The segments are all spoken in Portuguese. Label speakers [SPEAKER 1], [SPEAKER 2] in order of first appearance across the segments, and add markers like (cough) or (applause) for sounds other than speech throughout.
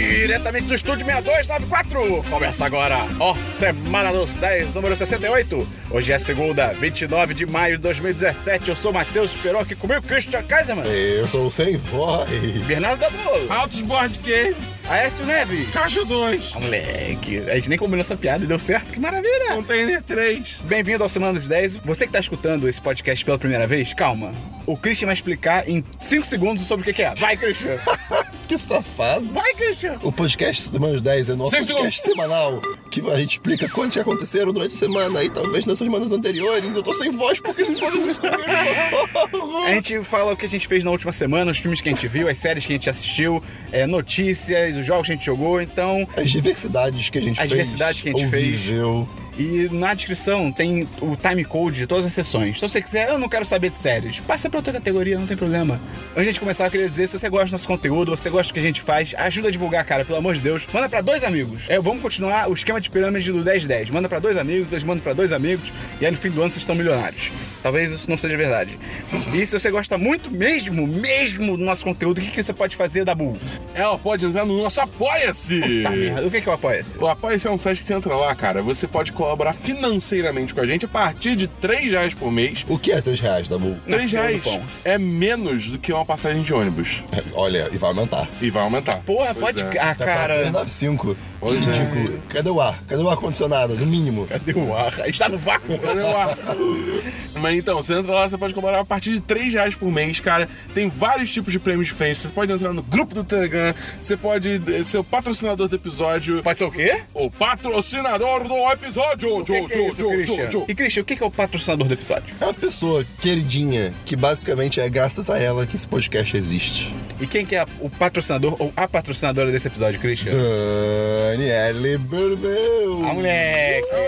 [SPEAKER 1] diretamente do estúdio 62941. Começa agora, ó, Semana dos 10, número 68. Hoje é segunda, 29 de maio de 2017. Eu sou Matheus Peró, aqui comigo, Christian Kaiserman.
[SPEAKER 2] Eu estou sem voz.
[SPEAKER 1] Bernardo Dabolo.
[SPEAKER 3] Altos Board Game,
[SPEAKER 1] Aécio Neves.
[SPEAKER 3] Caixa 2,
[SPEAKER 1] Ah, Moleque, a gente nem combinou essa piada e deu certo, que maravilha!
[SPEAKER 3] Container 3.
[SPEAKER 1] Bem-vindo ao Semana dos 10. Você que tá escutando esse podcast pela primeira vez, calma. O Christian vai explicar em 5 segundos sobre o que que é. Vai, Christian!
[SPEAKER 2] Que safado.
[SPEAKER 1] Vai, Christian!
[SPEAKER 2] O podcast Semanas 10 é nosso
[SPEAKER 3] Cinco
[SPEAKER 2] podcast semanal que a gente explica coisas que aconteceram durante a semana e talvez nas semanas anteriores. Eu tô sem voz porque esse foram nos
[SPEAKER 1] A gente fala o que a gente fez na última semana, os filmes que a gente viu, as séries que a gente assistiu, é, notícias, os jogos que a gente jogou, então.
[SPEAKER 2] (laughs) As diversidades que a gente
[SPEAKER 1] As
[SPEAKER 2] fez.
[SPEAKER 1] diversidades que a gente
[SPEAKER 2] ou
[SPEAKER 1] fez.
[SPEAKER 2] viveu.
[SPEAKER 1] E na descrição tem o time code de todas as sessões. Então, se você quiser, eu não quero saber de séries. Passa pra outra categoria, não tem problema. Antes de a gente começar, eu queria dizer: se você gosta do nosso conteúdo, você gosta do que a gente faz, ajuda a divulgar, cara, pelo amor de Deus. Manda pra dois amigos. É, vamos continuar o esquema de pirâmide do 10-10. Manda pra dois amigos, eles mandam pra dois amigos, e aí no fim do ano vocês estão milionários. Talvez isso não seja verdade. E se você gosta muito mesmo, mesmo do nosso conteúdo, o que, que você pode fazer, Dabu?
[SPEAKER 3] Ela É, pode entrar no nosso Apoia-se. (laughs)
[SPEAKER 1] Tá merda. O que, que eu apoio esse?
[SPEAKER 3] O Apoia-se é um site que você entra lá, cara. Você pode colaborar financeiramente com a gente a partir de 3 reais por mês.
[SPEAKER 2] O que é 3 reais, Dabu?
[SPEAKER 1] Na
[SPEAKER 3] 3
[SPEAKER 1] fila do
[SPEAKER 3] reais
[SPEAKER 1] pão.
[SPEAKER 3] é menos do que uma passagem de ônibus.
[SPEAKER 2] Olha, e vai aumentar.
[SPEAKER 3] E vai aumentar.
[SPEAKER 1] Porra,
[SPEAKER 3] Pois
[SPEAKER 1] pode.
[SPEAKER 3] é.
[SPEAKER 1] Ah,
[SPEAKER 2] Tá
[SPEAKER 1] cara. (laughs)
[SPEAKER 2] 395.
[SPEAKER 3] Pois
[SPEAKER 2] que
[SPEAKER 3] é.
[SPEAKER 2] ridículo. Cadê o ar? Cadê o ar-condicionado? No mínimo.
[SPEAKER 1] Cadê o ar? A gente tá no vácuo.
[SPEAKER 3] Entendeu? (laughs) Mas então, você entra lá, você pode comprar a partir de 3 reais por mês, cara. Tem vários tipos de prêmios diferentes. Você pode entrar no grupo do Telegram, você pode eh, ser o patrocinador do episódio.
[SPEAKER 1] Pode ser o quê?
[SPEAKER 3] O patrocinador do episódio!
[SPEAKER 1] O que que é isso, Christian? E Christian, o que que é o patrocinador do episódio?
[SPEAKER 2] É uma pessoa queridinha que basicamente é graças a ela que esse podcast existe.
[SPEAKER 1] E quem que é a- o patrocinador ou a patrocinadora desse episódio, Christian?
[SPEAKER 2] Daniele Berneu.
[SPEAKER 1] A moleque! Então,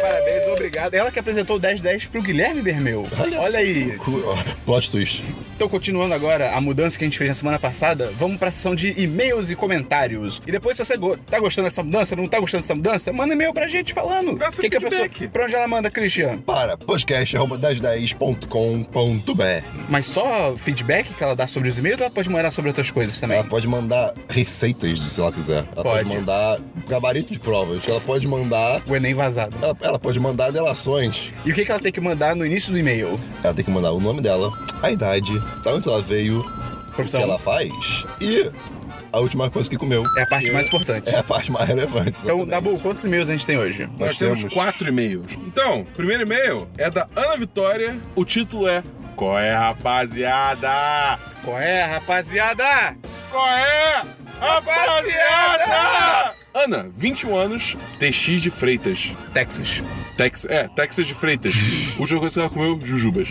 [SPEAKER 1] Parabéns, obrigado. Ela que apresentou o 1010 pro Guilherme Bermeu. Olha, aí.
[SPEAKER 2] Cu- ó, Plot twist.
[SPEAKER 1] Então, continuando agora a mudança que a gente fez na semana passada, vamos pra sessão de e-mails e comentários. E depois, se você go- tá gostando dessa mudança, não tá gostando dessa mudança, manda e-mail pra gente falando.
[SPEAKER 3] Dá seu
[SPEAKER 1] que que a
[SPEAKER 3] feedback.
[SPEAKER 1] pessoa... Pra onde ela manda, Christian?
[SPEAKER 2] Para podcast.1010.com.br
[SPEAKER 1] Mas só feedback que ela dá sobre os e-mails ou ela pode mandar sobre outras coisas também?
[SPEAKER 2] Ela pode mandar receitas, se ela quiser. Ela pode,
[SPEAKER 1] Pode.
[SPEAKER 2] mandar gabarito de provas. Ela pode mandar.
[SPEAKER 1] O Enem vazado.
[SPEAKER 2] Ela, ela pode mandar delações.
[SPEAKER 1] E o que, que ela tem que mandar no início do e-mail?
[SPEAKER 2] Ela tem que mandar o nome dela, a idade, da onde ela veio, o que
[SPEAKER 1] Profissão.
[SPEAKER 2] ela faz e a última coisa que comeu.
[SPEAKER 1] É a parte mais importante.
[SPEAKER 2] É a parte mais relevante.
[SPEAKER 1] Então,
[SPEAKER 2] exatamente.
[SPEAKER 1] Dabu, quantos e-mails a gente tem hoje?
[SPEAKER 3] tá Nós,
[SPEAKER 2] Nós
[SPEAKER 3] temos,
[SPEAKER 2] temos-
[SPEAKER 3] quatro e-mails. Então, o primeiro e-mail é da Ana Vitória. O título é Qual é, rapaziada?
[SPEAKER 1] Qual é, rapaziada?
[SPEAKER 3] Qual é,
[SPEAKER 1] Rapaziada!
[SPEAKER 3] rapaziada? Ana, 21 anos, TX de Freitas.
[SPEAKER 1] Texas.
[SPEAKER 3] Tex... É, Texas de Freitas. O jogo que ela comeu, jujubas.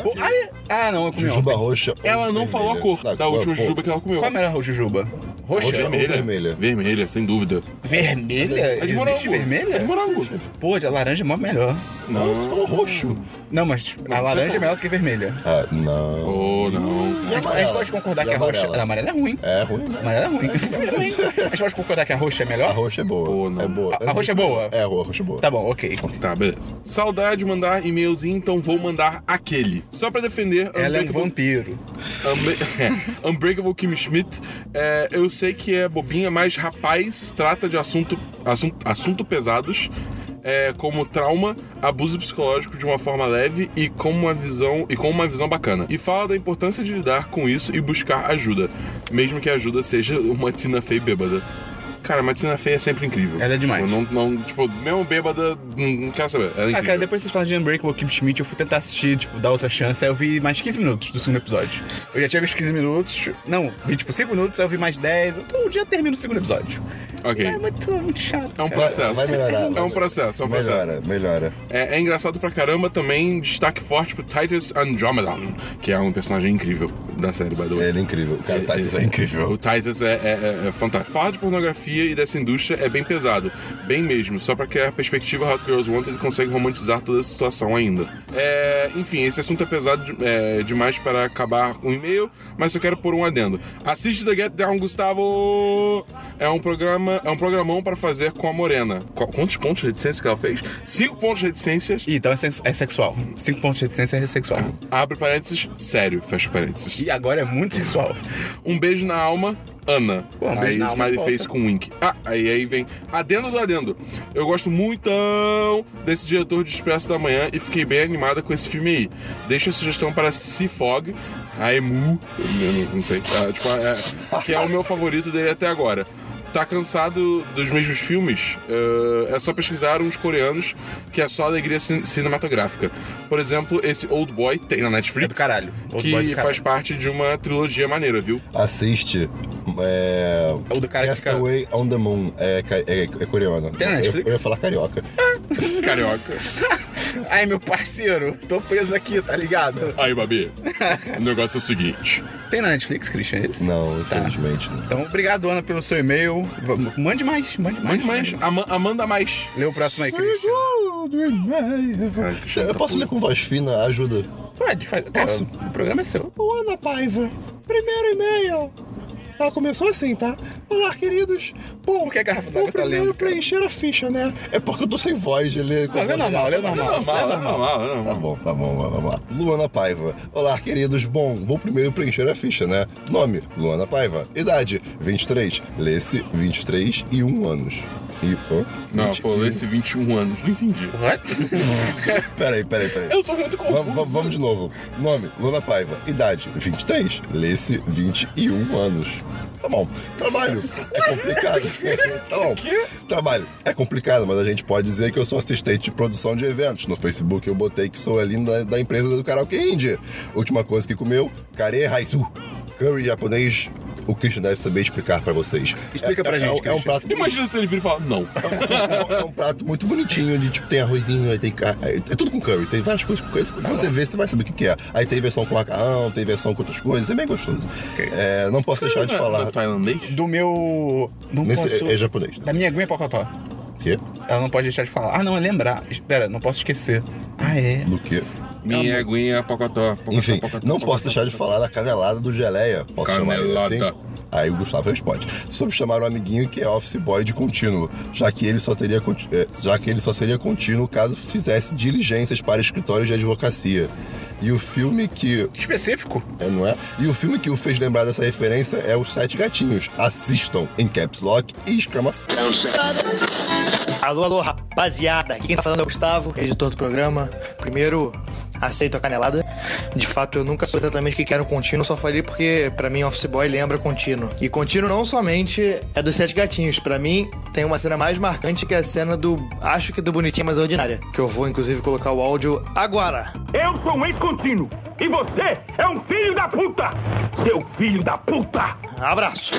[SPEAKER 1] Pô, ai- ah, não, eu comi
[SPEAKER 2] Jujuba
[SPEAKER 1] ontem.
[SPEAKER 2] roxa. ou
[SPEAKER 3] Ela não
[SPEAKER 2] vermelha.
[SPEAKER 3] falou a cor
[SPEAKER 2] Tá,
[SPEAKER 3] da última
[SPEAKER 2] pô,
[SPEAKER 3] jujuba que ela comeu.
[SPEAKER 1] Qual é a melhor jujuba? Roxa?
[SPEAKER 2] Roxa.
[SPEAKER 3] Vermelha.
[SPEAKER 2] Vermelha.
[SPEAKER 3] Vermelha, sem dúvida.
[SPEAKER 1] Vermelha? um
[SPEAKER 3] É de
[SPEAKER 1] Existe
[SPEAKER 3] morango.
[SPEAKER 1] vermelha?
[SPEAKER 3] É de morango.
[SPEAKER 1] Pô, a laranja é mó melhor.
[SPEAKER 2] Não, você falou roxo.
[SPEAKER 1] Não, mas a laranja é melhor que a vermelha.
[SPEAKER 2] Ah, não.
[SPEAKER 3] Oh, não.
[SPEAKER 2] E
[SPEAKER 1] A gente pode concordar
[SPEAKER 2] E
[SPEAKER 1] que a roxa...
[SPEAKER 2] amarela?
[SPEAKER 1] A amarela é ruim.
[SPEAKER 2] É ruim, né?
[SPEAKER 1] A amarela é ruim.
[SPEAKER 2] (laughs)
[SPEAKER 1] É ruim. A gente pode concordar que a roxa é
[SPEAKER 2] A
[SPEAKER 1] melhor?
[SPEAKER 2] roxa é boa.
[SPEAKER 3] Pô, não.
[SPEAKER 2] É boa.
[SPEAKER 1] A- a roxa é boa?
[SPEAKER 2] É, a roxa é boa.
[SPEAKER 1] Tá bom, ok.
[SPEAKER 3] Tá, beleza. Saudade de mandar e-mailzinho, então vou mandar aquele. Só pra defender
[SPEAKER 1] Ela é um
[SPEAKER 3] Unbreakable,
[SPEAKER 1] vampiro.
[SPEAKER 3] Unbra- (laughs) Unbreakable Kim Schmidt. É, eu sei que é bobinha, mas rapaz trata de assunto, assunto, assunto pesados. é, como trauma, abuso psicológico de uma forma leve e com uma visão e com uma visão bacana. E fala da importância de lidar com isso e buscar ajuda, mesmo que a ajuda seja uma Tina Fey bêbada. Cara, uma Tina Fey é sempre incrível.
[SPEAKER 1] Ela é demais.
[SPEAKER 3] Tipo, não, não, tipo, mesmo bêbada, não, não quero saber. Ela é
[SPEAKER 1] Ah,
[SPEAKER 3] incrível.
[SPEAKER 1] cara, depois que vocês falaram de Unbreakable Kim Schmidt, eu fui tentar assistir, tipo, dar outra chance. Aí eu vi mais 15 minutos do segundo episódio. Eu já tinha visto 15 minutos. Não, vi tipo 5 minutos, aí eu vi mais 10. Eu todo dia termino o segundo episódio.
[SPEAKER 3] Ok.
[SPEAKER 1] É muito, muito chato.
[SPEAKER 3] É um
[SPEAKER 1] cara.
[SPEAKER 3] processo.
[SPEAKER 2] Vai melhorar,
[SPEAKER 3] É
[SPEAKER 2] vai
[SPEAKER 3] um processo, é um processo.
[SPEAKER 2] Melhora, melhora.
[SPEAKER 3] É, é engraçado pra caramba também, destaque forte pro Titus Andromedon, que é um personagem incrível da série, by the way.
[SPEAKER 2] Ele é incrível. O cara tá isso é
[SPEAKER 3] O
[SPEAKER 2] incrível.
[SPEAKER 3] Titus é, é- é- é fantástico. Falar de pornografia e dessa indústria é bem pesado. Bem mesmo. Só pra criar a perspectiva Hot Girls Want, ele consegue romantizar toda a situação ainda. É, enfim, esse assunto é pesado de- é, demais para acabar um e-mail, mas eu quero pôr um adendo. Assiste The Get Down, Gustavo! É um programa, é um programão para fazer com a Morena. Qu- quantos pontos de reticência que ela fez? Cinco pontos de reticências. Ah.
[SPEAKER 1] Ih, então é, sensu- é sexual. 5 pontos de reticência é sexual.
[SPEAKER 3] Abre parênteses, sério, fecha parênteses.
[SPEAKER 1] E e agora é muito sensual.
[SPEAKER 3] Um beijo na alma, Ana.
[SPEAKER 1] Pô, um beijo
[SPEAKER 3] aí
[SPEAKER 1] na alma,
[SPEAKER 3] smiley
[SPEAKER 1] volta.
[SPEAKER 3] face com wink. Ah, aí, aí vem adendo do adendo. Eu gosto muito desse diretor de Expresso da Manhã e fiquei bem animada com esse filme aí. Deixa a sugestão para Sea Fog, a Emu, eu não, não sei, ah, tipo, é, que é o meu favorito dele até agora. Tá cansado dos mesmos filmes? Eh, é só pesquisar uns coreanos que é só alegria cin- cinematográfica. Por exemplo, esse Old Boy tem na Netflix.
[SPEAKER 1] É do caralho. Old
[SPEAKER 3] que
[SPEAKER 1] Boy é do caralho.
[SPEAKER 3] faz parte de uma trilogia maneira, viu?
[SPEAKER 2] Assiste. É.
[SPEAKER 1] É o do cara que fica-
[SPEAKER 2] Castaway on the Moon. É, ca- é, é coreano.
[SPEAKER 1] Tem na Netflix?
[SPEAKER 2] Eu, eu ia falar carioca.
[SPEAKER 3] Carioca.
[SPEAKER 1] Ai, meu parceiro, tô preso aqui, tá ligado?
[SPEAKER 3] Aí, Babi, o negócio é o seguinte.
[SPEAKER 1] Tem na Netflix, Christian, é esse?
[SPEAKER 2] Não, infelizmente. não.
[SPEAKER 1] Então, obrigado, Ana, pelo seu e-mail. Vamos- Mande mais, mande mais.
[SPEAKER 3] Mande mais, ama- amanda mais.
[SPEAKER 1] Lê o próximo aí, Christian.
[SPEAKER 2] Segundo e-mail.
[SPEAKER 3] Cara, que
[SPEAKER 2] Eu
[SPEAKER 3] chato,
[SPEAKER 2] posso ler com
[SPEAKER 3] puto.
[SPEAKER 2] voz fina? Ajuda.
[SPEAKER 1] Pode, faz. Cara, o programa é seu.
[SPEAKER 2] O Ana Paiva. Primeiro e-mail. Ela começou assim, tá? Olá, queridos. Bom,
[SPEAKER 1] Por que a garrafa
[SPEAKER 2] vou
[SPEAKER 1] d'água tá
[SPEAKER 2] primeiro
[SPEAKER 1] lendo, cara?
[SPEAKER 2] preencher a ficha, né? É porque eu tô sem voz de ler. com a
[SPEAKER 1] Não, lê
[SPEAKER 2] voz
[SPEAKER 1] normal,
[SPEAKER 2] da
[SPEAKER 1] lê normal.
[SPEAKER 3] Normal, normal,
[SPEAKER 2] Tá
[SPEAKER 3] normal.
[SPEAKER 2] bom, tá bom, vamos lá. Luana Paiva. Olá, queridos. Bom, vou primeiro preencher a ficha, né? Nome: Luana Paiva. Idade: 23. Lê-se 23 e 1 anos. E. hã?
[SPEAKER 3] Não,
[SPEAKER 2] 20
[SPEAKER 3] falou
[SPEAKER 2] e- um.
[SPEAKER 3] esse 21 anos, não entendi.
[SPEAKER 1] What?
[SPEAKER 2] Peraí, peraí, peraí.
[SPEAKER 3] Eu tô muito confuso.
[SPEAKER 2] Vamos, vamos, vamos de novo. Nome: Luna Paiva. Idade: 23. Lê-se 21 anos. Tá bom. Trabalho é complicado. tá bom. Trabalho é complicado, mas a gente pode dizer que eu sou assistente de produção de eventos. No Facebook eu botei que sou ali da, da empresa do karaokê Índia. Última coisa que comeu: Kare Raisu. Curry japonês. O Christian deve saber explicar pra vocês.
[SPEAKER 1] Explica
[SPEAKER 2] é,
[SPEAKER 1] pra
[SPEAKER 2] é-
[SPEAKER 1] gente,
[SPEAKER 2] É, um- é
[SPEAKER 1] Christian.
[SPEAKER 2] um prato
[SPEAKER 3] Imagina se ele vira e fala, não.
[SPEAKER 2] é um- é um prato muito bonitinho, de tipo, tem arrozinho, aí tem. ca- É é tudo com curry, tem várias coisas com curry.
[SPEAKER 3] Tá
[SPEAKER 2] Se você ver, você vai saber o que que é. Aí tem versão com macarrão, tem versão com outras coisas, é bem gostoso. É, não posso deixar de
[SPEAKER 3] Não é- não
[SPEAKER 2] falar.
[SPEAKER 3] é tailandês?
[SPEAKER 1] Do meu. Não
[SPEAKER 2] Nesse-
[SPEAKER 1] posso.
[SPEAKER 2] é- é japonês.
[SPEAKER 1] Da minha aguinha pocotó.
[SPEAKER 2] Quê?
[SPEAKER 1] Ela não pode deixar de falar. Ah, não, é lembrar. Espera, não posso esquecer. Ah, é.
[SPEAKER 2] Do quê?
[SPEAKER 3] Minha aguinha, pocotó. pocotó,
[SPEAKER 2] Enfim,
[SPEAKER 3] pocotó,
[SPEAKER 2] não
[SPEAKER 3] pocotó,
[SPEAKER 2] posso deixar de falar da canelada do Geleia. Posso chamar ele assim?
[SPEAKER 3] Canelada.
[SPEAKER 2] Aí o Gustavo responde. Sobre chamar um amiguinho que é office boy de contínuo, já que ele só, teria, conti- eh, já que ele só seria contínuo caso fizesse diligências para escritórios de advocacia. E o filme que
[SPEAKER 1] Que Específico.
[SPEAKER 2] É, não é? E o filme que o fez lembrar dessa referência é Os Sete Gatinhos. Assistam em Caps Lock e exclamação.
[SPEAKER 4] Alô, alô, rapaziada. Aqui quem tá falando é o Gustavo, editor do programa. Primeiro, aceito a canelada. De fato, eu nunca sou exatamente o que quero um contínuo, só falei porque, pra mim, Office Boy lembra contínuo. E contínuo não somente é dos Sete Gatinhos. Pra mim, tem uma cena mais marcante que é a cena do, acho que do Bonitinha Mais Ordinária. Que eu vou, inclusive, colocar o áudio agora.
[SPEAKER 5] Eu sou um ex-contínuo e você é um filho da puta! Seu filho da puta!
[SPEAKER 4] Abraço.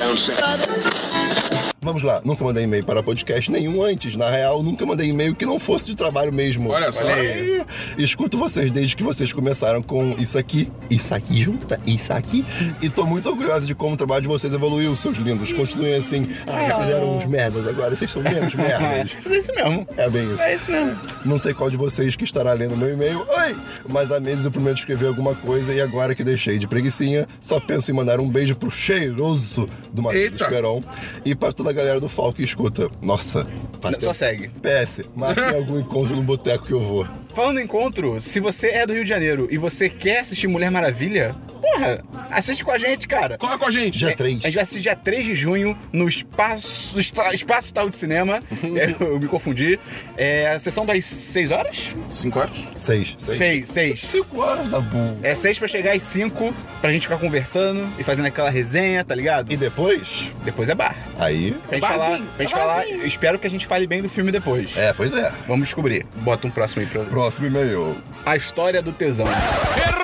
[SPEAKER 2] Vamos lá, nunca mandei e-mail para podcast nenhum antes. Na real, nunca mandei e-mail que não fosse de trabalho mesmo.
[SPEAKER 3] Olha só.
[SPEAKER 2] aí. Escuto vocês desde que vocês começaram com isso aqui, isso aqui junta, isso aqui. E tô muito orgulhosa de como o trabalho de vocês evoluiu, seus lindos. Continuem assim. Ah, vocês eram uns merdas agora, vocês são menos merdas.
[SPEAKER 1] Mas é isso mesmo.
[SPEAKER 2] É bem isso.
[SPEAKER 1] É isso mesmo.
[SPEAKER 2] Não sei qual de vocês que estará lendo meu e-mail. Oi! Mas há meses eu prometo escrever alguma coisa e agora que deixei de preguicinha, só penso em mandar um beijo pro cheiroso do Marcos
[SPEAKER 3] Eita.
[SPEAKER 2] Esperon e pra toda a galera do Falco que escuta. Nossa, tá parceiro.
[SPEAKER 1] Só segue.
[SPEAKER 2] PS, (laughs) marquem algum encontro no boteco que eu vou.
[SPEAKER 1] Falando em encontro, se você é do Rio de Janeiro e você quer assistir Mulher Maravilha, porra, assiste com a gente, cara.
[SPEAKER 3] Cola com a gente.
[SPEAKER 2] Dia
[SPEAKER 1] A
[SPEAKER 2] 3.
[SPEAKER 1] gente vai assistir dia 3 de junho no Espaço, Esta- espaço Tal de Cinema. É, eu me confundi. É a sessão das 6 horas?
[SPEAKER 3] 5 horas?
[SPEAKER 2] 6.
[SPEAKER 1] 6, 6.
[SPEAKER 2] 5 horas da boa.
[SPEAKER 1] É 6 pra chegar às 5, pra gente ficar conversando e fazendo aquela resenha, tá ligado?
[SPEAKER 2] E
[SPEAKER 1] E
[SPEAKER 2] depois,
[SPEAKER 1] depois é bar.
[SPEAKER 2] aí.
[SPEAKER 1] Pra gente falar,
[SPEAKER 3] Barzinho,
[SPEAKER 1] pra gente falar, eu espero que a gente fale bem do filme depois.
[SPEAKER 2] É, pois é.
[SPEAKER 1] Vamos descobrir. Bota um próximo aí pra
[SPEAKER 2] Próximo e-mail.
[SPEAKER 1] A história do tesão.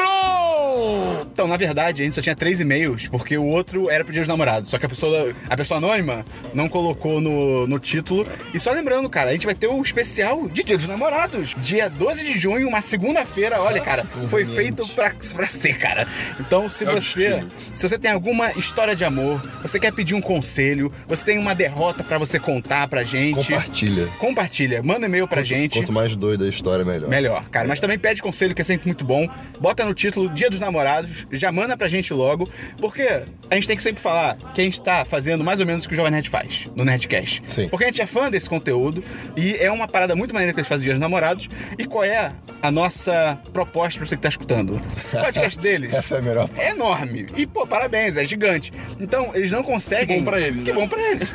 [SPEAKER 3] Errou!
[SPEAKER 1] Então, na verdade, a gente só tinha três e-mails, porque o outro era pro dia dos namorados. Só que a pessoa, a pessoa anônima não colocou no, no título. E só lembrando, cara, a gente vai ter o especial de dia dos namorados. Dia 12 de junho, uma segunda-feira. Olha, cara, foi feito pra, pra ser, cara. Então, se
[SPEAKER 3] É o
[SPEAKER 1] você...
[SPEAKER 3] destino.
[SPEAKER 1] Se você tem alguma história de amor, você quer pedir um conselho, você tem uma derrota pra você contar pra gente...
[SPEAKER 2] Compartilha.
[SPEAKER 1] Compartilha, manda e-mail pra gente.
[SPEAKER 2] Quanto mais doida a história, melhor.
[SPEAKER 1] é Melhor, cara. Mas também pede conselho, que é sempre muito bom. Bota no título Dia dos Namorados. já manda pra gente logo, porque a gente tem que sempre falar que a gente tá fazendo mais ou menos o que o Jovem Nerd faz no Nerdcast.
[SPEAKER 2] Sim.
[SPEAKER 1] Porque a gente é fã desse conteúdo e é uma parada muito maneira que eles fazem dia dos namorados. E qual é a nossa proposta pra você que tá escutando? O
[SPEAKER 2] (laughs)
[SPEAKER 1] podcast deles
[SPEAKER 2] Essa é a melhor
[SPEAKER 1] é enorme. E, pô, parabéns, é gigante. Então, eles não conseguem.
[SPEAKER 3] Que bom pra eles,
[SPEAKER 1] Que
[SPEAKER 3] né?
[SPEAKER 1] bom pra
[SPEAKER 2] (laughs)
[SPEAKER 1] eles.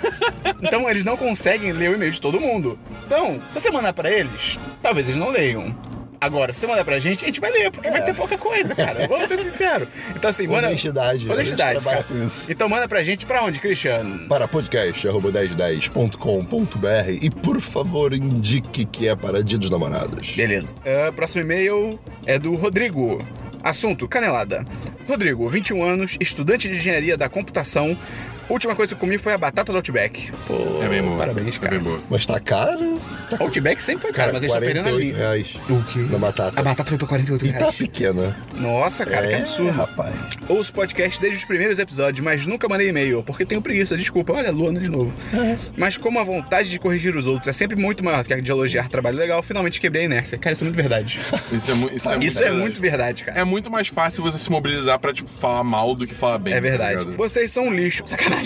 [SPEAKER 1] então, eles não conseguem ler o e-mail de todo mundo. Então, se você mandar pra eles, talvez eles não leiam. Agora, se você mandar pra gente, a gente vai ler, porque
[SPEAKER 2] É.
[SPEAKER 1] vai ter pouca coisa, cara. Vamos ser sinceros. Então,
[SPEAKER 2] (laughs)
[SPEAKER 1] assim, manda.
[SPEAKER 2] Honestidade, a
[SPEAKER 1] Honestidade.
[SPEAKER 2] gente trabalha
[SPEAKER 1] cara.
[SPEAKER 2] com isso.
[SPEAKER 1] Então, manda pra gente pra onde, Cristiano?
[SPEAKER 2] para podcast.1010.com.br e por favor indique que é para Dia dos Namorados.
[SPEAKER 1] Beleza. É, próximo e-mail é do Rodrigo. Assunto: canelada. Rodrigo, 21 anos, estudante de engenharia da computação. Última coisa que comi foi a batata do Outback. Pô,
[SPEAKER 3] É bem boa.
[SPEAKER 1] parabéns,
[SPEAKER 3] É
[SPEAKER 1] cara.
[SPEAKER 3] bem boa.
[SPEAKER 2] Mas tá caro? Tá
[SPEAKER 1] Outback sempre foi caro,
[SPEAKER 2] caro,
[SPEAKER 1] mas eles estão perdendo a Uhum. linha.
[SPEAKER 2] 48 reais
[SPEAKER 1] O quê?
[SPEAKER 2] na batata.
[SPEAKER 1] A batata foi pra 48
[SPEAKER 2] E tá
[SPEAKER 1] reais.
[SPEAKER 2] pequena.
[SPEAKER 1] Nossa, cara, que
[SPEAKER 2] é,
[SPEAKER 1] absurdo.
[SPEAKER 2] rapaz.
[SPEAKER 1] Ouço podcast desde os primeiros episódios, mas nunca mandei e-mail, porque tenho preguiça, desculpa. Olha a Luana de novo.
[SPEAKER 2] É.
[SPEAKER 1] Mas como a vontade de corrigir os outros é sempre muito maior do que a de elogiar trabalho legal, finalmente quebrei a inércia. Cara, isso é muito
[SPEAKER 2] (laughs)
[SPEAKER 1] verdade.
[SPEAKER 3] Isso é, mu- isso é
[SPEAKER 1] Isso é muito verdade, cara.
[SPEAKER 3] É muito mais fácil você se mobilizar pra, tipo, falar mal do que falar bem.
[SPEAKER 1] É
[SPEAKER 3] tá
[SPEAKER 1] verdade.
[SPEAKER 3] ligado?
[SPEAKER 1] Vocês são um lixo. (laughs) Sacanagem.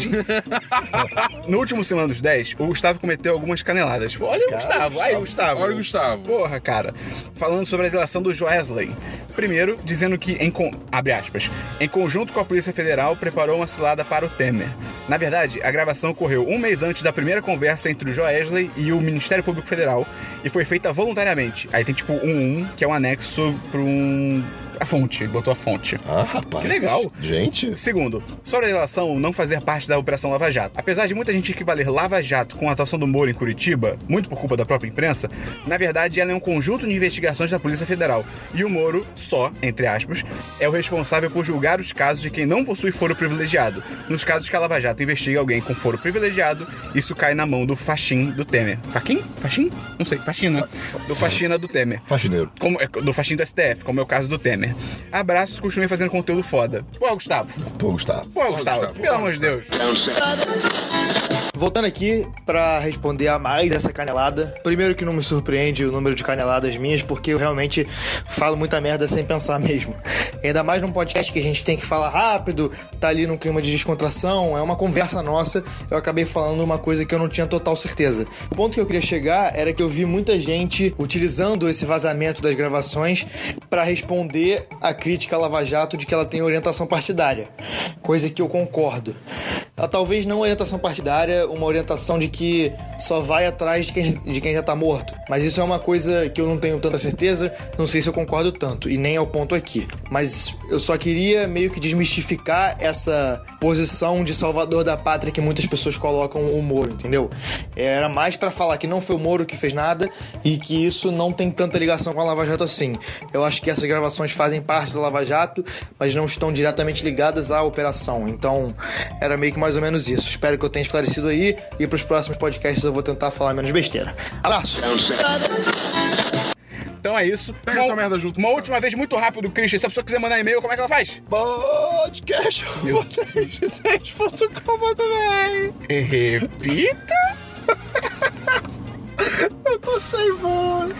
[SPEAKER 1] no último Semana dos 10, o Gustavo cometeu algumas caneladas. Olha o Gustavo. Aí, o Gustavo.
[SPEAKER 3] Olha o Gustavo.
[SPEAKER 1] Porra, cara. Falando sobre a delação do Joesley. Primeiro, dizendo que, em, con- abre aspas, em conjunto com a Polícia Federal, preparou uma cilada para o Temer. Na verdade, a gravação ocorreu um mês antes da primeira conversa entre o Joesley e o Ministério Público Federal e foi feita voluntariamente. Aí tem tipo um 1, que é um anexo para um... a fonte. Ele botou a fonte.
[SPEAKER 2] Ah, rapaz.
[SPEAKER 1] Que legal.
[SPEAKER 2] Gente,
[SPEAKER 1] Segundo, sobre a relação não fazer parte da Operação Lava Jato. Apesar de muita gente equivaler Lava Jato com a atuação do Moro em Curitiba, muito por culpa da própria imprensa, na verdade ela é um conjunto de investigações da Polícia Federal. E o Moro, só, entre aspas, é o responsável por julgar os casos de quem não possui foro privilegiado. Nos casos que a Lava Jato investiga alguém com foro privilegiado, isso cai na mão do faxim do Temer. Faquim? Faxim? Não sei, faxina. Do faxina do Temer
[SPEAKER 2] faxineiro.
[SPEAKER 1] como, é, do faxinho do STF, como é o caso do Temer. Abraços, continuem fazendo conteúdo foda. Pô, Gustavo.
[SPEAKER 2] Pô, Gustavo.
[SPEAKER 1] Pô, Gustavo.
[SPEAKER 3] Gustavo.
[SPEAKER 1] Pelo amor de Deus.
[SPEAKER 4] Voltando aqui pra responder a mais essa canelada. Primeiro que não me surpreende o número de caneladas minhas, porque eu realmente falo muita merda sem pensar (laughs) mesmo. Ainda mais num podcast que a gente tem que falar rápido, tá ali num clima de descontração, é uma conversa nossa. Eu acabei falando uma coisa que eu não tinha total certeza. O ponto que eu queria chegar era que eu vi muita gente utilizando esse vazamento das gravações pra responder a crítica à Lava Jato de que ela tem orientação partidária. Coisa que eu concordo. Ela talvez não orientação partidária, uma orientação de que só vai atrás de quem, de quem já tá morto. Mas isso é uma coisa que eu não tenho tanta certeza, não sei se eu concordo tanto, e nem é o ponto aqui. Mas eu só queria meio que desmistificar essa posição de salvador da pátria que muitas pessoas colocam o Moro, entendeu? Era mais pra falar que não foi o Moro que fez nada e que isso não tem tanta ligação com a Lava Jato assim. Eu acho que essas gravações fazem parte da Lava Jato, mas não estão diretamente ligadas à operação. Então, era meio que mais ou menos isso. Espero que eu tenha esclarecido aí e pros próximos podcasts eu vou tentar falar menos besteira. Abraço!
[SPEAKER 1] Então é isso.
[SPEAKER 3] Pega essa merda junto,
[SPEAKER 1] Uma
[SPEAKER 3] Gustavo.
[SPEAKER 1] última vez, muito rápido, Christian. Se a pessoa quiser mandar e-mail, como é que ela faz?
[SPEAKER 2] Podcast.
[SPEAKER 1] Repita.
[SPEAKER 2] Eu tô sem voz.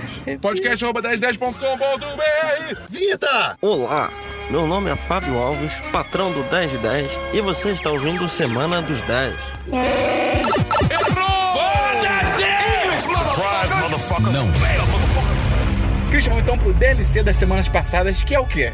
[SPEAKER 3] Podcast.1010.com.br
[SPEAKER 2] Vida!
[SPEAKER 6] Olá, meu nome é Fábio Alves, patrão do 1010, e você está ouvindo o Semana dos 10.
[SPEAKER 1] Christian, vamos então pro DLC das semanas passadas, que é o quê?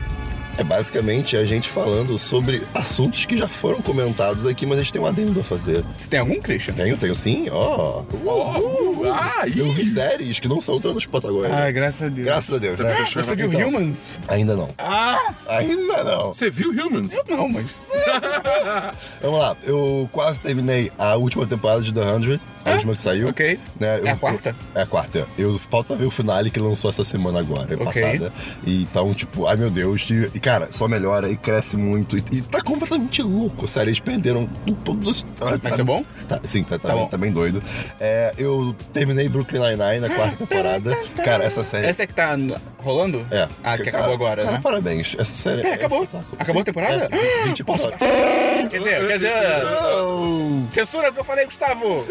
[SPEAKER 2] É basicamente a gente falando sobre assuntos que já foram comentados aqui, mas a gente tem um adendo a fazer.
[SPEAKER 1] Você tem algum, Christian?
[SPEAKER 2] Tenho, tenho sim, ó.
[SPEAKER 3] Oh, ah, ih.
[SPEAKER 2] Eu vi séries que não são trans Patagônia.
[SPEAKER 1] graças a Deus.
[SPEAKER 2] Graças a Deus. né?
[SPEAKER 1] É, Você viu
[SPEAKER 2] Então,
[SPEAKER 1] Humans?
[SPEAKER 2] Ainda não.
[SPEAKER 1] Ah,
[SPEAKER 2] Ainda não.
[SPEAKER 3] Você viu Humans?
[SPEAKER 1] não, mas...
[SPEAKER 2] Vamos lá, eu quase terminei a última temporada de The 100, a última que saiu.
[SPEAKER 1] É? ok.
[SPEAKER 2] Né,
[SPEAKER 1] É a quarta?
[SPEAKER 2] eu- é a quarta. Eu falta ver o finale que lançou essa semana agora, é
[SPEAKER 1] Ok.
[SPEAKER 2] passada. E então, tipo, ai meu Deus. E, e, cara, só melhora e cresce muito. E, e tá completamente louco, sério. Eles perderam tu- todos os. ah,
[SPEAKER 1] Mas
[SPEAKER 2] tá-
[SPEAKER 1] é bom?
[SPEAKER 2] Tá, sim, tá, tá
[SPEAKER 1] Tá
[SPEAKER 2] bem,
[SPEAKER 1] bom.
[SPEAKER 2] tá bem doido. É, eu terminei Brooklyn
[SPEAKER 1] (laughs)
[SPEAKER 2] Nine-Nine na quarta temporada. Cara, essa série.
[SPEAKER 1] Essa é que tá no- rolando?
[SPEAKER 2] É.
[SPEAKER 1] Ah, que
[SPEAKER 2] Cara,
[SPEAKER 1] acabou agora,
[SPEAKER 2] cara,
[SPEAKER 1] né?
[SPEAKER 2] parabéns. Essa série.
[SPEAKER 1] Pera, acabou?
[SPEAKER 2] espetáculo.
[SPEAKER 1] Acabou a temporada?
[SPEAKER 2] É, 20
[SPEAKER 1] Posso-
[SPEAKER 2] episódios.
[SPEAKER 1] Quer dizer, quer dizer. Censura o que eu falei, Gustavo!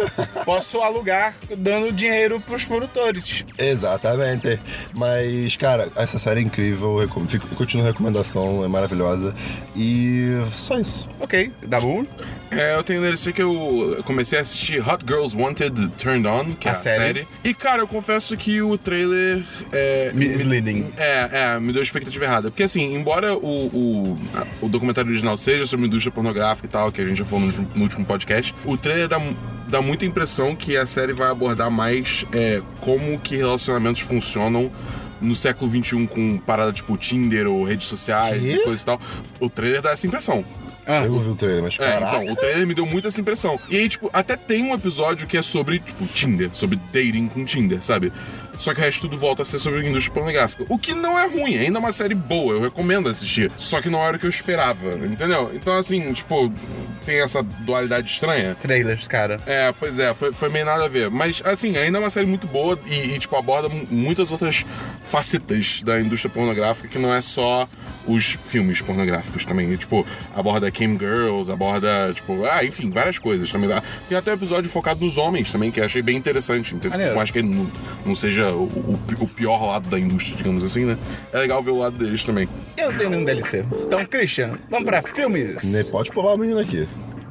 [SPEAKER 1] Posso alugar dando dinheiro pros produtores.
[SPEAKER 2] Exatamente. Mas, cara, essa série é incrível. eu recom- Fico, continua a recomendação, é maravilhosa. E só isso.
[SPEAKER 1] Ok, dá bom.
[SPEAKER 3] É, eu tenho DLC que eu comecei a assistir Hot Girls Wanted Turned On, que é
[SPEAKER 1] A
[SPEAKER 3] a série.
[SPEAKER 1] série.
[SPEAKER 3] E, cara, eu confesso que o trailer é.
[SPEAKER 1] Misleading.
[SPEAKER 3] É, é, me deu a expectativa errada. Porque, assim, embora o, o, a- o documentário original seja sobre indústria pornográfica e tal, que a gente já falou no, no último podcast, o trailer dá, mu- dá muita impressão que a série vai abordar mais é, como que relacionamentos funcionam no século XXI com parada tipo Tinder ou redes sociais e
[SPEAKER 2] Quê?
[SPEAKER 3] coisas e tal. O trailer dá essa impressão.
[SPEAKER 1] Ah.
[SPEAKER 2] Eu não vi o trailer, mas
[SPEAKER 3] É,
[SPEAKER 2] caraca.
[SPEAKER 3] então, o trailer me deu muito essa impressão. E aí, tipo, até tem um episódio que é sobre, tipo, Tinder, sobre dating com Tinder, sabe? Só que o resto tudo volta a ser sobre indústria pornográfica. O que não é ruim, ainda é uma série boa, eu recomendo assistir. Só que não era o que eu esperava, entendeu? Então, assim, tipo, tem essa dualidade estranha.
[SPEAKER 1] Trailers, cara.
[SPEAKER 3] É, pois é, foi, foi meio nada a ver. Mas, assim, ainda é uma série muito boa e, e, tipo, aborda mu- muitas outras facetas da indústria pornográfica que não é só os filmes pornográficos também. E, tipo, aborda Kim Girls, aborda, tipo, ah, enfim, várias coisas também. Tem até um episódio focado nos homens também, que eu achei bem interessante. Então,
[SPEAKER 1] Maneiro.
[SPEAKER 3] eu acho que ele não, não seja o, o pi- o pior lado da indústria, digamos assim, né? É legal ver o lado deles também.
[SPEAKER 1] Eu não tenho nenhum DLC. Então, Christian, vamos pra filmes.
[SPEAKER 2] Ne- né? Pode pular o menino aqui.
[SPEAKER 1] Né,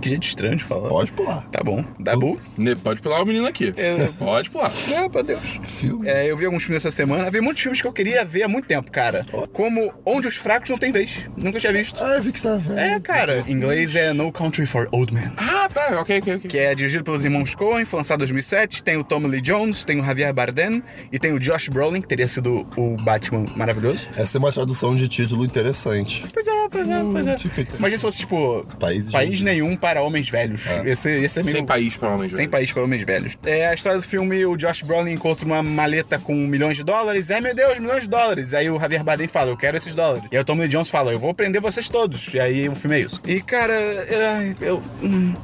[SPEAKER 1] Que jeito estranho de falar.
[SPEAKER 2] Pode pular.
[SPEAKER 1] Tá bom. Dabu?
[SPEAKER 3] Né, Pode pular o menino aqui. Pode pular.
[SPEAKER 1] Ah, meu Deus.
[SPEAKER 2] Filme.
[SPEAKER 1] É, eu vi alguns filmes essa semana. Vi muitos filmes que eu queria ver há muito tempo, cara. Como Onde os Fracos Não Tem Vez. Nunca tinha visto.
[SPEAKER 2] Ah, eu vi que você tava vendo.
[SPEAKER 1] É, cara. Em inglês é No Country for Old Men.
[SPEAKER 3] Ah, tá, ok, ok, ok.
[SPEAKER 1] Que é dirigido pelos irmãos Coen, foi lançado em 2007. Tem o Tom Lee Jones, tem o Javier Bardem e tem o Josh Brolin, que teria sido o Batman maravilhoso.
[SPEAKER 2] Essa é uma tradução de título interessante.
[SPEAKER 1] Pois é, pois é, pois é.
[SPEAKER 2] tipo, então.
[SPEAKER 1] Mas se fosse, tipo,
[SPEAKER 2] País de-
[SPEAKER 1] país nenhum para homens velhos. Esse, esse é meio...
[SPEAKER 3] Sem país, pelo menos.
[SPEAKER 1] Sem
[SPEAKER 3] velho.
[SPEAKER 1] país para homens velhos. É a história do filme: o Josh Brolin encontra uma maleta com milhões de dólares. É, meu Deus, milhões de dólares. Aí o Javier Bardem fala: Eu quero esses dólares. E aí o Tommy Lee Jones fala: Eu vou prender vocês todos. E aí o filme é isso. E cara, eu. Eu, hum,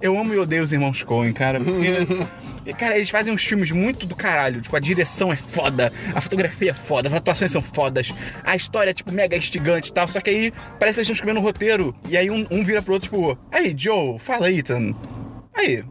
[SPEAKER 1] eu amo e odeio os irmãos Coen, cara. (laughs) Porque. e, Cara, eles fazem uns filmes muito do caralho. Tipo, a direção é foda, a fotografia é foda, as atuações são fodas, a história é, tipo, mega instigante e tal. Só que aí parece que eles estão escrevendo um roteiro. E aí um, um vira pro outro, tipo, aí, Joe, fala, Ethan. Aí,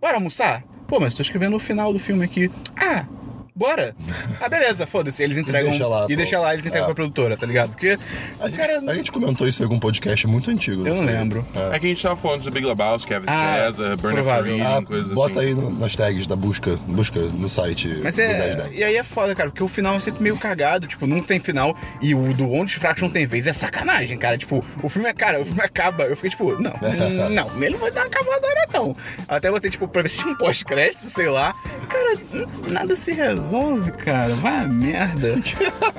[SPEAKER 1] bora almoçar? Pô, mas tô escrevendo o final do filme aqui. Ah, bora. Ah, beleza, foda-se.
[SPEAKER 2] (laughs)
[SPEAKER 1] Eles entregam.
[SPEAKER 2] deixa lá,
[SPEAKER 1] e
[SPEAKER 2] pô.
[SPEAKER 1] deixa lá, eles entregam
[SPEAKER 2] É.
[SPEAKER 1] pra produtora, tá ligado? Porque.
[SPEAKER 2] A gente, tá né?
[SPEAKER 1] cara,
[SPEAKER 2] a gente comentou isso em algum podcast muito antigo.
[SPEAKER 1] eu não
[SPEAKER 2] foi?
[SPEAKER 1] lembro.
[SPEAKER 3] É que a gente tava falando do Big Lebowski, Kevin
[SPEAKER 1] Ah,
[SPEAKER 3] César, Bernard
[SPEAKER 1] provável.
[SPEAKER 3] Friedman,
[SPEAKER 2] Ah,
[SPEAKER 3] coisas
[SPEAKER 2] bota
[SPEAKER 3] assim.
[SPEAKER 2] aí no- nas tags da busca, busca no site
[SPEAKER 1] Mas
[SPEAKER 2] do
[SPEAKER 1] é.
[SPEAKER 2] 1010.
[SPEAKER 1] E aí é foda, cara, porque o final é sempre meio cagado, tipo, não tem final. E o do Onde os Fracos Não Tem Vez é sacanagem, cara. Tipo, o filme é, cara, o filme acaba. Eu fiquei tipo, não, hum, não, ele não vai dar acabar agora, não. Até botei, tipo, pra ver se tinha um pós-crédito, sei lá. Cara, n- nada se resolve, cara. Vai a merda.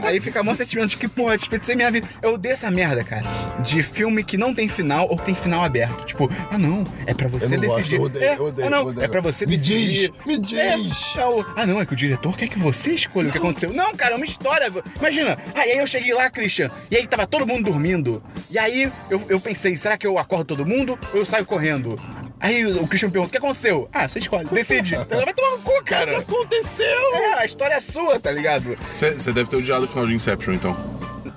[SPEAKER 1] aí fica mó sentimento de que, porra, desperdicei minha vida. Eu odeio essa merda, cara. De filme que não tem final ou que tem final aberto. Tipo, ah, não, é pra você
[SPEAKER 2] Eu não gosto,
[SPEAKER 1] decidir.
[SPEAKER 2] eu odeio,
[SPEAKER 1] é,
[SPEAKER 2] eu odeio,
[SPEAKER 1] ah, não,
[SPEAKER 2] eu odeio.
[SPEAKER 1] é pra você
[SPEAKER 2] Me
[SPEAKER 1] decidir.
[SPEAKER 2] diz, me diz.
[SPEAKER 1] É, é o- ah, não, é que o diretor quer que você escolha o que aconteceu. Não, cara, é uma história. Imagina. Ah, e aí eu cheguei lá, Christian, e aí tava todo mundo dormindo. E aí eu, eu pensei, será que eu acordo todo mundo ou eu saio correndo? Aí o o Christian pergunta, o que aconteceu? Ah, você escolhe.
[SPEAKER 2] (laughs)
[SPEAKER 1] Decide. Então, Vai tomar um cu, cara. aconteceu? É, a história é sua, tá ligado?
[SPEAKER 3] Você deve ter odiado o final de Inception, então.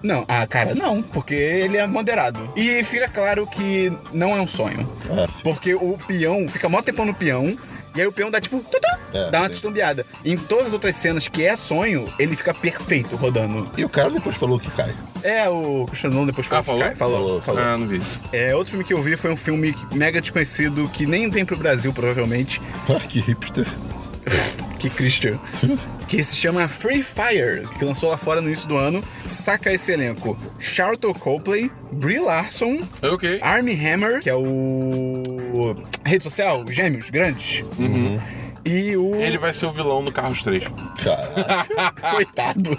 [SPEAKER 1] Não, ah, cara, não, porque ele é moderado. E fica claro que não é um sonho.
[SPEAKER 2] É.
[SPEAKER 1] Porque o peão fica mó tempão no peão. E aí o peão dá tipo. tutu,
[SPEAKER 2] É,
[SPEAKER 1] dá uma
[SPEAKER 2] sim.
[SPEAKER 1] titubeada. Em todas as outras cenas que é sonho, ele fica perfeito rodando.
[SPEAKER 2] E o cara depois falou que cai.
[SPEAKER 1] É, o Cristiano Ronaldo depois
[SPEAKER 3] Ah,
[SPEAKER 1] falou.
[SPEAKER 3] falou?
[SPEAKER 1] Falou,
[SPEAKER 2] Falou.
[SPEAKER 1] falou.
[SPEAKER 3] Ah, não vi.
[SPEAKER 1] É, outro filme que eu vi foi um filme que- mega desconhecido que nem vem pro Brasil, provavelmente.
[SPEAKER 2] Ah, que hipster.
[SPEAKER 1] Que
[SPEAKER 2] (laughs)
[SPEAKER 1] Christian. que se chama Free Fire, que lançou lá fora no início do ano. Saca esse elenco: Charlton Copley, Brie (laughs) Larson,
[SPEAKER 3] Ok.
[SPEAKER 1] Army Hammer, que é o. a rede social, os gêmeos grandes. E o.
[SPEAKER 3] Uhum. Ele vai ser o vilão no Carros 3.
[SPEAKER 2] Cara,
[SPEAKER 1] (laughs) Coitado.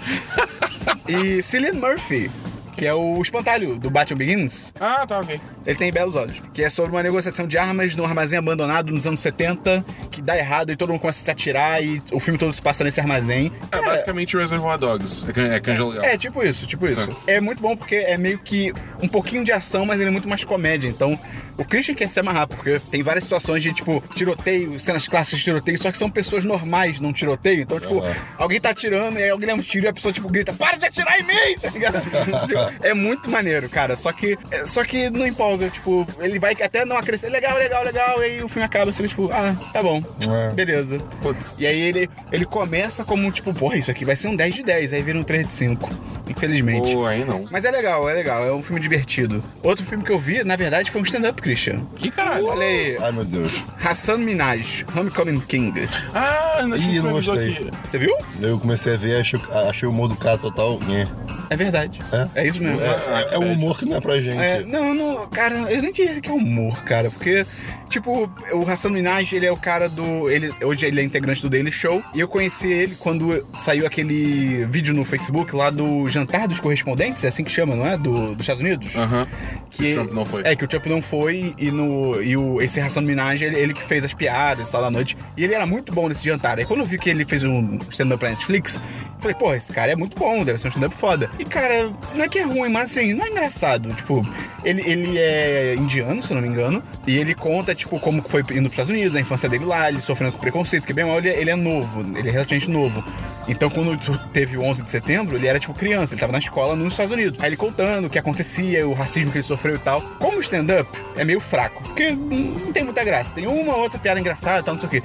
[SPEAKER 1] e Cillian Murphy, que é o espantalho do Batman Begins.
[SPEAKER 3] Ah, tá, ok.
[SPEAKER 1] Ele tem belos olhos. Que é sobre uma negociação de armas num armazém abandonado nos anos 70, que dá errado e todo mundo começa a se atirar e o filme todo se passa nesse armazém.
[SPEAKER 3] É basicamente o Reservoir Dogs. É, can- é canja legal.
[SPEAKER 1] É, tipo isso, tipo isso. É. muito bom porque é meio que um pouquinho de ação, mas ele é muito mais comédia. Então, O Christian quer se amarrar, porque tem várias situações de, tipo, tiroteio, cenas clássicas de tiroteio, só que são pessoas normais num tiroteio. Então, tipo, alguém tá atirando, e aí alguém leva um tiro e a pessoa, tipo, grita, para de atirar em mim! (laughs) Tá ligado? Tipo, é muito maneiro, cara. Só que, é- só que não empolga, tipo, ele vai até não acrescer, legal, legal, legal, e aí o filme acaba, assim, tipo, ah, tá bom,
[SPEAKER 2] É.
[SPEAKER 1] beleza.
[SPEAKER 3] Putz.
[SPEAKER 1] E aí ele, ele começa como, tipo, porra, isso aqui vai ser um 10 de 10, aí vira um 3 de 5. Infelizmente.
[SPEAKER 3] Pô, aí não.
[SPEAKER 1] Mas é legal, é legal, é um filme divertido. Outro filme que eu vi, na verdade, foi um stand-up, Christian.
[SPEAKER 3] Ih, caralho.
[SPEAKER 1] Olha aí,
[SPEAKER 2] Ai, meu Deus.
[SPEAKER 1] Hassan Minaj, Homecoming King.
[SPEAKER 3] Ah, nós
[SPEAKER 2] Ih, não
[SPEAKER 3] temos
[SPEAKER 2] gostei.
[SPEAKER 3] aqui.
[SPEAKER 1] Você viu?
[SPEAKER 2] Eu comecei a ver, achei, achei o humor do cara total. nhé.
[SPEAKER 1] É verdade.
[SPEAKER 2] É?
[SPEAKER 1] É, isso mesmo.
[SPEAKER 2] É, é um humor que não é pra gente.
[SPEAKER 1] É, não, não, cara, eu nem diria que é humor, cara, porque, tipo, o Hassan Minaj, ele é o cara do. Ele, hoje ele é integrante do Daily Show, e eu conheci ele quando saiu aquele vídeo no Facebook lá do Jantar dos Correspondentes, é assim que chama, não é? Do, dos Estados Unidos?
[SPEAKER 3] Aham.
[SPEAKER 1] Que
[SPEAKER 3] O Trump não foi.
[SPEAKER 1] É, que o Trump não foi e, no, e o, esse Hassan Minaj, ele, ele que fez as piadas, tal, à noite. E ele era muito bom nesse jantar. Aí quando eu vi que ele fez um stand-up pra Netflix, eu falei, pô, esse cara é muito bom, deve ser um stand-up foda. E, cara, não é que é ruim, mas assim, não é engraçado. Tipo, ele, ele é indiano, se eu não me engano, e ele conta, tipo, como foi indo pros Estados Unidos, a infância dele lá, ele sofrendo com preconceito, que bem ou mal, ele, ele é novo, ele é relativamente novo. Então, quando teve o 11 de setembro, ele era, tipo, criança, ele tava na escola nos Estados Unidos. Aí ele contando o que acontecia, o racismo que ele sofreu e tal. Como stand-up é meio fraco, porque não tem muita graça. Tem uma ou outra piada engraçada e tal, não sei o quê.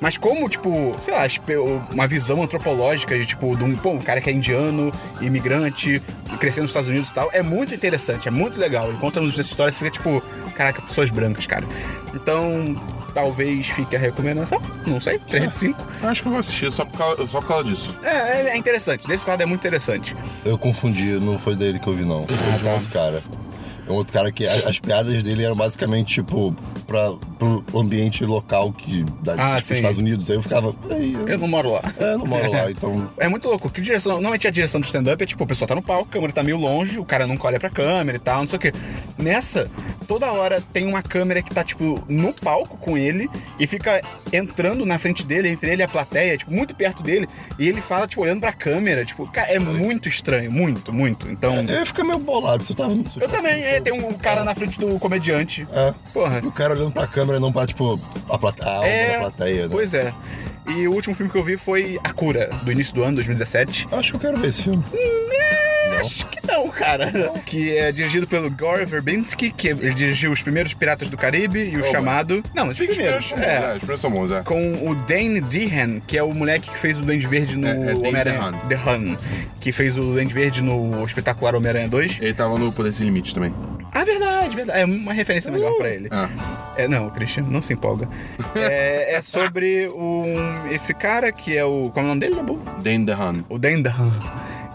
[SPEAKER 1] Mas como, tipo, sei lá, espe- uma visão antropológica de, tipo, de um, pô, um cara que é indiano, imigrante, crescendo nos Estados Unidos e tal, é muito interessante, é muito legal. Ele conta essas histórias e fica, tipo, caraca, pessoas brancas, cara. Então, talvez fique a recomendação, não sei, 3 de 5.
[SPEAKER 3] Eu acho que eu vou assistir só por causa, só por causa disso.
[SPEAKER 1] É, é interessante, desse lado é muito interessante.
[SPEAKER 2] Eu confundi, não foi dele que eu vi, não. Foi de um outro cara. É um outro cara que a- as piadas dele eram basicamente, tipo, pra, pro ambiente local que da,
[SPEAKER 1] Ah,
[SPEAKER 2] dos
[SPEAKER 1] sim.
[SPEAKER 2] Estados Unidos. Aí eu ficava. "Ei, eu,
[SPEAKER 1] Eu não moro lá.
[SPEAKER 2] é, eu não moro
[SPEAKER 1] (laughs)
[SPEAKER 2] lá, então.
[SPEAKER 1] É muito louco, que direção. Normalmente a direção do stand-up é tipo, o pessoal tá no palco, a câmera tá meio longe, o cara nunca olha pra câmera e tal, não sei o quê. Nessa, toda hora tem uma câmera que tá, tipo, no palco com ele e fica entrando na frente dele, entre ele e a plateia, tipo, muito perto dele, e ele fala, tipo, olhando pra câmera, tipo, cara, é muito estranho, muito, muito. Então.
[SPEAKER 2] Eu ia ficar meio bolado se eu tava. se
[SPEAKER 1] Eu
[SPEAKER 2] tivesse
[SPEAKER 1] também,
[SPEAKER 2] no
[SPEAKER 1] é,
[SPEAKER 2] show.
[SPEAKER 1] tem um cara na frente do comediante.
[SPEAKER 2] É.
[SPEAKER 1] Porra. é,
[SPEAKER 2] E o cara olhando pra câmera e não pra, tipo, a, plate... a alma da plateia, né?
[SPEAKER 1] Pois é. E o último filme que eu vi foi A Cura, do início do ano, 2017.
[SPEAKER 2] Acho que eu quero ver esse filme.
[SPEAKER 1] Acho que não, cara. Que é dirigido pelo Gore Verbinski, que ele dirigiu os primeiros Piratas do Caribe e o Chamado. Não, os
[SPEAKER 3] Fica os primeiros
[SPEAKER 1] primeiros.
[SPEAKER 3] são bons,
[SPEAKER 1] É.
[SPEAKER 3] é. Os primeiros são bons, é.
[SPEAKER 1] Com o Dane DeHaan, que é o moleque que fez o Duende Verde no
[SPEAKER 3] É, é Dane
[SPEAKER 1] Homem-Aranha. DeHaan. Que fez o Duende Verde no espetacular Homem-Aranha 2.
[SPEAKER 3] Ele tava no Poder Sem Limite também.
[SPEAKER 1] Ah, verdade, verdade. É uma referência melhor pra ele.
[SPEAKER 3] Ah.
[SPEAKER 1] É, não, Christian, não se
[SPEAKER 3] (laughs)
[SPEAKER 1] empolga. É, é sobre um, esse cara que é o. Como é o nome dele, Dabu?
[SPEAKER 3] Dan DeHaan.
[SPEAKER 1] o Dendan,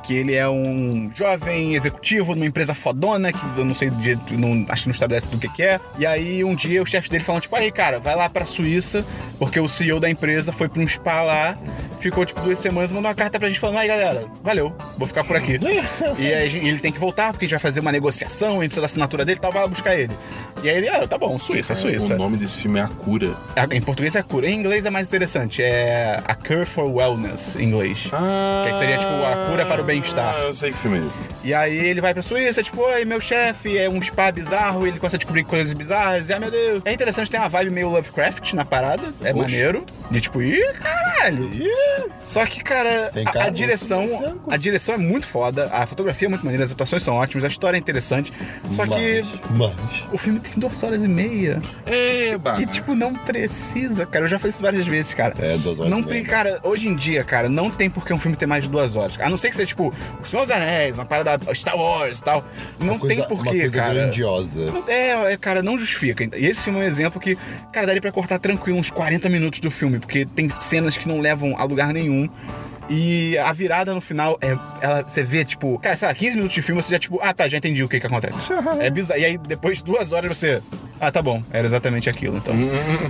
[SPEAKER 1] que ele é um jovem executivo numa empresa fodona, que eu não sei do jeito, não, acho que não estabelece do que, que é. E aí um dia os chefes dele falam, tipo, aí, cara, vai lá pra Suíça, porque o CEO da empresa foi pra um spa lá, ficou tipo duas semanas, mandou uma carta pra gente falando, aí galera, valeu, vou ficar por aqui. e aí a gente- ele tem que voltar, porque a gente vai fazer uma negociação, a gente precisa da assinatura dele e tal, vai lá buscar ele. E aí ele, ah, tá bom, Suíça, Suíça.
[SPEAKER 3] O nome desse filme é A Cura.
[SPEAKER 1] Ah, Em português é cura. Em inglês é mais interessante. É a cure for wellness em inglês. Que aí seria, tipo, a cura para o bem-estar.
[SPEAKER 3] Ah, Eu sei que filme é esse.
[SPEAKER 1] E aí ele vai pra Suíça, tipo, oi, meu chefe, é um spa bizarro, ele começa a descobrir coisas bizarras, e ai meu Deus. É interessante, tem uma vibe meio Lovecraft na parada, é
[SPEAKER 3] Oxe.
[SPEAKER 1] maneiro. De tipo, ih, caralho, ih. Só que, cara,
[SPEAKER 2] Tem
[SPEAKER 1] a- a,
[SPEAKER 2] cara muito
[SPEAKER 1] direção.
[SPEAKER 2] suíço.
[SPEAKER 1] A direção é muito foda, a fotografia é muito maneira, as atuações são ótimas, a história é interessante. Só que.
[SPEAKER 2] Mas.
[SPEAKER 1] O filme tem duas horas e meia.
[SPEAKER 3] Eba!
[SPEAKER 1] E, tipo, não precisa, cara. Eu já falei isso várias vezes, cara.
[SPEAKER 2] É, duas horas
[SPEAKER 1] Não
[SPEAKER 2] e meia.
[SPEAKER 1] pre- Cara, hoje em dia, cara, não tem por que um filme ter mais de duas horas. A não ser que seja, tipo, O Senhor dos Anéis, uma parada Star Wars e tal. Não
[SPEAKER 2] Coisa,
[SPEAKER 1] tem por
[SPEAKER 2] uma
[SPEAKER 1] que,
[SPEAKER 2] coisa
[SPEAKER 1] cara.
[SPEAKER 2] grandiosa.
[SPEAKER 1] Não- É, é, cara, não justifica. E esse filme é um exemplo que, cara, daria pra cortar tranquilo uns 40 minutos do filme, porque tem cenas que não levam a lugar nenhum. E a virada no final é. Ela, você vê, tipo, cara, sei lá, 15 minutos de filme, você já, tipo, ah, tá, já entendi o que que acontece. é bizarro. E aí, depois de duas horas, você. Ah, tá bom, era exatamente aquilo. Então,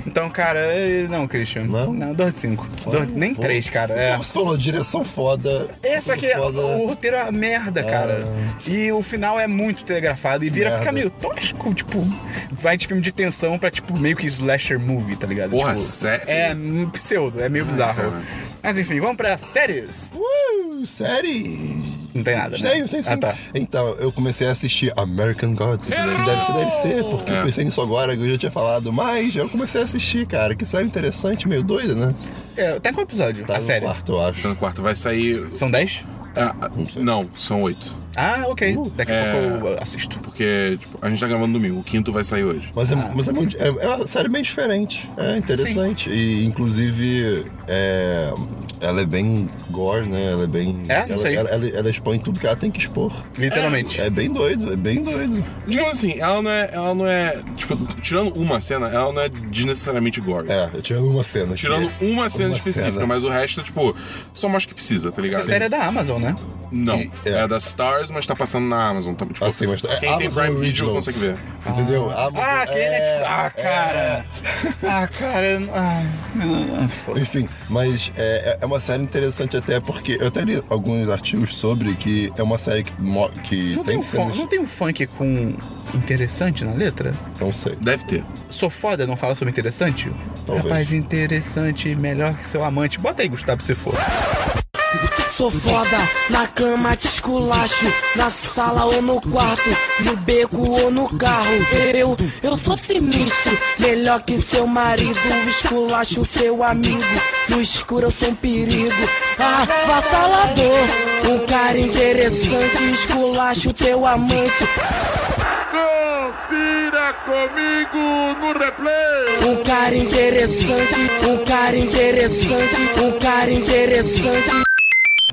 [SPEAKER 1] então cara, é- não, Christian.
[SPEAKER 2] Uhum. Não?
[SPEAKER 1] Não, 2 de 5. Nem
[SPEAKER 2] Pô.
[SPEAKER 1] 3, cara. É.
[SPEAKER 2] Como Você falou, direção foda.
[SPEAKER 1] É, só
[SPEAKER 2] tudo
[SPEAKER 1] que
[SPEAKER 2] foda.
[SPEAKER 1] o roteiro é uma merda, cara. E o final é muito telegrafado e vira
[SPEAKER 2] Merda.
[SPEAKER 1] ficar meio tosco, tipo, vai de filme de tensão pra tipo meio que slasher movie, tá ligado?
[SPEAKER 3] Porra,
[SPEAKER 1] Tipo,
[SPEAKER 3] sério?
[SPEAKER 1] É um pseudo, é meio bizarro.
[SPEAKER 3] cara.
[SPEAKER 1] Mas enfim, vamos pra séries.
[SPEAKER 2] Uh, série.
[SPEAKER 1] Não tem nada, né?
[SPEAKER 2] Tem, tem sim.
[SPEAKER 1] Ah, tá.
[SPEAKER 2] Então, eu comecei a assistir American Gods. Isso deve, deve ser DLC, porque
[SPEAKER 1] É.
[SPEAKER 2] eu pensei nisso agora, que eu já tinha falado, mas eu comecei a assistir, cara. Que série interessante, meio doida, né?
[SPEAKER 1] É, tá em qual episódio?
[SPEAKER 2] Tá
[SPEAKER 1] a
[SPEAKER 2] no
[SPEAKER 1] série?
[SPEAKER 2] quarto, eu acho.
[SPEAKER 3] Tá no quarto. Vai sair.
[SPEAKER 1] São 10?
[SPEAKER 3] ah, não, são oito.
[SPEAKER 1] Ah, ok.
[SPEAKER 2] Uh,
[SPEAKER 1] Daqui a
[SPEAKER 3] é.
[SPEAKER 1] pouco eu assisto.
[SPEAKER 3] Porque tipo, a gente tá gravando domingo, o quinto vai sair hoje.
[SPEAKER 2] Mas, é, mas é, muito- é- é uma série bem diferente. É interessante. E, inclusive, é, ela é bem gore, né? Ela é bem.
[SPEAKER 1] É? Não
[SPEAKER 2] ela,
[SPEAKER 1] sei.
[SPEAKER 2] Ela, ela- ela expõe tudo que ela tem que expor.
[SPEAKER 1] Literalmente.
[SPEAKER 2] É bem doido, é bem doido.
[SPEAKER 3] Digamos assim, ela não é. Ela não é. Tipo, tirando uma cena, ela não é desnecessariamente gore.
[SPEAKER 2] É, tirando uma cena. aqui.
[SPEAKER 3] Tirando uma cena
[SPEAKER 2] Uma
[SPEAKER 3] específica,
[SPEAKER 2] cena.
[SPEAKER 3] mas o resto, tipo, só mostra que precisa, tá ligado?
[SPEAKER 1] Essa série é da Amazon, né?
[SPEAKER 3] Não.
[SPEAKER 2] E-
[SPEAKER 3] é.
[SPEAKER 2] é.
[SPEAKER 3] da Stars, mas tá passando na Amazon. Tá, tipo,
[SPEAKER 2] Assim, mas é
[SPEAKER 3] quem tem
[SPEAKER 2] Amazon
[SPEAKER 3] Prime Video
[SPEAKER 2] Originals.
[SPEAKER 3] consegue ver.
[SPEAKER 2] Entendeu? Amazon-
[SPEAKER 1] Ah, aquele
[SPEAKER 2] é,
[SPEAKER 1] é... tipo- Ah,
[SPEAKER 2] é.
[SPEAKER 1] cara. Ah, cara. eu não- Ai, ah, foda.
[SPEAKER 2] Enfim, mas é, é- é uma série interessante até porque eu até li alguns artigos sobre que é uma série que, mo- que
[SPEAKER 1] Não tem,
[SPEAKER 2] tem
[SPEAKER 1] um fun-
[SPEAKER 2] cenas.
[SPEAKER 1] não tem um funk com interessante na letra?
[SPEAKER 2] Não sei.
[SPEAKER 3] Deve ter.
[SPEAKER 1] Sou foda, não fala sobre interessante?
[SPEAKER 2] Talvez.
[SPEAKER 1] Rapaz interessante, melhor que seu amante. Bota aí, Gustavo, se for.
[SPEAKER 7] Sou foda, na cama te esculacho, na sala ou no quarto, no beco ou no carro. Eu, eu sou sinistro, melhor que seu marido, esculacho seu amigo, no escuro eu sou um perigo. Avassalador, um cara interessante, esculacho teu amante.
[SPEAKER 5] Confira comigo no replay.
[SPEAKER 7] Um cara interessante, um cara interessante, um cara interessante.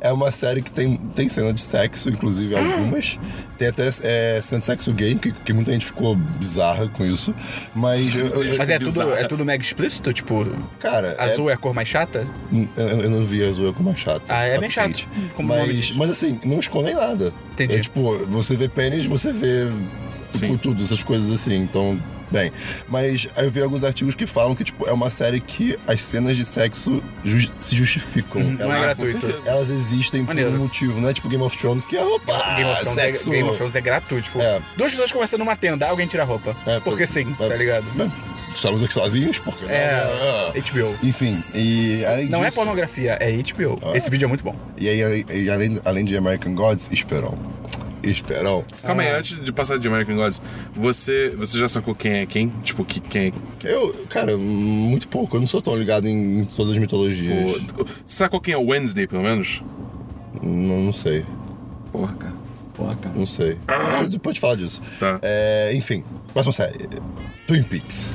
[SPEAKER 2] É uma série que tem, tem cena de sexo, inclusive algumas. Tem até é, cena de sexo gay, que, que muita gente ficou bizarra com isso. Mas, eu- eu- eu-
[SPEAKER 1] Mas é tudo,
[SPEAKER 3] bizarro.
[SPEAKER 1] é tudo mega explícito? Tipo,
[SPEAKER 2] cara, é-
[SPEAKER 1] azul é a cor mais chata?
[SPEAKER 2] Hum, eu, eu não vi azul é como é chato.
[SPEAKER 1] Ah, é bem
[SPEAKER 2] Rapidamente.
[SPEAKER 1] chato, como o nome
[SPEAKER 2] Mas,
[SPEAKER 1] diz.
[SPEAKER 2] mas assim, não escondem nada.
[SPEAKER 1] Entendi.
[SPEAKER 2] É tipo, você vê pênis, você vê
[SPEAKER 3] Sim.
[SPEAKER 2] cu, tudo, essas coisas assim. Então, bem. Mas aí eu vi alguns artigos que falam que tipo, é uma série que as cenas de sexo ju- se justificam.
[SPEAKER 1] Não é
[SPEAKER 2] Elas-
[SPEAKER 1] gratuito.
[SPEAKER 3] certeza.
[SPEAKER 2] elas existem
[SPEAKER 1] Maneiro.
[SPEAKER 2] por um motivo, não é tipo Game of Thrones que é opa,
[SPEAKER 1] Game of, Thrones
[SPEAKER 2] sexo.
[SPEAKER 1] é, Game of Thrones é gratuito. Tipo,
[SPEAKER 2] É.
[SPEAKER 1] duas pessoas conversando numa tenda, alguém tira a roupa.
[SPEAKER 2] É,
[SPEAKER 1] porque
[SPEAKER 2] pô,
[SPEAKER 1] sim,
[SPEAKER 2] é,
[SPEAKER 1] tá ligado?
[SPEAKER 2] é, Estamos aqui sozinhos, porque.
[SPEAKER 1] É,
[SPEAKER 2] Ah.
[SPEAKER 1] HBO.
[SPEAKER 2] Enfim, e além
[SPEAKER 1] Não é
[SPEAKER 2] disso, Ah.
[SPEAKER 1] pornografia, é HBO. Esse vídeo é muito bom.
[SPEAKER 2] E aí, e além, além de American Gods, Esperão. Esperão.
[SPEAKER 3] Calma
[SPEAKER 1] É.
[SPEAKER 3] aí, antes de passar de American Gods, você, você já sacou quem é quem? Tipo, que, quem é.
[SPEAKER 2] Eu, cara, muito pouco, eu não sou tão ligado em, em todas as mitologias.
[SPEAKER 3] O, sacou quem é o Wednesday, pelo menos?
[SPEAKER 2] Não, não sei,
[SPEAKER 3] Porra, cara. Porra, cara.
[SPEAKER 2] não sei. Depois te falo disso.
[SPEAKER 3] Tá.
[SPEAKER 2] É, enfim, próxima série: Twin Peaks.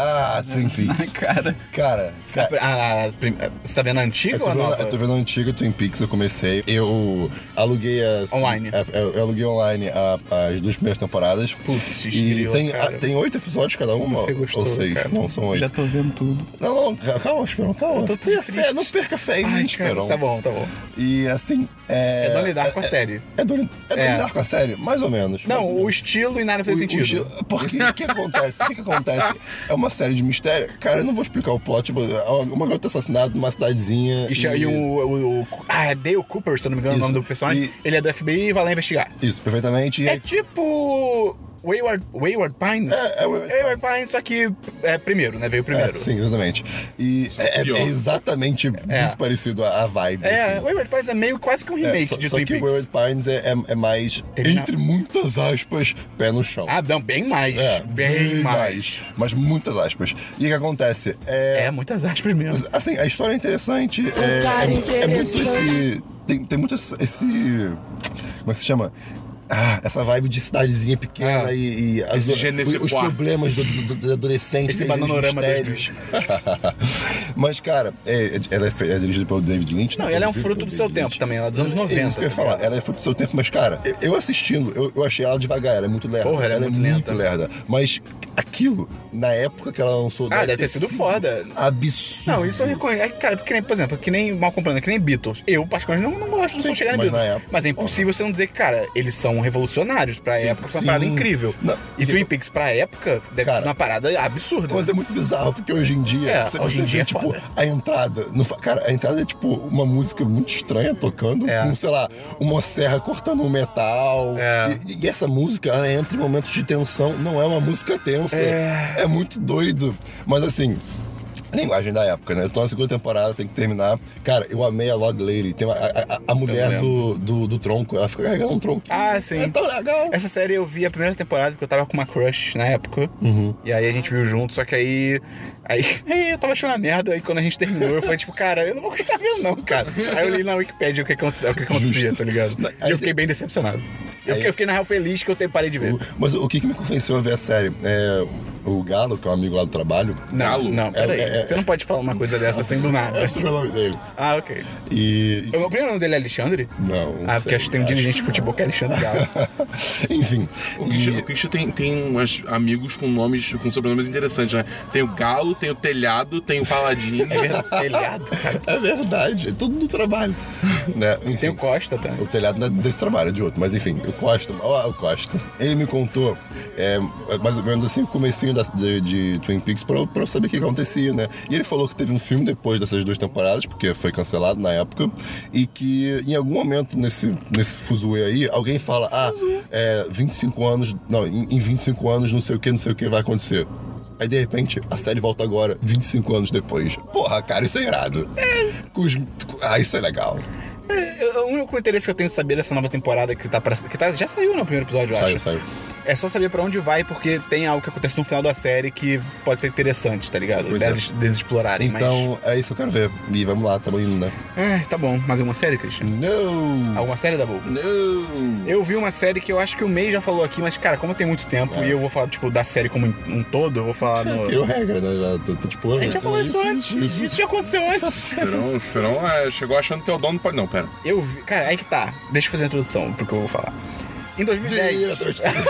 [SPEAKER 2] Ah,
[SPEAKER 3] (laughs)
[SPEAKER 2] Twin Peaks.
[SPEAKER 1] Cara.
[SPEAKER 2] Cara,
[SPEAKER 3] É,
[SPEAKER 2] cara,
[SPEAKER 1] A- a prim- você tá vendo a antiga
[SPEAKER 2] Eu
[SPEAKER 1] ou
[SPEAKER 2] tô,
[SPEAKER 1] a
[SPEAKER 2] vendo,
[SPEAKER 1] nova?
[SPEAKER 2] eu tô vendo a antiga Twin Peaks, eu comecei. Eu aluguei as.
[SPEAKER 1] Online.
[SPEAKER 2] é, Eu, eu aluguei online a- as duas primeiras temporadas.
[SPEAKER 1] Putz,
[SPEAKER 2] E
[SPEAKER 1] grilo,
[SPEAKER 2] tem,
[SPEAKER 1] cara.
[SPEAKER 2] ah, tem oito episódios cada uma?
[SPEAKER 1] Você gostou,
[SPEAKER 2] ou seis?
[SPEAKER 1] cara.
[SPEAKER 2] Não, são oito.
[SPEAKER 1] Já tô vendo tudo.
[SPEAKER 2] Não, não, ca- calma, Esperão,
[SPEAKER 1] Eu
[SPEAKER 2] calma.
[SPEAKER 1] tô tão
[SPEAKER 2] Tenha
[SPEAKER 1] triste.
[SPEAKER 2] fé, não perca fé em mim,
[SPEAKER 1] Ai, cara,
[SPEAKER 2] Esperão.
[SPEAKER 1] tá bom, tá bom.
[SPEAKER 2] E assim. É,
[SPEAKER 1] É não lidar
[SPEAKER 2] é-
[SPEAKER 1] com a
[SPEAKER 2] é-
[SPEAKER 1] série.
[SPEAKER 2] É do, é do
[SPEAKER 1] É.
[SPEAKER 2] lidar com a série, mais ou menos. mais ou
[SPEAKER 1] Não, o
[SPEAKER 2] menos.
[SPEAKER 1] estilo e nada fez
[SPEAKER 2] O- o
[SPEAKER 1] sentido.
[SPEAKER 2] estilo- Porque o que acontece? O que, que acontece? É uma série de mistério. Cara, eu não vou explicar o plot. tipo, Uma garota assassinada numa cidadezinha.
[SPEAKER 1] E, cha- e o, o, o- Ah, é Dale Cooper, se eu não me engano é o
[SPEAKER 2] Isso.
[SPEAKER 1] nome do personagem.
[SPEAKER 2] E-
[SPEAKER 1] Ele é do FBI e vai lá investigar.
[SPEAKER 2] Isso, perfeitamente. E
[SPEAKER 1] É tipo. Wayward, Wayward Pines?
[SPEAKER 2] É, é Wayward
[SPEAKER 1] Wayward Pines, só que. É primeiro, né? Veio primeiro.
[SPEAKER 2] É, sim, exatamente. E é, é
[SPEAKER 3] pior.
[SPEAKER 2] exatamente muito parecido a, a vibe.
[SPEAKER 1] É,
[SPEAKER 2] assim.
[SPEAKER 1] Wayward Pines é meio quase que um
[SPEAKER 2] É,
[SPEAKER 1] remake
[SPEAKER 2] só,
[SPEAKER 1] de
[SPEAKER 2] só
[SPEAKER 1] Twin
[SPEAKER 2] que
[SPEAKER 1] Peaks.
[SPEAKER 2] Wayward Pines é, é, é mais,
[SPEAKER 1] Termina-
[SPEAKER 2] entre muitas aspas, pé no chão.
[SPEAKER 1] Ah, não, bem mais.
[SPEAKER 2] É,
[SPEAKER 1] bem, mais.
[SPEAKER 2] Mas muitas aspas. E o que acontece? É,
[SPEAKER 1] É, muitas aspas mesmo.
[SPEAKER 2] Assim, a história é interessante. É,
[SPEAKER 7] cara
[SPEAKER 2] é- é muito
[SPEAKER 7] interessante.
[SPEAKER 2] esse. Tem, tem muito esse. esse- Como é que se chama? Ah, essa vibe de cidadezinha pequena
[SPEAKER 1] Ah.
[SPEAKER 2] e, e as-
[SPEAKER 3] Esse gênero, esse
[SPEAKER 2] os, os
[SPEAKER 3] quarto.
[SPEAKER 2] problemas do, do, do- do adolescente,
[SPEAKER 1] Esse
[SPEAKER 2] tem aqueles
[SPEAKER 1] panorama das
[SPEAKER 2] mistérios. (laughs) Mas, cara, é- ela é, fe- é dirigida pelo David Lynch.
[SPEAKER 1] Não,
[SPEAKER 2] né,
[SPEAKER 1] ela é um
[SPEAKER 2] produzida
[SPEAKER 1] fruto
[SPEAKER 2] pelo
[SPEAKER 1] do seu
[SPEAKER 2] David
[SPEAKER 1] tempo também, ela é dos anos
[SPEAKER 2] É isso que
[SPEAKER 1] 90.
[SPEAKER 2] eu ia falar, ela é fruto do seu tempo, mas, cara, eu- eu assistindo, eu, eu achei ela devagar, ela é muito lerda.
[SPEAKER 1] Porra, ela é muito lenta.
[SPEAKER 2] lerda. Mas aquilo, na época que ela lançou.
[SPEAKER 1] Ah, deve ter sido foda.
[SPEAKER 2] Absurdo.
[SPEAKER 1] Não, isso eu reconheço. É, cara, porque nem, por exemplo, que nem mal comprando, que nem Beatles. Eu, particularmente, não, não gosto de
[SPEAKER 2] Sim,
[SPEAKER 1] som chegar em
[SPEAKER 2] mas
[SPEAKER 1] Beatles.
[SPEAKER 2] na época-
[SPEAKER 1] mas é impossível você não dizer que, cara, eles são revolucionários pra época, foi uma parada
[SPEAKER 2] sim.
[SPEAKER 1] incrível.
[SPEAKER 2] Não,
[SPEAKER 1] e Twin
[SPEAKER 2] eu-
[SPEAKER 1] Peaks pra época deve
[SPEAKER 2] Cara,
[SPEAKER 1] ser uma parada absurda. né?
[SPEAKER 2] Mas é muito bizarro, porque hoje em dia,
[SPEAKER 1] É,
[SPEAKER 2] você,
[SPEAKER 1] hoje
[SPEAKER 2] você
[SPEAKER 1] em dia é
[SPEAKER 2] vê, tipo,
[SPEAKER 1] foda.
[SPEAKER 2] a entrada. não fa- cara, a entrada é tipo uma música muito estranha tocando,
[SPEAKER 1] É.
[SPEAKER 2] com, sei lá, uma serra cortando um metal.
[SPEAKER 1] É.
[SPEAKER 2] E, e essa música, ela entra em É momentos de tensão, não é uma música tensa. É, muito doido. Mas assim. linguagem da época, né? Eu tô na segunda temporada, tem que terminar. Cara, eu amei a Log Lady. Tem uma- a, a- a mulher do, do, do tronco, ela fica carregando um tronco.
[SPEAKER 1] Ah, sim.
[SPEAKER 2] É tão legal.
[SPEAKER 1] Essa série eu vi a primeira temporada porque eu tava com uma crush na época.
[SPEAKER 2] Uhum.
[SPEAKER 1] E aí a gente viu junto, só que aí. Aí, (laughs) aí eu tava achando uma merda. E quando a gente terminou, eu falei, tipo, cara, eu não vou continuar vendo, não, cara. Aí eu li na Wikipedia o que acontecia, o que acontecia tá ligado? E
[SPEAKER 2] Aí- é-
[SPEAKER 1] eu fiquei bem decepcionado. Eu fiquei, eu fiquei, na real, feliz que eu te- parei de ver.
[SPEAKER 2] Mas o que, que me convenceu a ver a série? É, o Galo, que é um amigo lá do trabalho.
[SPEAKER 1] Não,
[SPEAKER 3] Galo?
[SPEAKER 1] não, peraí.
[SPEAKER 2] É- é-
[SPEAKER 1] Você não pode falar uma coisa dessa assim do
[SPEAKER 2] (laughs)
[SPEAKER 1] nada.
[SPEAKER 2] Esse é o nome dele.
[SPEAKER 1] Ah, ok.
[SPEAKER 2] E. (laughs)
[SPEAKER 1] O primeiro nome dele é Alexandre?
[SPEAKER 2] Não, não
[SPEAKER 1] Ah,
[SPEAKER 2] sei,
[SPEAKER 1] porque acho que tem um dirigente de futebol que é Alexandre
[SPEAKER 2] (laughs)
[SPEAKER 1] Galo.
[SPEAKER 2] Enfim.
[SPEAKER 3] O
[SPEAKER 2] e-
[SPEAKER 3] Christian, o Christian tem, tem umas amigos com nomes, com sobrenomes interessantes, né? Tem o Galo, tem o Telhado, tem o Paladino.
[SPEAKER 1] É verdade, telhado, cara.
[SPEAKER 2] É verdade, é tudo no trabalho. (laughs) né? Enfim,
[SPEAKER 1] Tem o Costa também.
[SPEAKER 2] O telhado não é desse trabalho, é de outro. Mas enfim, o Costa, ó, o Costa. Ele me contou, é, mais ou menos assim, o comecinho da- de, de Twin Peaks pra, eu- pra eu saber o que acontecia, né? E ele falou que teve um filme depois dessas duas temporadas, porque foi cancelado na época, e que em algum momento nesse, nesse fuzuê aí, alguém fala, ah, é, 25 anos, não, em, em 25 anos não sei o que, não sei o que vai acontecer. Aí, de repente, a série volta agora, 25 anos depois. Porra, cara, isso é irado. Com os- Ah, isso é legal.
[SPEAKER 1] É, Eu- O único interesse que eu tenho de saber dessa nova temporada que tá pra. Que tá, já saiu no primeiro episódio, eu
[SPEAKER 2] Saiu,
[SPEAKER 1] acho.
[SPEAKER 2] saiu.
[SPEAKER 1] É só saber pra onde vai, porque tem algo que acontece no final da série que pode ser interessante, tá ligado?
[SPEAKER 2] Pois é.
[SPEAKER 1] deles, deles explorarem.
[SPEAKER 2] Então, é isso que eu quero ver. E vamos lá, tamo indo, né?
[SPEAKER 1] Mas... Ah, tá bom. Mais alguma série,
[SPEAKER 2] Hum.
[SPEAKER 1] Christian?
[SPEAKER 2] Não!
[SPEAKER 1] Alguma série da Boa?
[SPEAKER 2] Hum.
[SPEAKER 3] Não!
[SPEAKER 1] Eu vi uma série que eu acho que o May já falou aqui, mas, cara, como tem muito tempo
[SPEAKER 2] É.
[SPEAKER 1] e eu vou falar, tipo, da série como um todo, eu vou falar
[SPEAKER 2] (laughs)
[SPEAKER 1] no.
[SPEAKER 2] Criou regra, né? Já tô, tô tipo.
[SPEAKER 1] A gente já falou isso antes. Isso já aconteceu antes.
[SPEAKER 3] Esperão, Esperão ah, chegou achando que é o dono do Paladino. Não, pera.
[SPEAKER 1] Eu vi. Cara, aí que tá. Deixa eu fazer a introdução pro que eu vou falar. Em 2010.
[SPEAKER 2] Dinheiro
[SPEAKER 1] (laughs)
[SPEAKER 2] atrás de dinheiro.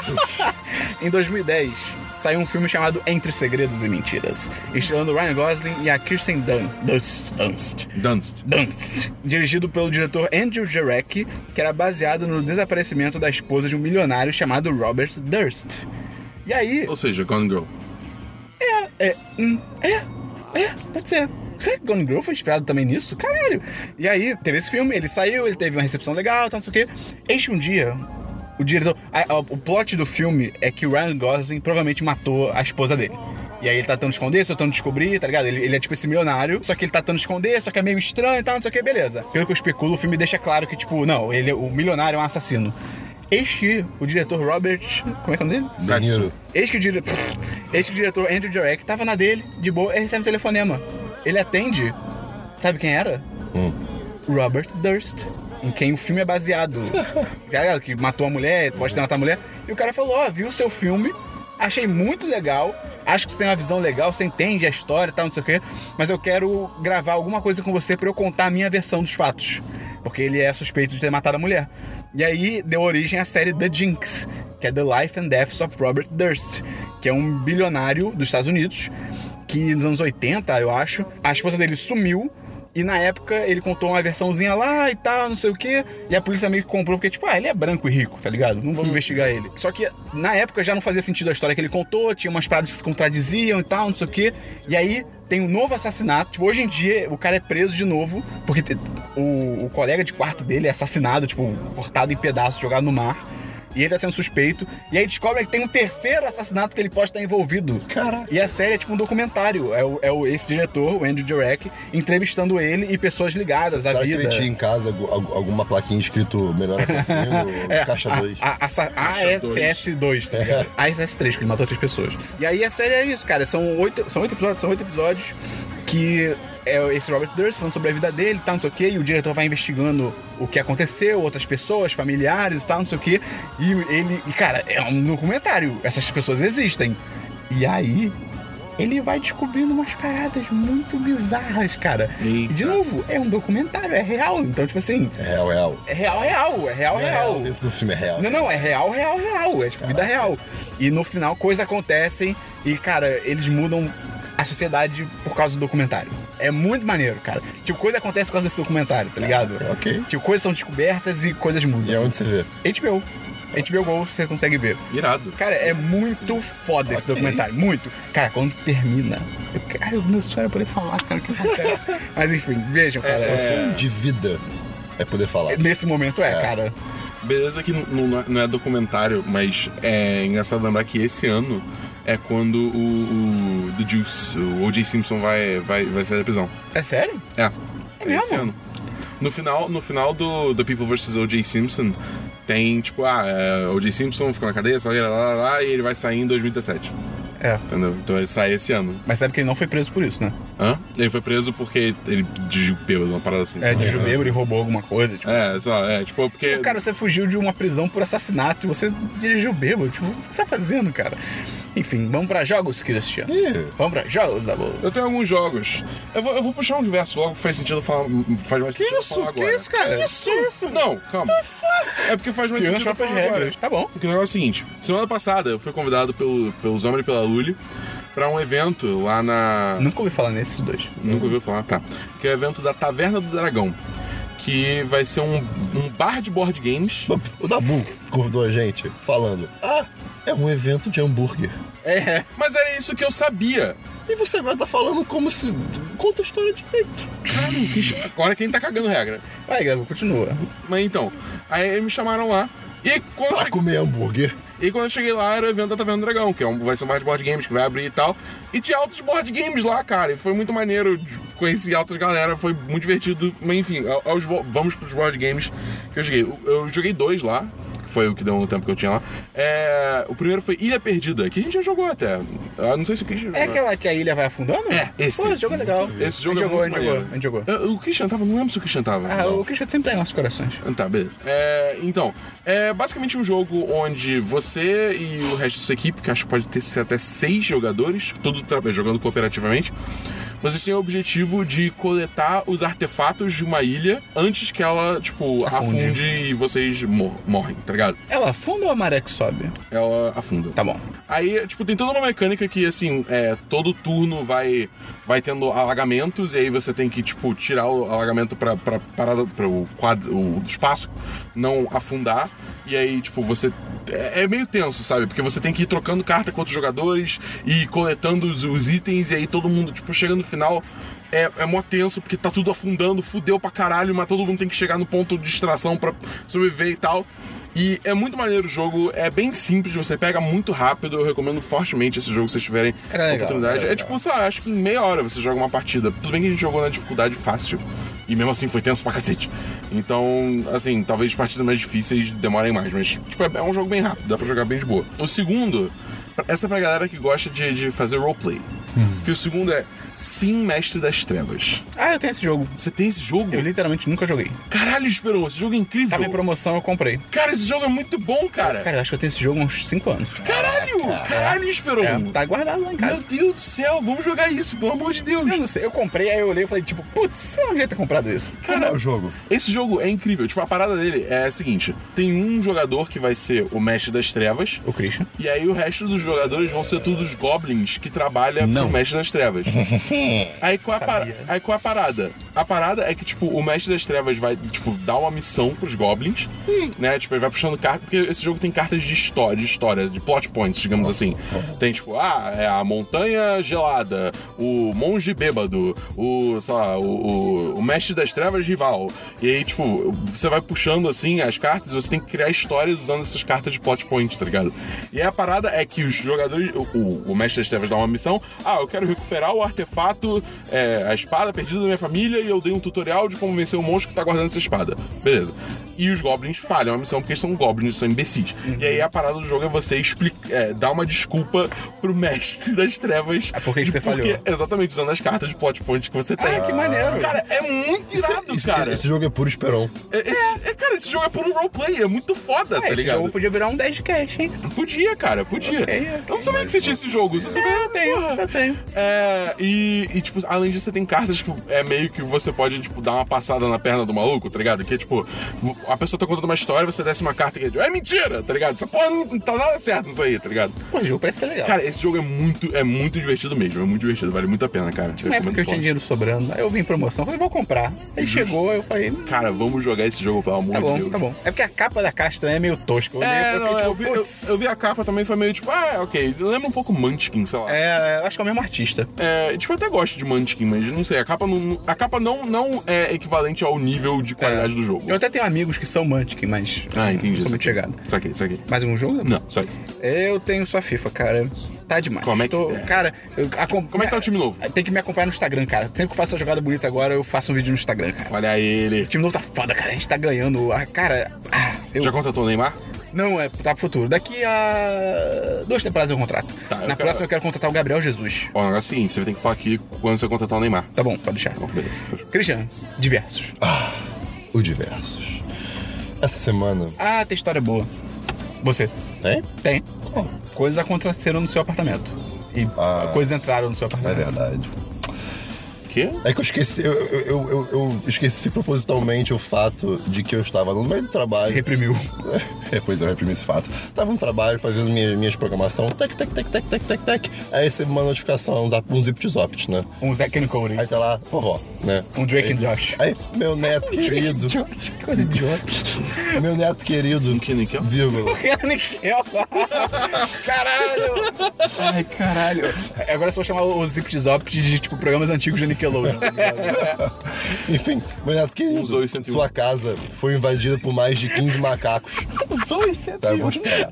[SPEAKER 1] Em 2010, saiu um filme chamado Entre Segredos e Mentiras, estrelando Ryan Gosling e a Kirsten Dunst, Dunst, Dunst,
[SPEAKER 3] Dunst.
[SPEAKER 1] Dunst, dirigido pelo diretor Andrew Jarek, que era baseado no desaparecimento da esposa de um milionário chamado Robert Durst. E aí,
[SPEAKER 3] Ou seja, Gone Girl.
[SPEAKER 1] é, hum, é, é, pode ser. Será que Gone Girl foi inspirado também nisso? Caralho! E aí, teve esse filme, ele saiu, ele teve uma recepção legal, tal, não sei o quê. Este um dia, o diretor. a- a- o plot do filme é que o Ryan Gosling provavelmente matou a esposa dele. E aí ele tá tentando esconder, só tentando descobrir, tá ligado? Ele, ele é tipo esse milionário, só que ele tá tentando esconder, só que é meio estranho e tal, não sei o que, beleza. Pelo que eu especulo, o filme deixa claro que, tipo, não, ele, o milionário é um assassino. Este, o diretor Robert. Como é que é o nome dele?
[SPEAKER 2] Dinheiro.
[SPEAKER 1] Eis que o, dire... Pff, Eis que o diretor Andrew Jarek tava na dele, de boa, ele recebe um telefonema. Ele atende. Sabe quem era? Robert Durst, em quem o filme é baseado. Tá ligado? que matou a mulher, pode ter matado a mulher. E o cara falou: Ó, viu o seu filme, achei muito legal. Acho que você tem uma visão legal, você entende a história e tal, não sei o quê. Mas eu quero gravar alguma coisa com você pra eu contar a minha versão dos fatos. Porque ele é suspeito de ter matado a mulher. E aí deu origem à série The Jinx, que é The Life and Deaths of Robert Durst, que é um bilionário dos Estados Unidos, que nos anos 80, eu acho, a esposa dele sumiu. E na época ele contou uma versãozinha lá e tal, não sei o quê. E a polícia meio que comprou, porque, tipo, ah, ele é branco e rico, tá ligado? Não vamos investigar ele. Só que na época já não fazia sentido a história que ele contou, tinha umas paradas que se contradiziam e tal, não sei o quê. E aí tem um novo assassinato. Tipo, hoje em dia o cara é preso de novo, porque te- o, o colega de quarto dele é assassinado, tipo, cortado em pedaços, jogado no mar. E ele tá sendo suspeito. E aí descobre que tem um terceiro assassinato que ele pode estar envolvido.
[SPEAKER 2] Caraca.
[SPEAKER 1] E a série é tipo um documentário. É, o, é o- esse diretor, o Andrew Jarek, entrevistando ele e pessoas ligadas à
[SPEAKER 2] Será que
[SPEAKER 1] vida.
[SPEAKER 2] ele tinha em casa algu- algu- alguma plaquinha escrito Melhor Assassino,
[SPEAKER 1] (laughs) É,
[SPEAKER 2] Caixa É.
[SPEAKER 1] a-
[SPEAKER 2] 2?
[SPEAKER 1] A, a- essa- ASS2, tá ligado? ASS3, que ele matou três pessoas. E aí a série é isso, cara. São oito, são oito episódios, são oito episódios que é esse Robert Durst falando sobre a vida dele, tá, não sei o quê, e o diretor vai investigando o que aconteceu, outras pessoas, familiares e tal, não sei o quê. E ele. E, cara, é um documentário. Essas pessoas existem. E aí. Ele vai descobrindo umas paradas muito bizarras, cara. E, de novo, é um documentário, é real. Então, tipo assim,
[SPEAKER 2] É real, é real.
[SPEAKER 1] é real, real, é real, real.
[SPEAKER 2] Dentro do filme é real.
[SPEAKER 1] Não, não, é real, real, real. É tipo vida real. E no final, coisas acontecem e, cara, eles mudam a sociedade por causa do documentário. É muito maneiro, cara. Tipo, coisa acontece por causa desse documentário, tá ligado?
[SPEAKER 2] Ok.
[SPEAKER 1] Tipo, coisas são descobertas e é coisas
[SPEAKER 2] E
[SPEAKER 1] mudam.
[SPEAKER 2] aonde você vê?
[SPEAKER 1] HBO. HBO Go, você consegue ver.
[SPEAKER 3] Irado.
[SPEAKER 1] Cara, é muito foda esse
[SPEAKER 2] Ok.
[SPEAKER 1] documentário, muito. Cara, quando termina. eu- Cara, o meu sonho era poder falar, cara, o que (laughs) acontece. Mas enfim, vejam, cara.
[SPEAKER 2] Só sonho de vida é poder falar.
[SPEAKER 1] Nesse momento é,
[SPEAKER 2] É.
[SPEAKER 1] cara.
[SPEAKER 3] Beleza que não, não é- não é documentário, mas é engraçado lembrar que esse ano é quando o, o The Juice, o O.J. Simpson vai, vai, vai sair da prisão.
[SPEAKER 1] É sério?
[SPEAKER 3] É. É
[SPEAKER 1] mesmo?
[SPEAKER 3] esse ano. No final, no final do The People vs. O.J. Simpson, tem tipo, ah, é, O.J. Simpson fica na cadeia, só que lá, lá, lá, e ele vai sair em 2017.
[SPEAKER 1] É.
[SPEAKER 3] Entendeu? Então ele sai esse ano.
[SPEAKER 1] Mas sabe que ele não foi preso por isso, né?
[SPEAKER 3] Hã? Ele foi preso porque ele dirigiu bêbado, uma parada assim.
[SPEAKER 1] É, de jubeu, ele roubou alguma coisa, tipo.
[SPEAKER 3] É, só, é, tipo, porque.
[SPEAKER 1] Cara, você fugiu de uma prisão por assassinato e você dirigiu bêbado. Tipo, o que você tá fazendo, cara? Enfim, vamos pra jogos, Christian.
[SPEAKER 2] Ih.
[SPEAKER 1] Vamos pra jogos, Dabu.
[SPEAKER 3] Eu tenho alguns jogos. Eu vou, eu vou puxar um diverso logo, faz sentido falar. Faz mais sentido
[SPEAKER 1] isso?
[SPEAKER 3] falar
[SPEAKER 1] Que
[SPEAKER 3] agora. É.
[SPEAKER 1] isso, cara?
[SPEAKER 3] Que isso?
[SPEAKER 1] Que isso?
[SPEAKER 3] Não, calma. É porque faz mais
[SPEAKER 1] Que
[SPEAKER 3] sentido
[SPEAKER 1] nas próprias
[SPEAKER 3] falar agora.
[SPEAKER 1] regras. Tá bom.
[SPEAKER 3] Porque o negócio é o seguinte: semana passada eu fui convidado pelo, pelo Zombie e pela Lully pra um evento lá na.
[SPEAKER 1] Nunca ouvi falar nesses dois.
[SPEAKER 3] Nunca ouviu falar, tá. Que é o evento da Taverna do Dragão. Que vai ser um, um bar de board games.
[SPEAKER 2] O Dabu convidou a gente falando: Ah, é um evento de hambúrguer.
[SPEAKER 1] É.
[SPEAKER 3] Mas era isso que eu sabia.
[SPEAKER 2] E você agora tá falando como se. Conta a história direito.
[SPEAKER 3] Cara, que ch- agora quem tá cagando regra.
[SPEAKER 1] Vai, Dabu, continua.
[SPEAKER 3] Mas então, aí me chamaram lá. E quando
[SPEAKER 2] Pra
[SPEAKER 3] eu cheguei-
[SPEAKER 2] comer hambúrguer.
[SPEAKER 3] E quando eu cheguei lá, era o evento da Taverna do Dragão, que é um, vai ser um bar de board games que vai abrir e tal. E tinha altos board games lá, cara. E foi muito maneiro. de- Conheci altas galera, foi muito divertido. Mas enfim, ao- aos bo- vamos pros board games que eu joguei. Eu- Eu joguei dois lá, que foi o que deu no tempo que eu tinha lá. É, o primeiro foi Ilha Perdida, que a gente já jogou até. Eu não sei se o Christian
[SPEAKER 1] É
[SPEAKER 3] jogou.
[SPEAKER 1] aquela que a ilha vai afundando?
[SPEAKER 3] É, esse.
[SPEAKER 1] Pô, esse jogo é legal.
[SPEAKER 3] Esse jogo
[SPEAKER 1] a gente
[SPEAKER 3] é
[SPEAKER 1] jogou,
[SPEAKER 3] muito
[SPEAKER 1] a gente jogou,
[SPEAKER 3] maneiro.
[SPEAKER 1] a gente jogou.
[SPEAKER 3] Eu- O Christian tava, não lembro se o Christian tava.
[SPEAKER 1] Ah,
[SPEAKER 3] Não.
[SPEAKER 1] o Christian sempre tá em nossos corações.
[SPEAKER 3] Tá, beleza. É, então, é basicamente um jogo onde você e o resto da sua equipe, que acho que pode ter ser até seis jogadores, tudo tra- jogando cooperativamente, vocês têm o objetivo de coletar os artefatos de uma ilha antes que ela, tipo,
[SPEAKER 1] Afunde.
[SPEAKER 3] afunde, e vocês mor- morrem, tá ligado?
[SPEAKER 1] Ela afunda ou a maré que sobe?
[SPEAKER 3] Ela afunda.
[SPEAKER 1] Tá bom.
[SPEAKER 3] Aí, tipo, tem toda uma mecânica que, assim, é, todo turno vai, vai tendo alagamentos, e aí você tem que, tipo, tirar o alagamento pra, pra, parada- pra o, quadro, o espaço não afundar. E aí, tipo, você. É, é meio tenso, sabe? Porque você tem que ir trocando carta com outros jogadores e coletando os, os itens, e aí todo mundo, tipo, chega no final. É, é mó tenso, porque tá tudo afundando, fudeu pra caralho, mas todo mundo tem que chegar no ponto de distração pra sobreviver e tal. E é muito maneiro o jogo, é bem simples, você pega muito rápido, eu recomendo fortemente esse jogo se vocês tiverem
[SPEAKER 1] Era legal,
[SPEAKER 3] oportunidade.
[SPEAKER 1] era
[SPEAKER 3] É tipo, sei lá, acho que em meia hora você joga uma partida. Tudo bem que a gente jogou na dificuldade fácil. E mesmo assim foi tenso pra cacete. Então, assim, talvez partidas mais difíceis demorem mais, mas tipo, é é um jogo bem rápido, dá pra jogar bem de boa. O segundo, essa é pra galera que gosta de, de fazer roleplay.
[SPEAKER 1] Hum.
[SPEAKER 3] Que o segundo é Sim Mestre das Trevas.
[SPEAKER 1] Ah, eu tenho esse jogo.
[SPEAKER 3] Você tem esse jogo?
[SPEAKER 1] Eu Tá literalmente nunca joguei.
[SPEAKER 3] Caralho, Esperon, esse jogo é incrível.
[SPEAKER 1] Tava em promoção, eu comprei.
[SPEAKER 3] Cara, esse jogo é muito bom, cara.
[SPEAKER 1] Cara, eu acho que eu tenho esse jogo há uns 5 anos.
[SPEAKER 3] Caralho! Caralho, Esperon!
[SPEAKER 1] É, tá guardado lá em
[SPEAKER 3] Meu
[SPEAKER 1] casa.
[SPEAKER 3] Deus do céu, vamos jogar isso, pelo amor de Deus!
[SPEAKER 1] Eu não sei, eu comprei, aí eu olhei e falei, tipo, putz, eu não devia ter comprado isso.
[SPEAKER 2] Como é o jogo?
[SPEAKER 3] Esse jogo é incrível. Tipo, a parada dele é a seguinte: tem um jogador que vai ser o mestre das trevas,
[SPEAKER 1] O Christian.
[SPEAKER 3] e aí o resto dos jogadores vão ser todos goblins que trabalham pro mestre das trevas. aí, qual é a para- aí qual é a parada? A parada é que, tipo, o mestre das trevas vai, tipo, dar uma missão pros goblins, né? Tipo, ele vai puxando carta, porque esse jogo tem cartas de história, de história, de plot points, digamos assim. Tem, tipo, ah, é a montanha gelada, o monge bêbado, o, sei lá, o, o- o mestre das trevas rival. E aí, tipo, você vai puxando, assim, as cartas, e você tem que criar histórias usando essas cartas de plot points, tá ligado? E aí a parada é que os jogadores, o, o- o mestre das trevas dá uma missão, ah, eu quero recuperar o artefato, é, a espada perdida da minha família, e eu dei um tutorial de como vencer o monstro que tá guardando essa espada. Beleza. E os goblins falham a missão porque eles são goblins, são imbecis. E aí a parada do jogo é você explicar, dar uma desculpa pro mestre das trevas.
[SPEAKER 1] Ah, por que que
[SPEAKER 3] de
[SPEAKER 1] você
[SPEAKER 3] porque-
[SPEAKER 1] falhou?
[SPEAKER 3] Exatamente, usando as cartas de plot point que você tem.
[SPEAKER 1] Ah, que maneiro.
[SPEAKER 3] Cara, é muito irado,
[SPEAKER 2] Esse-
[SPEAKER 3] cara.
[SPEAKER 2] Esse jogo é puro esperão.
[SPEAKER 3] É- esse- é, cara, esse jogo é puro roleplay, é muito foda,
[SPEAKER 1] É,
[SPEAKER 3] tá
[SPEAKER 1] esse
[SPEAKER 3] ligado?
[SPEAKER 1] jogo podia virar um 10 de cash, hein?
[SPEAKER 3] Podia, cara, podia.
[SPEAKER 1] Ok, ok.
[SPEAKER 3] Eu não sabia que você tinha esse jogo. Se eu souber, eu
[SPEAKER 1] tenho,
[SPEAKER 3] porra.
[SPEAKER 1] eu tenho.
[SPEAKER 3] É, e, e, tipo, além disso, você tem cartas que é meio que você pode, tipo, dar uma passada na perna do maluco, tá ligado? Que é, tipo, vo- a pessoa tá contando uma história, você desce uma carta que é, tipo, é mentira, tá ligado? Essa porra não não tá nada certo nisso aí, tá ligado?
[SPEAKER 1] Pô, esse jogo parece ser legal.
[SPEAKER 3] Cara, esse jogo é muito, é muito divertido mesmo, é muito divertido, vale muito a pena, cara.
[SPEAKER 1] não é porque eu tinha
[SPEAKER 3] Recomendo
[SPEAKER 1] dinheiro sobrando. Aí eu vim em promoção, falei, vou comprar. Aí chegou, eu falei,
[SPEAKER 3] forte. Cara, vamos jogar esse jogo, pelo amor
[SPEAKER 1] tá
[SPEAKER 3] de
[SPEAKER 1] bom,
[SPEAKER 3] Deus.
[SPEAKER 1] tá bom. É porque a capa da caixa também é meio tosca. Eu olhei e
[SPEAKER 3] É,
[SPEAKER 1] fiquei
[SPEAKER 3] não,
[SPEAKER 1] tipo,
[SPEAKER 3] eu, vi, eu,
[SPEAKER 1] putz.
[SPEAKER 3] eu vi a capa também, foi meio tipo, ah, ok, lembra um pouco Munchkin, sei lá.
[SPEAKER 1] É, eu acho que é o mesmo artista.
[SPEAKER 3] É, tipo, eu até gosto de Munchkin, mas não sei, a capa não, a capa não, não é equivalente ao nível de qualidade do jogo.
[SPEAKER 1] Eu até tenho amigos que são Mantic, mas.
[SPEAKER 3] Ah, entendi.
[SPEAKER 1] não sou
[SPEAKER 3] isso
[SPEAKER 1] muito
[SPEAKER 3] aqui.
[SPEAKER 1] chegado.
[SPEAKER 3] Isso aqui, isso aqui.
[SPEAKER 1] Mais algum jogo?
[SPEAKER 3] Não, só isso.
[SPEAKER 1] Eu tenho só FIFA, cara. Tá demais.
[SPEAKER 3] Como é que-
[SPEAKER 1] Tô-
[SPEAKER 3] é.
[SPEAKER 1] Cara, eu acom-
[SPEAKER 3] Como é que tá o time novo?
[SPEAKER 1] Tem que me acompanhar no Instagram, cara. Sempre que eu faço uma jogada bonita agora, eu faço um vídeo no Instagram, cara.
[SPEAKER 3] Olha ele.
[SPEAKER 1] O time novo tá foda, cara. A gente tá ganhando. Ah, cara, ah, eu...
[SPEAKER 3] Já contratou o Neymar?
[SPEAKER 1] não é tá pro futuro. Daqui a duas temporadas eu contrato.
[SPEAKER 3] Tá, eu
[SPEAKER 1] Na
[SPEAKER 3] quero-
[SPEAKER 1] próxima eu quero contratar o Gabriel Jesus.
[SPEAKER 3] Ó, o negócio é o seguinte, você vai ter que falar aqui quando você contratar o Neymar.
[SPEAKER 1] Tá bom, pode deixar.
[SPEAKER 3] Então, beleza. fechou.
[SPEAKER 1] Christian, diversos.
[SPEAKER 2] O Diversos. Essa semana.
[SPEAKER 1] Ah, tem história boa. Você
[SPEAKER 2] Hein?
[SPEAKER 1] tem.
[SPEAKER 2] Qual?
[SPEAKER 1] Coisas aconteceram no seu apartamento. E
[SPEAKER 2] Ah.
[SPEAKER 1] coisas entraram no seu
[SPEAKER 2] É
[SPEAKER 1] apartamento.
[SPEAKER 2] verdade.
[SPEAKER 3] Quê?
[SPEAKER 2] É que eu esqueci, eu, eu- eu- eu- eu esqueci propositalmente o fato de que eu estava no meio do trabalho.
[SPEAKER 1] Reprimiu.
[SPEAKER 2] É, pois é, eu reprimi esse fato. Tava no trabalho fazendo minha, minhas programação, tec, tec, tec, tec, tec, tec, tec. Aí recebo uma notificação, um, zap, um zip de zopt, né?
[SPEAKER 1] Um Zack and Cody.
[SPEAKER 2] Aí tá lá, vovó, né?
[SPEAKER 1] Um Drake and Josh.
[SPEAKER 2] Aí, meu neto querido.
[SPEAKER 1] (laughs) Que coisa idiota.
[SPEAKER 2] Meu neto querido.
[SPEAKER 3] Um que nem que é?
[SPEAKER 2] Vírgula.
[SPEAKER 1] Nickel. (laughs) caralho! Ai, caralho. Agora eu só vou chamar o Zip de Zop de tipo, programas antigos de Nickelodeon. tá ligado?
[SPEAKER 2] Enfim, meu neto querido.
[SPEAKER 3] Usou esse 101.
[SPEAKER 2] Sua casa foi invadida por mais de
[SPEAKER 1] (laughs)
[SPEAKER 2] 15 macacos.
[SPEAKER 1] Zoe 101.
[SPEAKER 2] Tá, eu vou esperar.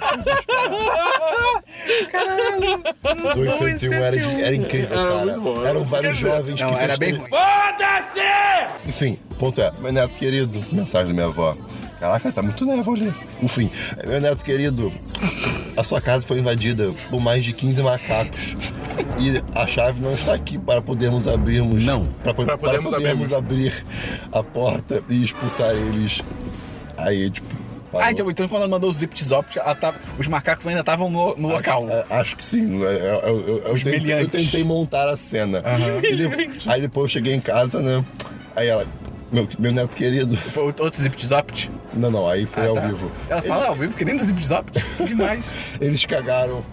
[SPEAKER 2] Caralho. Zoe 101 era, de- era incrível,
[SPEAKER 3] Era
[SPEAKER 2] cara.
[SPEAKER 3] muito bom, era
[SPEAKER 2] Eram
[SPEAKER 3] muito
[SPEAKER 2] vários jovens
[SPEAKER 1] Não,
[SPEAKER 2] que
[SPEAKER 1] era bem
[SPEAKER 2] feste-
[SPEAKER 1] ruim.
[SPEAKER 5] Foda-se!
[SPEAKER 2] Enfim, o ponto é, meu neto querido, mensagem da minha avó. Caraca, tá muito nevo ali. Enfim, meu neto querido, a sua casa foi invadida por mais de 15 macacos. E a chave não está aqui para podermos abrirmos. Não. Para, po- para
[SPEAKER 3] Para podermos
[SPEAKER 2] podermos, abrir a porta e expulsar eles. Aí, tipo.
[SPEAKER 1] Ah,
[SPEAKER 2] parou.
[SPEAKER 1] então, então quando ela mandou o Zip de Zop, ela tá- os macacos ainda estavam no, no local.
[SPEAKER 2] Acho, é, acho que sim. né? Eu, eu- eu- eu
[SPEAKER 1] Os
[SPEAKER 2] tentei, eu
[SPEAKER 1] brilhantes.
[SPEAKER 2] tentei montar a cena. E de- aí depois eu cheguei em casa, né? Aí ela. Meu, meu neto querido.
[SPEAKER 1] Foi outro Zip de Zop?
[SPEAKER 2] Não, não, aí foi É ao
[SPEAKER 1] Tá.
[SPEAKER 2] vivo.
[SPEAKER 1] Ela
[SPEAKER 2] Eles-
[SPEAKER 1] fala ao vivo que nem do Zip de Zop. (laughs) Demais.
[SPEAKER 2] Eles cagaram.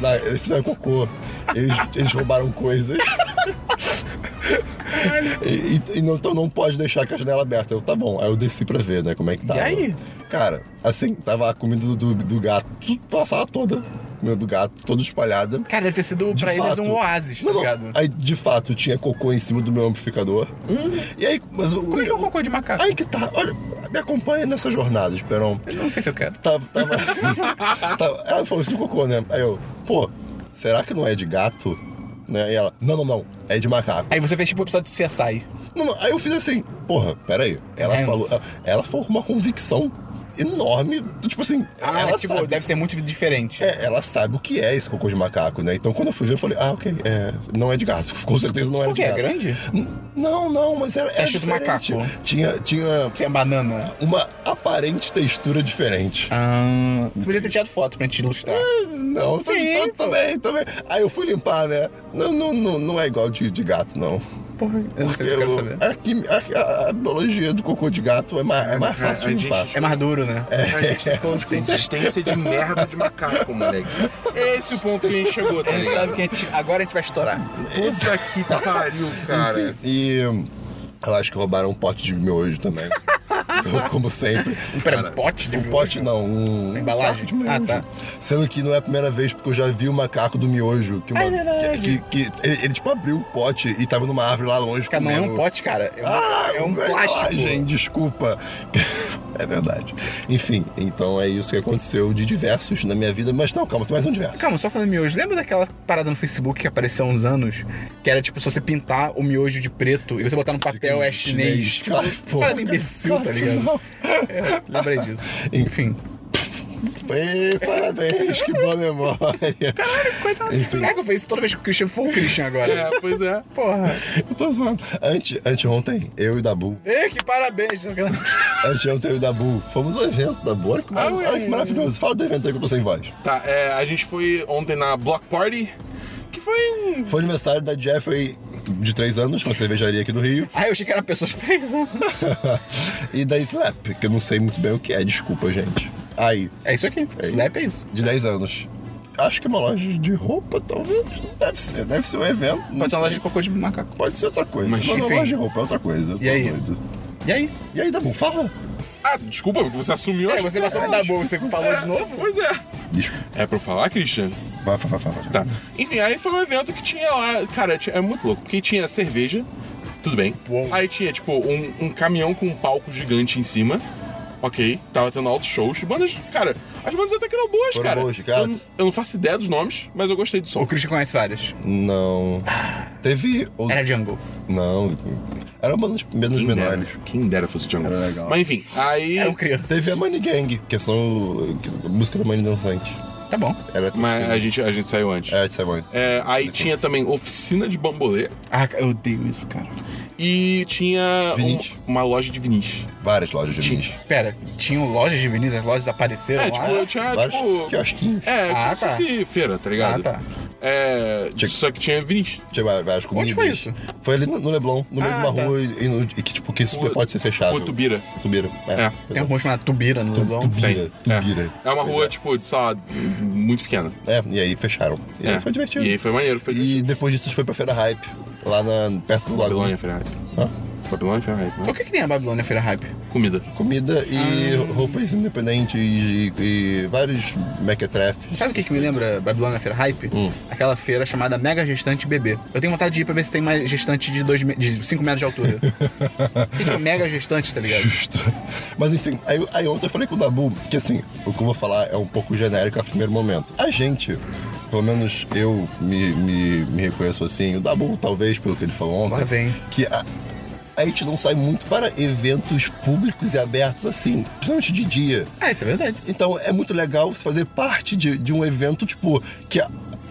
[SPEAKER 2] na- eles fizeram cocô. Eles, eles roubaram coisas. E, e- e não, então não pode deixar com a janela aberta. Eu, tá bom. Aí eu desci pra ver, né, como é que tava.
[SPEAKER 1] aí?
[SPEAKER 2] Cara, assim, tava a comida do, do, do gato tudo pela sala toda. Comida do gato toda espalhada.
[SPEAKER 1] Cara, deve ter sido
[SPEAKER 2] De
[SPEAKER 1] pra eles
[SPEAKER 2] fato.
[SPEAKER 1] um oásis, tá
[SPEAKER 2] Não, não.
[SPEAKER 1] ligado? Uhum.
[SPEAKER 2] Aí, de fato, tinha cocô em cima do meu amplificador. E aí, mas o.
[SPEAKER 1] Como é que eu concordo de macaco?
[SPEAKER 2] Aí que tá. Olha, me acompanha nessa jornada, Esperão
[SPEAKER 1] Não sei se eu quero.
[SPEAKER 2] tava,
[SPEAKER 1] (laughs)
[SPEAKER 2] tava- tava- Ela falou isso de cocô, né? Aí eu, pô, será que não é de gato? Né? E ela, não, não, não, é de macaco.
[SPEAKER 1] Aí você fez tipo o episódio de CSI.
[SPEAKER 2] Não, não. Aí eu fiz assim, porra, peraí. Ela
[SPEAKER 1] Hans.
[SPEAKER 2] falou, ela- ela falou com uma convicção enorme, do tipo assim,
[SPEAKER 1] Ah,
[SPEAKER 2] ela
[SPEAKER 1] tipo,
[SPEAKER 2] sabe.
[SPEAKER 1] deve ser muito diferente.
[SPEAKER 2] É, ela sabe o que é esse cocô de macaco, né? Então quando eu fui ver, eu falei, ah, ok, é, não é de gato. (laughs) Com certeza não era
[SPEAKER 1] Por quê?
[SPEAKER 2] de
[SPEAKER 1] É
[SPEAKER 2] gato.
[SPEAKER 1] grande?
[SPEAKER 2] N- Não, não, mas era, era
[SPEAKER 1] escrito
[SPEAKER 2] diferente.
[SPEAKER 1] macaco.
[SPEAKER 2] Tinha, tinha
[SPEAKER 1] Tem a banana.
[SPEAKER 2] uma aparente textura diferente.
[SPEAKER 1] Ah, É, você podia ter tirado foto pra gente ilustrar.
[SPEAKER 2] Não, tô-
[SPEAKER 1] Sim,
[SPEAKER 2] tô- também, também. Aí eu fui limpar, né? Não, não, não, não é igual de, de gato, não.
[SPEAKER 1] Porra, eu não sei se eu quero saber.
[SPEAKER 2] a, quimi- a- a- a biologia do cocô de gato é mais, é mais fácil
[SPEAKER 3] a
[SPEAKER 2] de limpar.
[SPEAKER 3] gente-
[SPEAKER 1] É mais duro, né?
[SPEAKER 3] A gente tá falando de consistência de merda de macaco, moleque. Esse é o ponto que a gente chegou, tá
[SPEAKER 1] A gente
[SPEAKER 3] ligado?
[SPEAKER 1] sabe que a gente, agora a gente vai estourar.
[SPEAKER 3] Puta que pariu, cara.
[SPEAKER 2] E hum, eu acho que roubaram um pote de
[SPEAKER 1] (laughs)
[SPEAKER 2] miojo também. Como- Como sempre.
[SPEAKER 1] Pera, pote de
[SPEAKER 2] Um pote não, um
[SPEAKER 1] Uma embalagem?
[SPEAKER 2] saco de miojo.
[SPEAKER 1] Ah, tá.
[SPEAKER 2] Sendo que não é a primeira vez, porque eu já vi o macaco do miojo. Que, uma-
[SPEAKER 1] É verdade.
[SPEAKER 2] que, que- que- ele, ele, tipo abriu o pote e tava numa árvore lá longe
[SPEAKER 1] Cara, não é
[SPEAKER 2] comendo.
[SPEAKER 1] um pote, cara. É um,
[SPEAKER 2] Ah,
[SPEAKER 1] é um plástico.
[SPEAKER 2] Embalagem, desculpa. (laughs) É verdade. Enfim, então é isso que aconteceu de diversos na minha vida. Mas não, calma, tem mais um diverso.
[SPEAKER 1] Calma, só falando miojo. Lembra daquela parada no Facebook que apareceu há uns anos? Que era tipo, se você pintar o miojo de preto e você botar no papel é chinês.
[SPEAKER 2] chinês, claro,
[SPEAKER 1] Que
[SPEAKER 2] pô.
[SPEAKER 1] parada imbecil, tá ligado? É, lembrei disso. Enfim.
[SPEAKER 2] Ei, parabéns, que boa memória. Enfim,
[SPEAKER 1] Caraca, eu fiz isso toda vez tá, é que o Christian for o Christian agora.
[SPEAKER 3] É, pois é.
[SPEAKER 1] Porra.
[SPEAKER 2] eu tô zoando. Ante, anteontem, eu e o Dabu.
[SPEAKER 1] Ei, que parabéns.
[SPEAKER 2] Anteontem, eu e o Dabu. Fomos ao evento, Dabu. Olha que, mar-
[SPEAKER 3] Ah, ué.
[SPEAKER 2] olha que maravilhoso. Fala do evento aí que eu tô sem voz.
[SPEAKER 3] Tá, é, a gente foi ontem na Block Party, que foi um.
[SPEAKER 2] Foi aniversário da Jeffrey, de 3 anos, uma cervejaria aqui do Rio.
[SPEAKER 1] Ah, eu achei que era pessoas de três anos.
[SPEAKER 2] e da Slap, que eu não sei muito bem o que é, desculpa, gente. Aí,
[SPEAKER 1] É isso aqui. Snap é isso.
[SPEAKER 2] de 10 anos. Acho que é uma loja de roupa, talvez. Deve ser, deve ser um evento. não
[SPEAKER 1] Pode ser uma loja
[SPEAKER 2] sei.
[SPEAKER 1] de cocô de macaco.
[SPEAKER 2] Pode ser outra coisa.
[SPEAKER 3] Mas,
[SPEAKER 2] Mas, não é
[SPEAKER 1] enfim.
[SPEAKER 2] loja de roupa, é outra coisa. Eu
[SPEAKER 1] E
[SPEAKER 2] tô
[SPEAKER 1] aí?
[SPEAKER 2] doido.
[SPEAKER 1] E aí?
[SPEAKER 2] E aí, Dabu, fala.
[SPEAKER 3] Ah, desculpa, porque você assumiu.
[SPEAKER 1] É,
[SPEAKER 3] as-
[SPEAKER 1] você passou com o Dabu, você falou de novo?
[SPEAKER 3] Pois é.
[SPEAKER 2] Desculpa.
[SPEAKER 3] É pra eu falar, Christian?
[SPEAKER 2] Vai, vai, vai, vai, vai.
[SPEAKER 3] Tá. Enfim, aí foi um evento que tinha lá. Cara, tinha- é muito louco, porque tinha cerveja, tudo bem.
[SPEAKER 1] Uou.
[SPEAKER 3] Aí tinha, tipo, um, um caminhão com um palco gigante em cima. Ok, tava tendo altos shows. Bandas, cara, as bandas até que eram boas,
[SPEAKER 2] Foram
[SPEAKER 3] cara.
[SPEAKER 2] boas, cara.
[SPEAKER 3] Eu, não- eu não faço ideia dos nomes, mas eu gostei do som.
[SPEAKER 1] O Christian conhece várias.
[SPEAKER 2] Não. Teve. Os...
[SPEAKER 1] Era Jungle.
[SPEAKER 2] Não. Era uma das menos
[SPEAKER 3] dera,
[SPEAKER 2] menores.
[SPEAKER 3] quem dera fosse Django.
[SPEAKER 2] Era legal.
[SPEAKER 3] Mas enfim, aí.
[SPEAKER 1] Era um criança.
[SPEAKER 2] Teve a Money Gang, que são que- a música da Money Dançante.
[SPEAKER 1] Tá bom.
[SPEAKER 2] Era
[SPEAKER 3] Mas a gente, a gente saiu antes.
[SPEAKER 2] É, de Simon.
[SPEAKER 3] É, aí tinha também oficina de bambolê
[SPEAKER 1] Ah, eu odeio isso, cara.
[SPEAKER 3] e tinha um-
[SPEAKER 2] Vinis.
[SPEAKER 3] uma loja de vinis.
[SPEAKER 2] Várias lojas de
[SPEAKER 3] Tinha.
[SPEAKER 2] jeans.
[SPEAKER 1] Pera, tinham lojas de vinis, as lojas apareceram
[SPEAKER 3] É,
[SPEAKER 1] lá?
[SPEAKER 3] tipo, tinha,
[SPEAKER 2] Vários
[SPEAKER 3] tipo.
[SPEAKER 2] quiosquinhos.
[SPEAKER 3] É,
[SPEAKER 1] Ah,
[SPEAKER 3] como se
[SPEAKER 1] tá.
[SPEAKER 3] fosse feira, tá ligado?
[SPEAKER 1] Ah, tá.
[SPEAKER 3] É,
[SPEAKER 2] Tinha-
[SPEAKER 3] só que tinha vinis.
[SPEAKER 2] Tinha várias, várias comidas.
[SPEAKER 1] Onde foi isso?
[SPEAKER 2] Foi ali no no Leblon, no meio
[SPEAKER 1] Ah,
[SPEAKER 2] de uma
[SPEAKER 1] tá.
[SPEAKER 2] rua e, e no- e que, tipo, que super
[SPEAKER 3] Rua-
[SPEAKER 2] pode ser fechado.
[SPEAKER 3] Rua Tubira.
[SPEAKER 2] Tubira.
[SPEAKER 1] Tem
[SPEAKER 3] É.
[SPEAKER 1] um
[SPEAKER 2] Exato.
[SPEAKER 1] rua chamada Tubira no
[SPEAKER 2] Tu-
[SPEAKER 1] Leblon.
[SPEAKER 2] Tubira.
[SPEAKER 3] É.
[SPEAKER 2] Tubira.
[SPEAKER 3] É uma rua,
[SPEAKER 2] Exato.
[SPEAKER 3] tipo, de, sei lá, muito pequena.
[SPEAKER 2] É, e aí fecharam. E
[SPEAKER 3] É.
[SPEAKER 2] aí foi divertido.
[SPEAKER 3] E aí foi maneiro, foi
[SPEAKER 2] E depois disso a gente foi pra Feira Hype, lá na, perto do lago.
[SPEAKER 3] Babilônia Ferrari. Babilônia Ferrari. né?
[SPEAKER 1] O que, que tem a Babilônia Feira Hype?
[SPEAKER 3] Comida.
[SPEAKER 2] Comida e
[SPEAKER 3] Ah.
[SPEAKER 2] roupas independentes e, e vários mequetrefes.
[SPEAKER 1] Sabe o que, que me lembra Babilônia Feira Hype?
[SPEAKER 2] Hum.
[SPEAKER 1] Aquela feira chamada Mega Gestante Bebê. Eu tenho vontade de ir pra ver se tem mais gestante de 5 de cinco metros de
[SPEAKER 2] (laughs)
[SPEAKER 1] altura. Tem tipo mega gestante, tá ligado?
[SPEAKER 2] Justo. Mas enfim, aí, aí ontem eu falei com o Dabu que assim, o que eu vou falar é um pouco genérico a primeiro momento. A gente, pelo menos eu me, me, me reconheço assim, o Dabu talvez, pelo que ele falou ontem,
[SPEAKER 1] Lá vem.
[SPEAKER 2] que a, a gente não sai muito para eventos públicos e abertos assim, principalmente de dia.
[SPEAKER 1] Ah, isso é verdade.
[SPEAKER 2] Então é muito legal você fazer parte de, de um evento, tipo, que,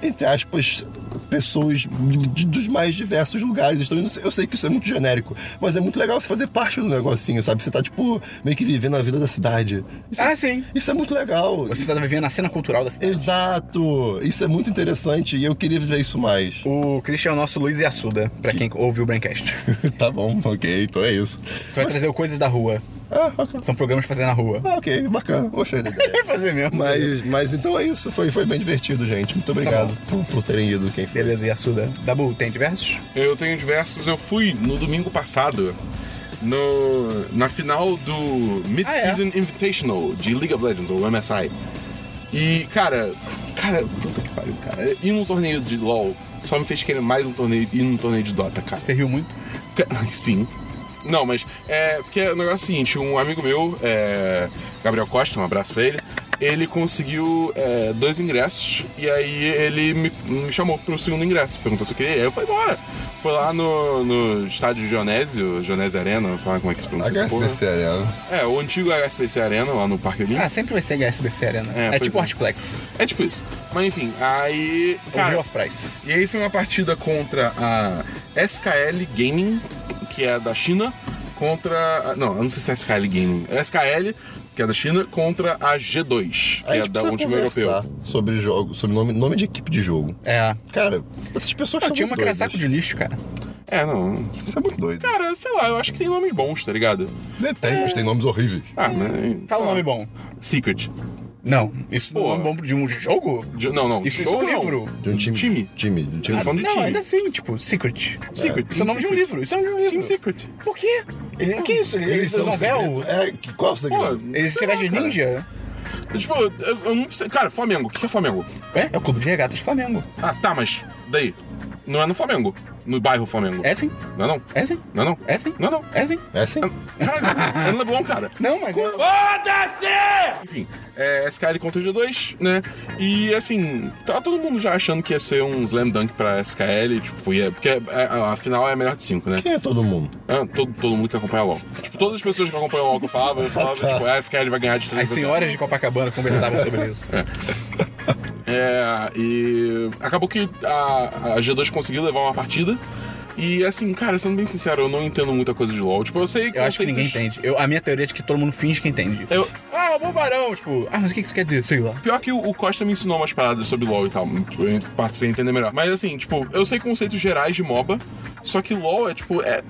[SPEAKER 2] entre aspas, pessoas de- de- dos mais diversos lugares estão indo. Eu sei que isso é muito genérico, mas é muito legal você fazer parte do negocinho, sabe? Você tá, tipo, meio que vivendo a vida da cidade. Isso é-
[SPEAKER 1] Ah, sim.
[SPEAKER 2] Isso é muito legal.
[SPEAKER 1] Você tá vivendo a cena cultural da cidade.
[SPEAKER 2] Exato! Isso é muito interessante e eu queria viver isso mais. (laughs)
[SPEAKER 1] O Christian é o nosso Luiz Yassuda, pra quem ouviu o Braincast.
[SPEAKER 2] tá bom, ok, então é isso.
[SPEAKER 1] Você vai trazer o Coisas da Rua.
[SPEAKER 2] Ah, ok.
[SPEAKER 1] São programas pra fazer na rua. (laughs)
[SPEAKER 2] Ah, ok, bacana, gostei da ideia.
[SPEAKER 1] Vai fazer mesmo.
[SPEAKER 2] Mas, mas então é isso, foi, foi bem divertido, gente. Muito obrigado por, por terem ido, quem fez.
[SPEAKER 1] Beleza, Yassuda. Dabu, tem diversos?
[SPEAKER 3] Eu tenho diversos. Eu fui no domingo passado. No, na final do Mid-Season Invitational de League of Legends, ou MSI. E, cara, cara, puta que pariu, cara. Ir num torneio de LoL só me fez querer mais um torneio, ir num torneio de Dota, cara.
[SPEAKER 1] Você riu muito?
[SPEAKER 3] Ca- (laughs) Sim. Não, mas é. Porque o negócio é o seguinte: um amigo meu, é, Gabriel Costa, um abraço pra ele, ele conseguiu é, dois ingressos e aí ele me, me chamou pro segundo ingresso, perguntou se eu queria. ir, Aí eu falei, bora! Foi lá no, no estádio Dionésio, Dionésio Arena, sei lá como é que se pronuncia essa porra.
[SPEAKER 2] HSBC Arena.
[SPEAKER 3] É, o antigo HSBC Arena, lá no Parque Olímpico.
[SPEAKER 1] Ah, sempre vai ser HSBC Arena.
[SPEAKER 3] É,
[SPEAKER 1] É,
[SPEAKER 3] pois
[SPEAKER 1] tipo
[SPEAKER 3] é.
[SPEAKER 1] Artplex.
[SPEAKER 3] É tipo isso. Mas enfim, aí.
[SPEAKER 1] Ou
[SPEAKER 3] Cara,
[SPEAKER 1] Rio of Price.
[SPEAKER 3] E aí foi uma partida contra a SKL Gaming, que é da China, contra. a- Não, eu não sei se é SKL Gaming. É SKL, que é da China, contra a G2, que
[SPEAKER 2] A
[SPEAKER 3] é
[SPEAKER 2] gente
[SPEAKER 3] da
[SPEAKER 2] precisa
[SPEAKER 3] um time
[SPEAKER 2] conversar
[SPEAKER 3] europeu.
[SPEAKER 2] Sobre jogo, sobre nome, nome de equipe de jogo.
[SPEAKER 1] É.
[SPEAKER 2] Cara, essas pessoas
[SPEAKER 1] Não,
[SPEAKER 2] são
[SPEAKER 1] tinha uma
[SPEAKER 2] muito
[SPEAKER 1] que era
[SPEAKER 2] doidas.
[SPEAKER 1] saco de lixo, cara.
[SPEAKER 3] É, não.
[SPEAKER 2] Isso é muito doido.
[SPEAKER 3] Cara, sei lá, eu acho que tem nomes bons, tá ligado?
[SPEAKER 2] Né, Tem, mas tem nomes horríveis.
[SPEAKER 3] Ah, mas.
[SPEAKER 1] Fala um
[SPEAKER 3] sei
[SPEAKER 1] nome
[SPEAKER 3] lá.
[SPEAKER 1] bom.
[SPEAKER 3] Secret.
[SPEAKER 1] Não, isso não
[SPEAKER 3] Pô.
[SPEAKER 1] é bom de um jogo?
[SPEAKER 3] De- não, não.
[SPEAKER 1] Isso- isso
[SPEAKER 3] jogo
[SPEAKER 1] é um
[SPEAKER 3] não.
[SPEAKER 1] livro.
[SPEAKER 2] De um time.
[SPEAKER 3] Time.
[SPEAKER 2] Time. de um time.
[SPEAKER 3] Ah, Falando de
[SPEAKER 1] não,
[SPEAKER 3] time.
[SPEAKER 1] ainda assim, tipo, Secret.
[SPEAKER 3] Secret.
[SPEAKER 1] Isso é o nome de um livro. Isso é o nome de um livro.
[SPEAKER 3] Team Secret.
[SPEAKER 1] Por quê? Ele, que isso? Ele, eles usam véu?
[SPEAKER 2] É, que- qual é o segredo?
[SPEAKER 3] Pô,
[SPEAKER 1] Eles
[SPEAKER 3] sei
[SPEAKER 1] tiveram
[SPEAKER 3] lá,
[SPEAKER 1] de
[SPEAKER 3] cara.
[SPEAKER 1] ninja?
[SPEAKER 3] Tipo, eu, eu não preciso. Cara, Flamengo. O que que é Flamengo?
[SPEAKER 1] É, é o clube de regatas do Flamengo.
[SPEAKER 3] Ah, tá, mas. Daí. Não é no Flamengo. No bairro Flamengo.
[SPEAKER 1] É sim,
[SPEAKER 3] Não é não?
[SPEAKER 1] é sim,
[SPEAKER 3] Não é não?
[SPEAKER 1] é sim,
[SPEAKER 3] Não (laughs) é não?
[SPEAKER 1] é sim.
[SPEAKER 2] É assim?
[SPEAKER 3] Caralho, é no Leblon, cara.
[SPEAKER 1] Não, mas é...
[SPEAKER 5] Foda-se!
[SPEAKER 3] Enfim, é, SKL contra G2, né? E assim, tá todo mundo já achando que ia ser um slam dunk pra SKL, tipo, ia, porque é, é, a final é a melhor de cinco, né?
[SPEAKER 2] Quem é todo mundo?
[SPEAKER 3] Ah, todo, todo mundo que acompanha LOL. Tipo, todas as pessoas que acompanham LOL que eu falava, eu
[SPEAKER 1] (laughs)
[SPEAKER 3] falava, tipo, a SKL vai ganhar de 3
[SPEAKER 1] Tá. As senhoras de Copacabana (laughs) conversavam sobre isso.
[SPEAKER 3] É, e acabou que a, a G2 conseguiu levar uma partida. E assim, cara, sendo bem sincero, eu não entendo muita coisa de LOL. Tipo, eu sei
[SPEAKER 1] Eu acho que ninguém
[SPEAKER 3] conceitos-
[SPEAKER 1] entende. Eu, a minha teoria é de que todo mundo finge que entende.
[SPEAKER 3] Eu-
[SPEAKER 1] Ah, bobarão, tipo... Ah, mas o que isso quer dizer? Sei lá.
[SPEAKER 3] Pior que o o Costa me ensinou umas paradas sobre LoL e tal, eu passei a entender melhor. Mas assim, tipo, eu sei conceitos gerais de MOBA, só que LoL é tipo, é-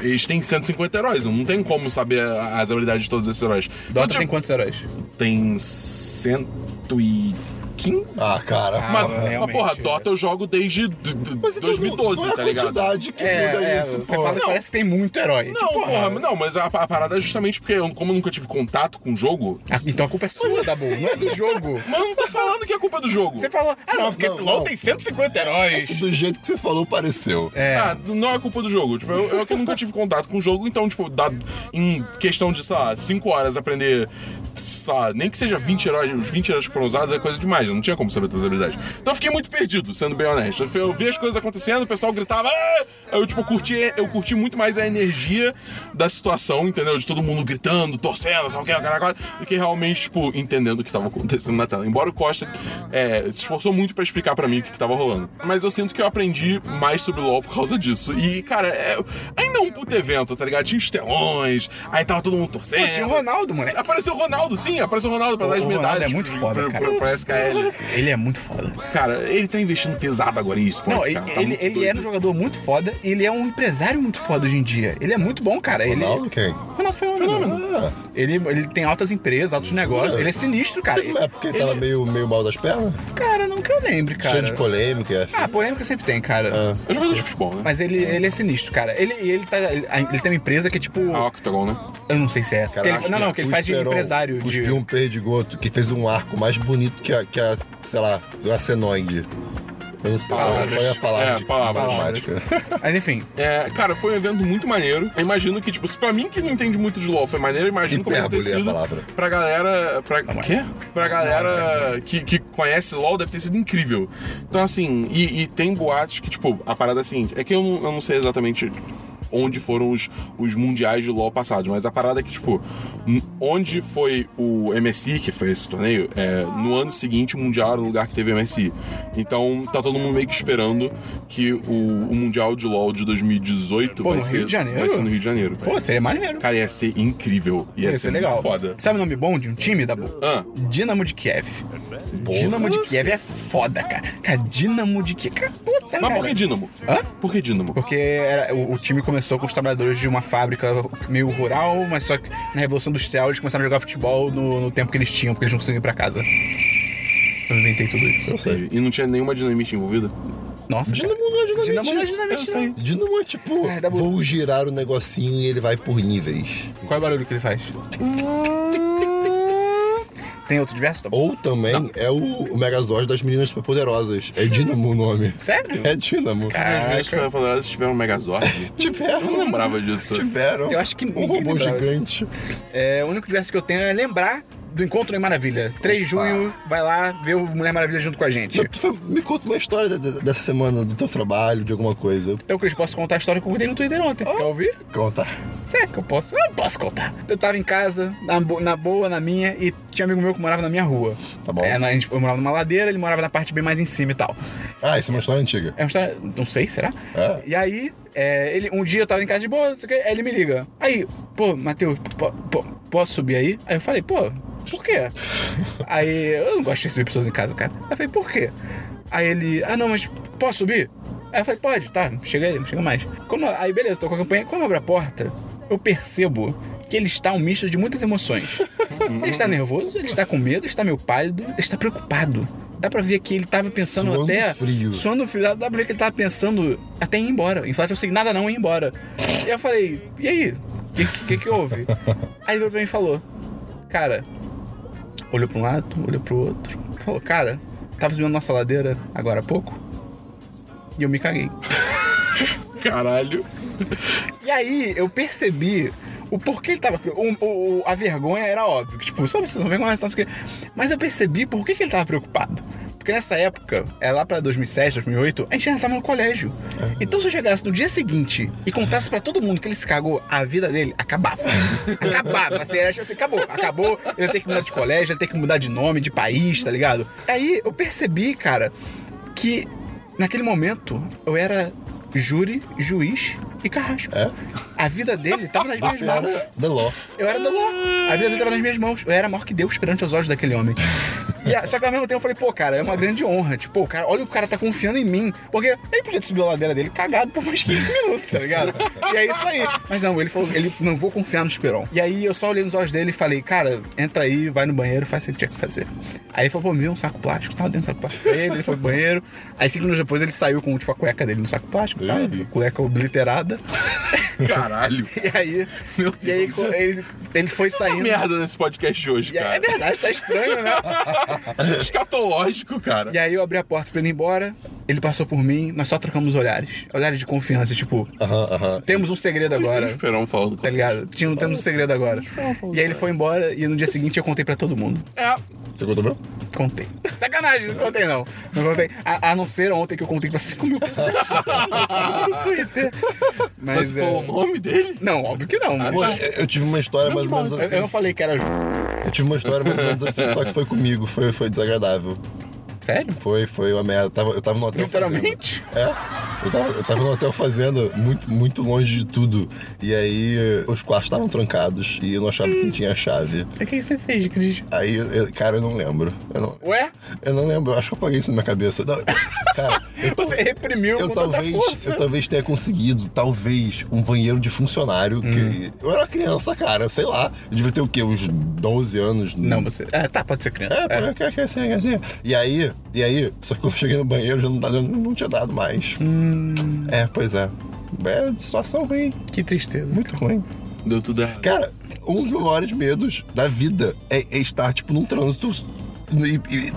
[SPEAKER 3] eles têm 150 heróis, não tem como saber a- Então, as habilidades de todos esses heróis.
[SPEAKER 1] Dota
[SPEAKER 3] Então,
[SPEAKER 1] tem
[SPEAKER 3] tipo,
[SPEAKER 1] quantos heróis?
[SPEAKER 3] tem 130 15?
[SPEAKER 2] Ah, cara.
[SPEAKER 1] Ah,
[SPEAKER 3] mas,
[SPEAKER 1] não,
[SPEAKER 3] mas,
[SPEAKER 1] realmente,
[SPEAKER 3] porra,
[SPEAKER 1] é.
[SPEAKER 3] Dota eu jogo desde d- d-
[SPEAKER 2] Mas então
[SPEAKER 3] 2012,
[SPEAKER 2] não é a
[SPEAKER 3] tá ligado?
[SPEAKER 2] quantidade que
[SPEAKER 1] É,
[SPEAKER 2] muda
[SPEAKER 1] é,
[SPEAKER 2] isso,
[SPEAKER 1] você
[SPEAKER 2] pô.
[SPEAKER 1] fala que
[SPEAKER 3] Não.
[SPEAKER 1] parece que tem muito
[SPEAKER 2] é
[SPEAKER 1] herói.
[SPEAKER 3] Não,
[SPEAKER 1] Tipo,
[SPEAKER 3] porra, não, mas a, a parada é justamente porque eu, como eu nunca tive contato com o jogo,
[SPEAKER 1] ah, então a culpa é sua, Dabu. Não é do jogo.
[SPEAKER 3] mas eu não tô falando que é culpa do jogo.
[SPEAKER 1] Você falou, ah, não,
[SPEAKER 2] Não,
[SPEAKER 1] porque
[SPEAKER 2] não,
[SPEAKER 1] LOL
[SPEAKER 2] não.
[SPEAKER 1] tem 150 heróis.
[SPEAKER 2] Do jeito que você falou, pareceu.
[SPEAKER 1] É.
[SPEAKER 3] Ah, não é culpa do jogo. Tipo, eu, eu que nunca tive contato com o jogo, então, tipo, dá, em questão de, sei lá, 5 horas aprender, sei lá, nem que seja 20 heróis, os 20 heróis que foram usados é coisa demais, eu não tinha como saber todas as habilidades. Então eu fiquei muito perdido, sendo bem honesto. Eu, eu vi as coisas acontecendo, o pessoal gritava, "Ah!" eu, tipo, curti, eu curti muito mais a energia da situação, entendeu? De todo mundo gritando, torcendo, sabe o que, caraca, do que realmente, tipo, entendendo o que tava acontecendo na tela. Embora o Costa é, se esforçou muito pra explicar pra mim o que, que tava rolando. Mas eu sinto que eu aprendi mais sobre LOL por causa disso. E, cara, é, ainda é um puto evento, tá ligado? Tinha os telões, aí tava todo mundo torcendo.
[SPEAKER 1] Pô, tinha o Ronaldo, moleque.
[SPEAKER 3] Apareceu o Ronaldo, sim, apareceu o Ronaldo pra
[SPEAKER 1] O-
[SPEAKER 3] dar as
[SPEAKER 1] o Ronaldo
[SPEAKER 3] medalhas.
[SPEAKER 1] é muito
[SPEAKER 3] pro-
[SPEAKER 1] foda,
[SPEAKER 3] pro-
[SPEAKER 1] cara.
[SPEAKER 3] pro- pro SKL.
[SPEAKER 1] Ele é muito foda.
[SPEAKER 3] Cara, ele tá investindo pesado agora em esportes,
[SPEAKER 1] Não, ele,
[SPEAKER 3] cara. Tá
[SPEAKER 1] ele,
[SPEAKER 3] muito
[SPEAKER 1] ele
[SPEAKER 3] doido.
[SPEAKER 1] era um jogador muito foda e ele é um empresário muito foda hoje em dia. Ele é muito bom, cara. Ele,
[SPEAKER 2] Ronaldo quem?
[SPEAKER 1] Ronaldo Fenômeno.
[SPEAKER 2] Ah.
[SPEAKER 1] um Ele, ele tem altas empresas, altos negócios. Ele é sinistro, cara.
[SPEAKER 2] Teve uma época que ele tava
[SPEAKER 1] Ele-
[SPEAKER 2] meio, meio mal das pernas,
[SPEAKER 1] Cara, não que eu lembre, cara.
[SPEAKER 2] cheio de Ah. polêmica. é
[SPEAKER 1] Ah, polêmica sempre tem, cara.
[SPEAKER 3] É jogador de futebol, né?
[SPEAKER 1] Mas ele, ele é sinistro, cara. Ele, ele, tá, ele, ele tem uma empresa que é tipo.
[SPEAKER 3] A Octagon, né?
[SPEAKER 1] Eu não sei se é essa.
[SPEAKER 2] Caraca,
[SPEAKER 1] Ele- não, não, que ele
[SPEAKER 2] o
[SPEAKER 1] faz de
[SPEAKER 2] Esperon
[SPEAKER 1] empresário. De...
[SPEAKER 2] Cuspiu um perdigoto que fez um arco mais bonito que a, que a sei lá, a Senong. Eu não sei qual
[SPEAKER 3] Palavras.
[SPEAKER 2] foi a palavra.
[SPEAKER 3] É,
[SPEAKER 2] de-
[SPEAKER 3] palavras.
[SPEAKER 2] matemática.
[SPEAKER 1] (laughs) Mas enfim,
[SPEAKER 3] É, cara, foi um evento muito maneiro. Eu imagino que, tipo, se pra mim que não entende muito de LOL foi maneiro, eu imagino como deve ter
[SPEAKER 2] Hipérbole é a
[SPEAKER 3] sido
[SPEAKER 2] palavra.
[SPEAKER 3] pra galera. Pra, o quê? Pra galera que, que conhece LOL deve ter sido incrível. Então, assim, e, e tem boatos que, tipo, a parada é a seguinte: é que eu não, eu não sei exatamente. Onde foram os, os mundiais de LoL passados, mas a parada é que, tipo, n- onde foi o MSI, que foi esse torneio, é, no ano seguinte o Mundial era o lugar que teve MSI. Então tá todo mundo meio que esperando que o, o Mundial de LoL de 2018
[SPEAKER 1] Pô,
[SPEAKER 3] vai
[SPEAKER 1] no
[SPEAKER 3] ser
[SPEAKER 1] Rio de Janeiro?
[SPEAKER 3] Vai ser no Rio de Janeiro.
[SPEAKER 1] pô, seria maneiro.
[SPEAKER 3] Cara, ia ser incrível.
[SPEAKER 1] Ia
[SPEAKER 3] Ia, ser,
[SPEAKER 1] ser legal.
[SPEAKER 3] muito foda.
[SPEAKER 1] Sabe o nome bom de um time, Dabu?
[SPEAKER 3] Ah.
[SPEAKER 1] Dinamo de Kiev. Dinamo de Kiev é foda, cara. Cara, Dinamo de Kiev. Cara, puta,
[SPEAKER 3] Mas
[SPEAKER 1] cara.
[SPEAKER 3] por que Dínamo?
[SPEAKER 1] Hã?
[SPEAKER 3] Por que Dínamo?
[SPEAKER 1] Porque era- o, o time começou com os trabalhadores de uma fábrica meio rural, mas só que na Revolução Industrial eles começaram a jogar futebol no, no tempo que eles tinham, porque eles não conseguiam ir pra casa. Eu inventei tudo isso.
[SPEAKER 3] E não tinha nenhuma dinamite envolvida?
[SPEAKER 1] Nossa, cara.
[SPEAKER 2] Dinamo não é dinamite.
[SPEAKER 1] Dinamo não é dinamite,
[SPEAKER 3] Eu
[SPEAKER 1] não.
[SPEAKER 3] sei.
[SPEAKER 2] Dinamo é tipo,
[SPEAKER 1] Ah, dá bom.
[SPEAKER 2] vou girar o negocinho e ele vai por níveis.
[SPEAKER 1] Qual é o barulho que ele faz? Tem outro diverso? Tá bom?
[SPEAKER 2] Ou também é o, o Megazord das meninas superpoderosas. É Dinamo o nome.
[SPEAKER 1] Sério?
[SPEAKER 2] É Dinamo.
[SPEAKER 3] As minhas superpoderosas tiveram um Megazord.
[SPEAKER 2] Tiveram.
[SPEAKER 3] Eu não lembrava disso.
[SPEAKER 2] Tiveram.
[SPEAKER 1] Eu acho que
[SPEAKER 2] Um
[SPEAKER 1] ninguém
[SPEAKER 2] robô
[SPEAKER 1] lembrava
[SPEAKER 2] gigante.
[SPEAKER 1] É, o único diverso que eu tenho é lembrar do Encontro em Maravilha. 3 de
[SPEAKER 2] Opa.
[SPEAKER 1] junho, vai lá ver o Mulher Maravilha junto com a gente.
[SPEAKER 2] Tu foi- Me conta uma história de- de- dessa semana, do teu trabalho, de alguma coisa.
[SPEAKER 1] Então, Cris, posso contar a história que eu contei no Twitter ontem.
[SPEAKER 2] Oh.
[SPEAKER 1] Você quer ouvir?
[SPEAKER 2] Conta.
[SPEAKER 1] Será é que eu posso? Eu posso contar. Eu tava em casa, na, bo- na boa, na minha, e tinha um amigo meu que morava na minha rua.
[SPEAKER 2] Tá bom.
[SPEAKER 1] É, na- a gente, eu morava numa ladeira, ele morava na parte bem mais em cima e tal.
[SPEAKER 2] Ah, isso é uma história antiga.
[SPEAKER 1] É uma história. Não sei, será?
[SPEAKER 2] É.
[SPEAKER 1] E aí, é, ele, um dia eu tava em casa de boa, não sei o que, aí ele me liga. Aí, pô, Matheus, po- po- posso subir aí? Aí eu falei, pô, por quê? aí eu não gosto de receber pessoas em casa, cara. Aí eu falei, por quê? Aí ele, ah não, mas posso subir? Aí eu falei, pode, tá, chega aí, não chega mais. Quando, aí beleza, tô com a campanha. Quando eu abro a porta, eu percebo que ele está um misto de muitas emoções. ele está nervoso, ele está com medo, está meio pálido, ele está preocupado. Dá pra ver que ele tava pensando
[SPEAKER 2] Suando
[SPEAKER 1] até.
[SPEAKER 2] frio.
[SPEAKER 1] Suando frio. Dá, dá pra ver que ele tava pensando até em ir embora. Em falar, tipo assim, nada não, ir embora. E eu falei, e aí? O que, que, que
[SPEAKER 2] (laughs)
[SPEAKER 1] houve? aí ele virou pra mim e falou, cara, olhou pra um lado, olhou pro outro. Falou, cara, tava subindo a nossa ladeira agora há pouco e eu me caguei.
[SPEAKER 3] (laughs) Caralho.
[SPEAKER 1] E aí eu percebi o porquê ele tava. um, o- o- o- a vergonha era óbvio, que, tipo, só você não vergonha, não sei o quê. Mas eu percebi por que, que ele tava preocupado. Porque nessa época, é lá pra 2007, 2008, a gente ainda tava no colégio. Então se eu chegasse no dia seguinte e contasse pra todo mundo que ele se cagou, a vida dele acabava. acabava. Assim, era, tipo assim, acabou, acabou. Ele ia ter que mudar de colégio, ele ia ter que mudar de nome, de país, tá ligado? Aí eu percebi, cara, que naquele momento eu era júri, juiz e carrasco.
[SPEAKER 2] É?
[SPEAKER 1] A vida dele tava nas minhas
[SPEAKER 2] Você
[SPEAKER 1] mãos.
[SPEAKER 2] era The Law.
[SPEAKER 1] Eu era Deló. A vida dele tava nas minhas mãos. Eu era maior que Deus perante os olhos daquele homem. E, a- só que ao mesmo tempo eu falei, pô, cara, é uma grande honra. Tipo, pô, cara, olha o cara tá confiando em mim. Porque ele podia subir a ladeira dele cagado por mais 15 minutos, tá ligado? E é isso aí. Mas não, ele falou, ele não vou confiar no Esperon. E aí eu só olhei nos olhos dele e falei, cara, entra aí, vai no banheiro, faz o que tinha que fazer. Aí ele falou, pô, me deu um saco plástico, tava dentro do saco plástico dele, ele foi pro banheiro. Aí cinco minutos depois ele saiu com tipo, a cueca dele no saco plástico, tá? Cueca obliterada. (laughs)
[SPEAKER 3] Caralho.
[SPEAKER 1] E aí,
[SPEAKER 3] Meu
[SPEAKER 1] e aí
[SPEAKER 3] Deus.
[SPEAKER 1] ele, ele foi
[SPEAKER 3] Tá
[SPEAKER 1] saindo.
[SPEAKER 3] merda nesse podcast hoje,
[SPEAKER 1] E aí- é
[SPEAKER 3] cara.
[SPEAKER 1] verdade, tá estranho, né?
[SPEAKER 3] Escatológico, cara.
[SPEAKER 1] E é aí eu abri a porta pra ele ir embora, ele passou por mim, nós só trocamos olhares. Olhares de confiança, tipo,
[SPEAKER 2] Aham, aham.
[SPEAKER 1] temos um segredo
[SPEAKER 3] O
[SPEAKER 1] agora.
[SPEAKER 3] Esperão falando
[SPEAKER 1] Tá ligado? Tinha, temos um segredo agora. E aí ele foi embora e no dia seguinte eu contei pra todo mundo.
[SPEAKER 3] É,
[SPEAKER 2] Você contou mesmo?
[SPEAKER 1] Contei. (laughs) Sacanagem, não contei não. Não contei. A, a não ser ontem que eu contei pra 5 mil pessoas. (laughs) no Twitter.
[SPEAKER 3] mas
[SPEAKER 1] Mas é...
[SPEAKER 3] falou o nome dele?
[SPEAKER 1] Não, óbvio que não.
[SPEAKER 2] Pô,
[SPEAKER 1] mas-
[SPEAKER 2] eu eu tive uma história mais ou menos
[SPEAKER 1] Eu,
[SPEAKER 2] assim.
[SPEAKER 1] eu não falei que era. ju-
[SPEAKER 2] Eu tive uma história mais ou menos assim, só que foi comigo, foi, foi desagradável.
[SPEAKER 1] Sério?
[SPEAKER 2] Foi, foi uma merda. Eu tava, eu tava no hotel
[SPEAKER 1] Literalmente?
[SPEAKER 2] fazendo. É. Eu tava, eu tava no hotel fazendo, muito, muito longe de tudo. E aí os quartos estavam trancados e eu não achava que tinha a chave.
[SPEAKER 1] O que você fez, Cris?
[SPEAKER 2] Aí, eu- cara, eu não lembro. Eu não,
[SPEAKER 1] Ué?
[SPEAKER 2] eu não lembro, eu acho que eu apaguei isso na minha cabeça. Não, cara, eu,
[SPEAKER 1] Você reprimiu
[SPEAKER 2] eu
[SPEAKER 1] com tanta
[SPEAKER 2] talvez,
[SPEAKER 1] força.
[SPEAKER 2] eu talvez tenha conseguido, talvez, um banheiro de funcionário. que- eu era criança, cara, sei lá. Eu devia ter o quê? Uns 12 anos?
[SPEAKER 1] Não, você. É, tá, pode ser criança.
[SPEAKER 2] É, pô, quer, quer ser, quer ser. E aí, e aí, só que quando eu cheguei no banheiro, já não, tá, dando- não tinha dado mais. É, pois é. É situação ruim,
[SPEAKER 1] Que tristeza.
[SPEAKER 2] muito ruim.
[SPEAKER 3] Deu tudo errado.
[SPEAKER 2] Cara, um dos meus maiores medos da vida é, é estar, tipo, num trânsito e, e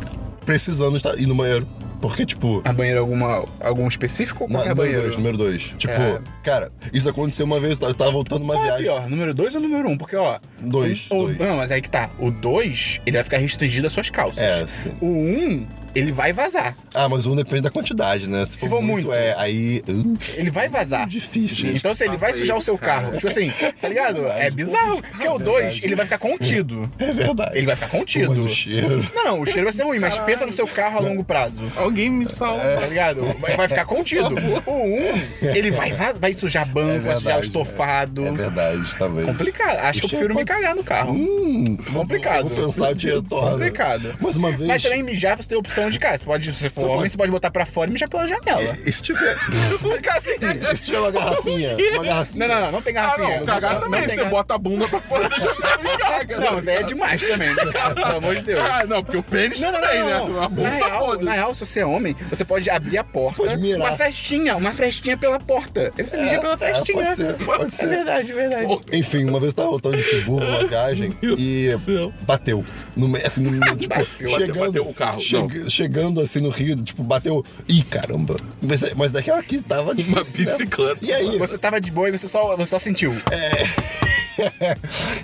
[SPEAKER 2] precisando estar, ir no banheiro. Porque, tipo.
[SPEAKER 1] A banheira é alguma, algum específico ou
[SPEAKER 2] na-
[SPEAKER 1] qualquer
[SPEAKER 2] número
[SPEAKER 1] banheiro?
[SPEAKER 2] dois, número dois. Tipo,
[SPEAKER 1] É.
[SPEAKER 2] cara, isso aconteceu uma vez, eu tava voltando uma
[SPEAKER 1] Qual é
[SPEAKER 2] viagem.
[SPEAKER 1] pior, número 2 ou número 1? Um? Porque, ó.
[SPEAKER 2] Dois,
[SPEAKER 1] um- o-
[SPEAKER 2] dois.
[SPEAKER 1] Não, mas aí que tá. O 2, ele vai ficar restringido às suas calças.
[SPEAKER 2] É, sim.
[SPEAKER 1] O 1, um, ele vai vazar.
[SPEAKER 2] Ah, mas um depende da quantidade, né?
[SPEAKER 1] Se for muito.
[SPEAKER 2] É, aí. uh,
[SPEAKER 1] Ele vai vazar.
[SPEAKER 2] difícil.
[SPEAKER 3] Gente,
[SPEAKER 1] Então, se ele vai
[SPEAKER 3] fala
[SPEAKER 1] sujar o
[SPEAKER 3] Tá isso,
[SPEAKER 1] seu
[SPEAKER 3] cara.
[SPEAKER 1] carro, tipo assim, tá ligado? É bizarro. Porque o 2, ele vai ficar contido.
[SPEAKER 2] É verdade.
[SPEAKER 1] Ele vai ficar contido.
[SPEAKER 2] Mas o cheiro.
[SPEAKER 1] Não, não, o cheiro vai ser ruim, mas pensa no seu carro a longo prazo.
[SPEAKER 3] Alguém me salva.
[SPEAKER 1] Tá ligado? Vai, vai ficar contido. O 1, um, ele vai, vaz- vai sujar banco, vai sujar o
[SPEAKER 2] É verdade,
[SPEAKER 1] estofado.
[SPEAKER 2] É verdade, talvez.
[SPEAKER 1] Complicado. Acho que eu
[SPEAKER 2] Isso é
[SPEAKER 1] prefiro me
[SPEAKER 2] pode-
[SPEAKER 1] cagar no carro.
[SPEAKER 2] Hum,
[SPEAKER 1] Complicado.
[SPEAKER 2] Vou pensar o dia todo.
[SPEAKER 1] Complicado.
[SPEAKER 2] Mas uma vez.
[SPEAKER 1] Mas também mijar você tem a opção de, cara, você pode, se você for
[SPEAKER 2] Você
[SPEAKER 1] homem,
[SPEAKER 2] pode-
[SPEAKER 1] você pode botar pra fora e mijar pela
[SPEAKER 2] (laughs)
[SPEAKER 1] janela.
[SPEAKER 2] E
[SPEAKER 1] (laughs)
[SPEAKER 2] se tiver.
[SPEAKER 1] Fica assim.
[SPEAKER 2] e se tiver uma garrafinha? Uma garrafinha.
[SPEAKER 1] Não, não, não, não tem
[SPEAKER 3] Ah,
[SPEAKER 1] garrafinha.
[SPEAKER 3] não, cagar
[SPEAKER 1] tem
[SPEAKER 3] também. Você
[SPEAKER 1] garrafinha.
[SPEAKER 3] bota a bunda pra fora da janela e caga.
[SPEAKER 1] (laughs) Não, mas aí é demais também, né, cara? Pelo amor de Deus.
[SPEAKER 3] Ah, não, porque o pênis
[SPEAKER 1] Não, não,
[SPEAKER 3] também,
[SPEAKER 1] não, não,
[SPEAKER 3] né?
[SPEAKER 1] não.
[SPEAKER 3] A
[SPEAKER 1] Na,
[SPEAKER 3] bunda
[SPEAKER 1] real, na
[SPEAKER 3] foda
[SPEAKER 1] real, se você é homem, você pode abrir a porta.
[SPEAKER 2] pode mirar.
[SPEAKER 1] Uma frestinha, uma frestinha pela porta. Ele
[SPEAKER 2] É,
[SPEAKER 1] mija pela
[SPEAKER 2] é,
[SPEAKER 1] frestinha.
[SPEAKER 2] pode ser, pode
[SPEAKER 1] É
[SPEAKER 2] ser.
[SPEAKER 1] verdade, é verdade.
[SPEAKER 2] Enfim, uma vez eu tava voltando de Friburgo, uma viagem,
[SPEAKER 3] (laughs) Meu
[SPEAKER 2] e
[SPEAKER 3] Deus do céu.
[SPEAKER 2] bateu. No, me- assim, no,
[SPEAKER 3] (laughs)
[SPEAKER 2] no- tipo,
[SPEAKER 1] Bateu,
[SPEAKER 2] chegando,
[SPEAKER 3] bateu, bateu o carro,
[SPEAKER 2] chega- Chegando assim no Rio, tipo, bateu. Ih, caramba. Mas, mas daquela que tava difícil.
[SPEAKER 1] é
[SPEAKER 3] Uma
[SPEAKER 1] um (laughs)
[SPEAKER 2] né?
[SPEAKER 3] bicicleta.
[SPEAKER 2] E aí?
[SPEAKER 1] Você tava de boa e você só, você só sentiu. É,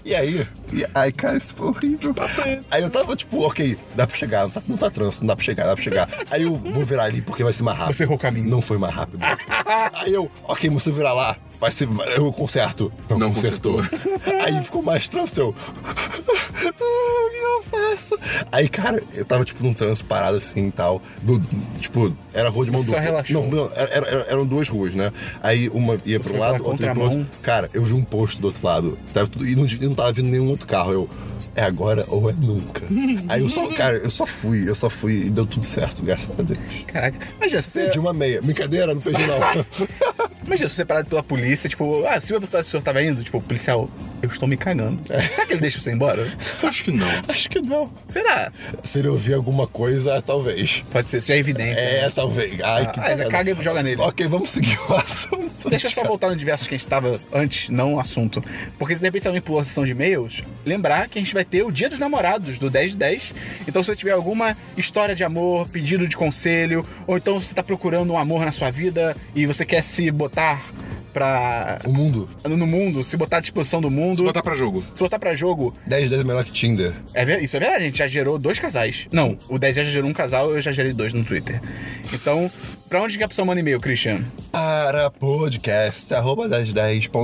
[SPEAKER 2] E aí? E, ai, cara, isso foi horrível.
[SPEAKER 1] Tá
[SPEAKER 2] Aí eu tava tipo, ok, dá pra chegar, não tá, não tá trânsito, não dá pra chegar, dá pra chegar. Aí eu vou virar ali porque vai ser mais rápido.
[SPEAKER 1] Você errou o caminho.
[SPEAKER 2] Não foi
[SPEAKER 1] (laughs)
[SPEAKER 2] mais rápido. aí eu, ok, mas se eu virar lá, vai ser. Eu conserto. Não,
[SPEAKER 3] Não
[SPEAKER 2] consertou. aí ficou mais trânsito. Eu. Ah, o que eu faço? Aí, cara, eu tava tipo num trânsito parado assim e tal. do- tipo, era rua de mão
[SPEAKER 1] Você só
[SPEAKER 2] dupla.
[SPEAKER 1] relaxou.
[SPEAKER 2] Não, não, era- era- eram duas ruas, né? Aí uma ia pra
[SPEAKER 1] foi
[SPEAKER 2] um
[SPEAKER 1] pela
[SPEAKER 2] lado, outra ia pro
[SPEAKER 1] contramão?
[SPEAKER 2] outro. Cara, eu vi um posto do outro lado. Tava tudo, e, não, e não tava vindo nenhum outro carro. Eu. É agora ou é
[SPEAKER 1] (laughs)
[SPEAKER 2] nunca. Aí eu só, cara, eu só fui, eu só fui e deu tudo certo, graças a Deus.
[SPEAKER 1] Caraca. Imagina, se você,
[SPEAKER 2] Perdi uma meia. Brincadeira, não perdi
[SPEAKER 1] (laughs)
[SPEAKER 2] não.
[SPEAKER 1] imagina se você é parado pela polícia, tipo, ah, se o senhor tava indo, tipo, policial, eu estou me cagando.
[SPEAKER 2] É.
[SPEAKER 1] Será que ele deixa você embora?
[SPEAKER 3] Acho que não.
[SPEAKER 2] Acho que não.
[SPEAKER 1] Será?
[SPEAKER 2] Se ele ouvir alguma coisa, talvez.
[SPEAKER 1] Pode ser, isso já é evidência.
[SPEAKER 2] É, talvez. Ai, que
[SPEAKER 1] Ah, já
[SPEAKER 2] sacanagem.
[SPEAKER 1] caga e joga nele.
[SPEAKER 2] Ok, vamos seguir o (laughs) assunto.
[SPEAKER 1] Deixa eu só voltar no diversos que a gente tava antes, não o assunto. Porque se de repente alguém pulou a sessão de e-mails, lembrar que a gente vai ter o Dia dos Namorados, do 10 de 10. Então se você tiver alguma história de amor, pedido de conselho, ou então você tá procurando um amor na sua vida e você quer se botar pra...
[SPEAKER 2] O mundo.
[SPEAKER 1] no mundo, se botar à disposição do mundo, se botar,
[SPEAKER 3] Botar pra jogo.
[SPEAKER 1] pra jogo,
[SPEAKER 2] 10 de 10 é melhor que Tinder.
[SPEAKER 1] é ver- isso é verdade, a gente já gerou dois casais. Não, o 10 já gerou um casal, eu já gerei dois no Twitter. Então, pra onde que a pessoa manda e-mail, Christian?
[SPEAKER 2] Para podcast, arroba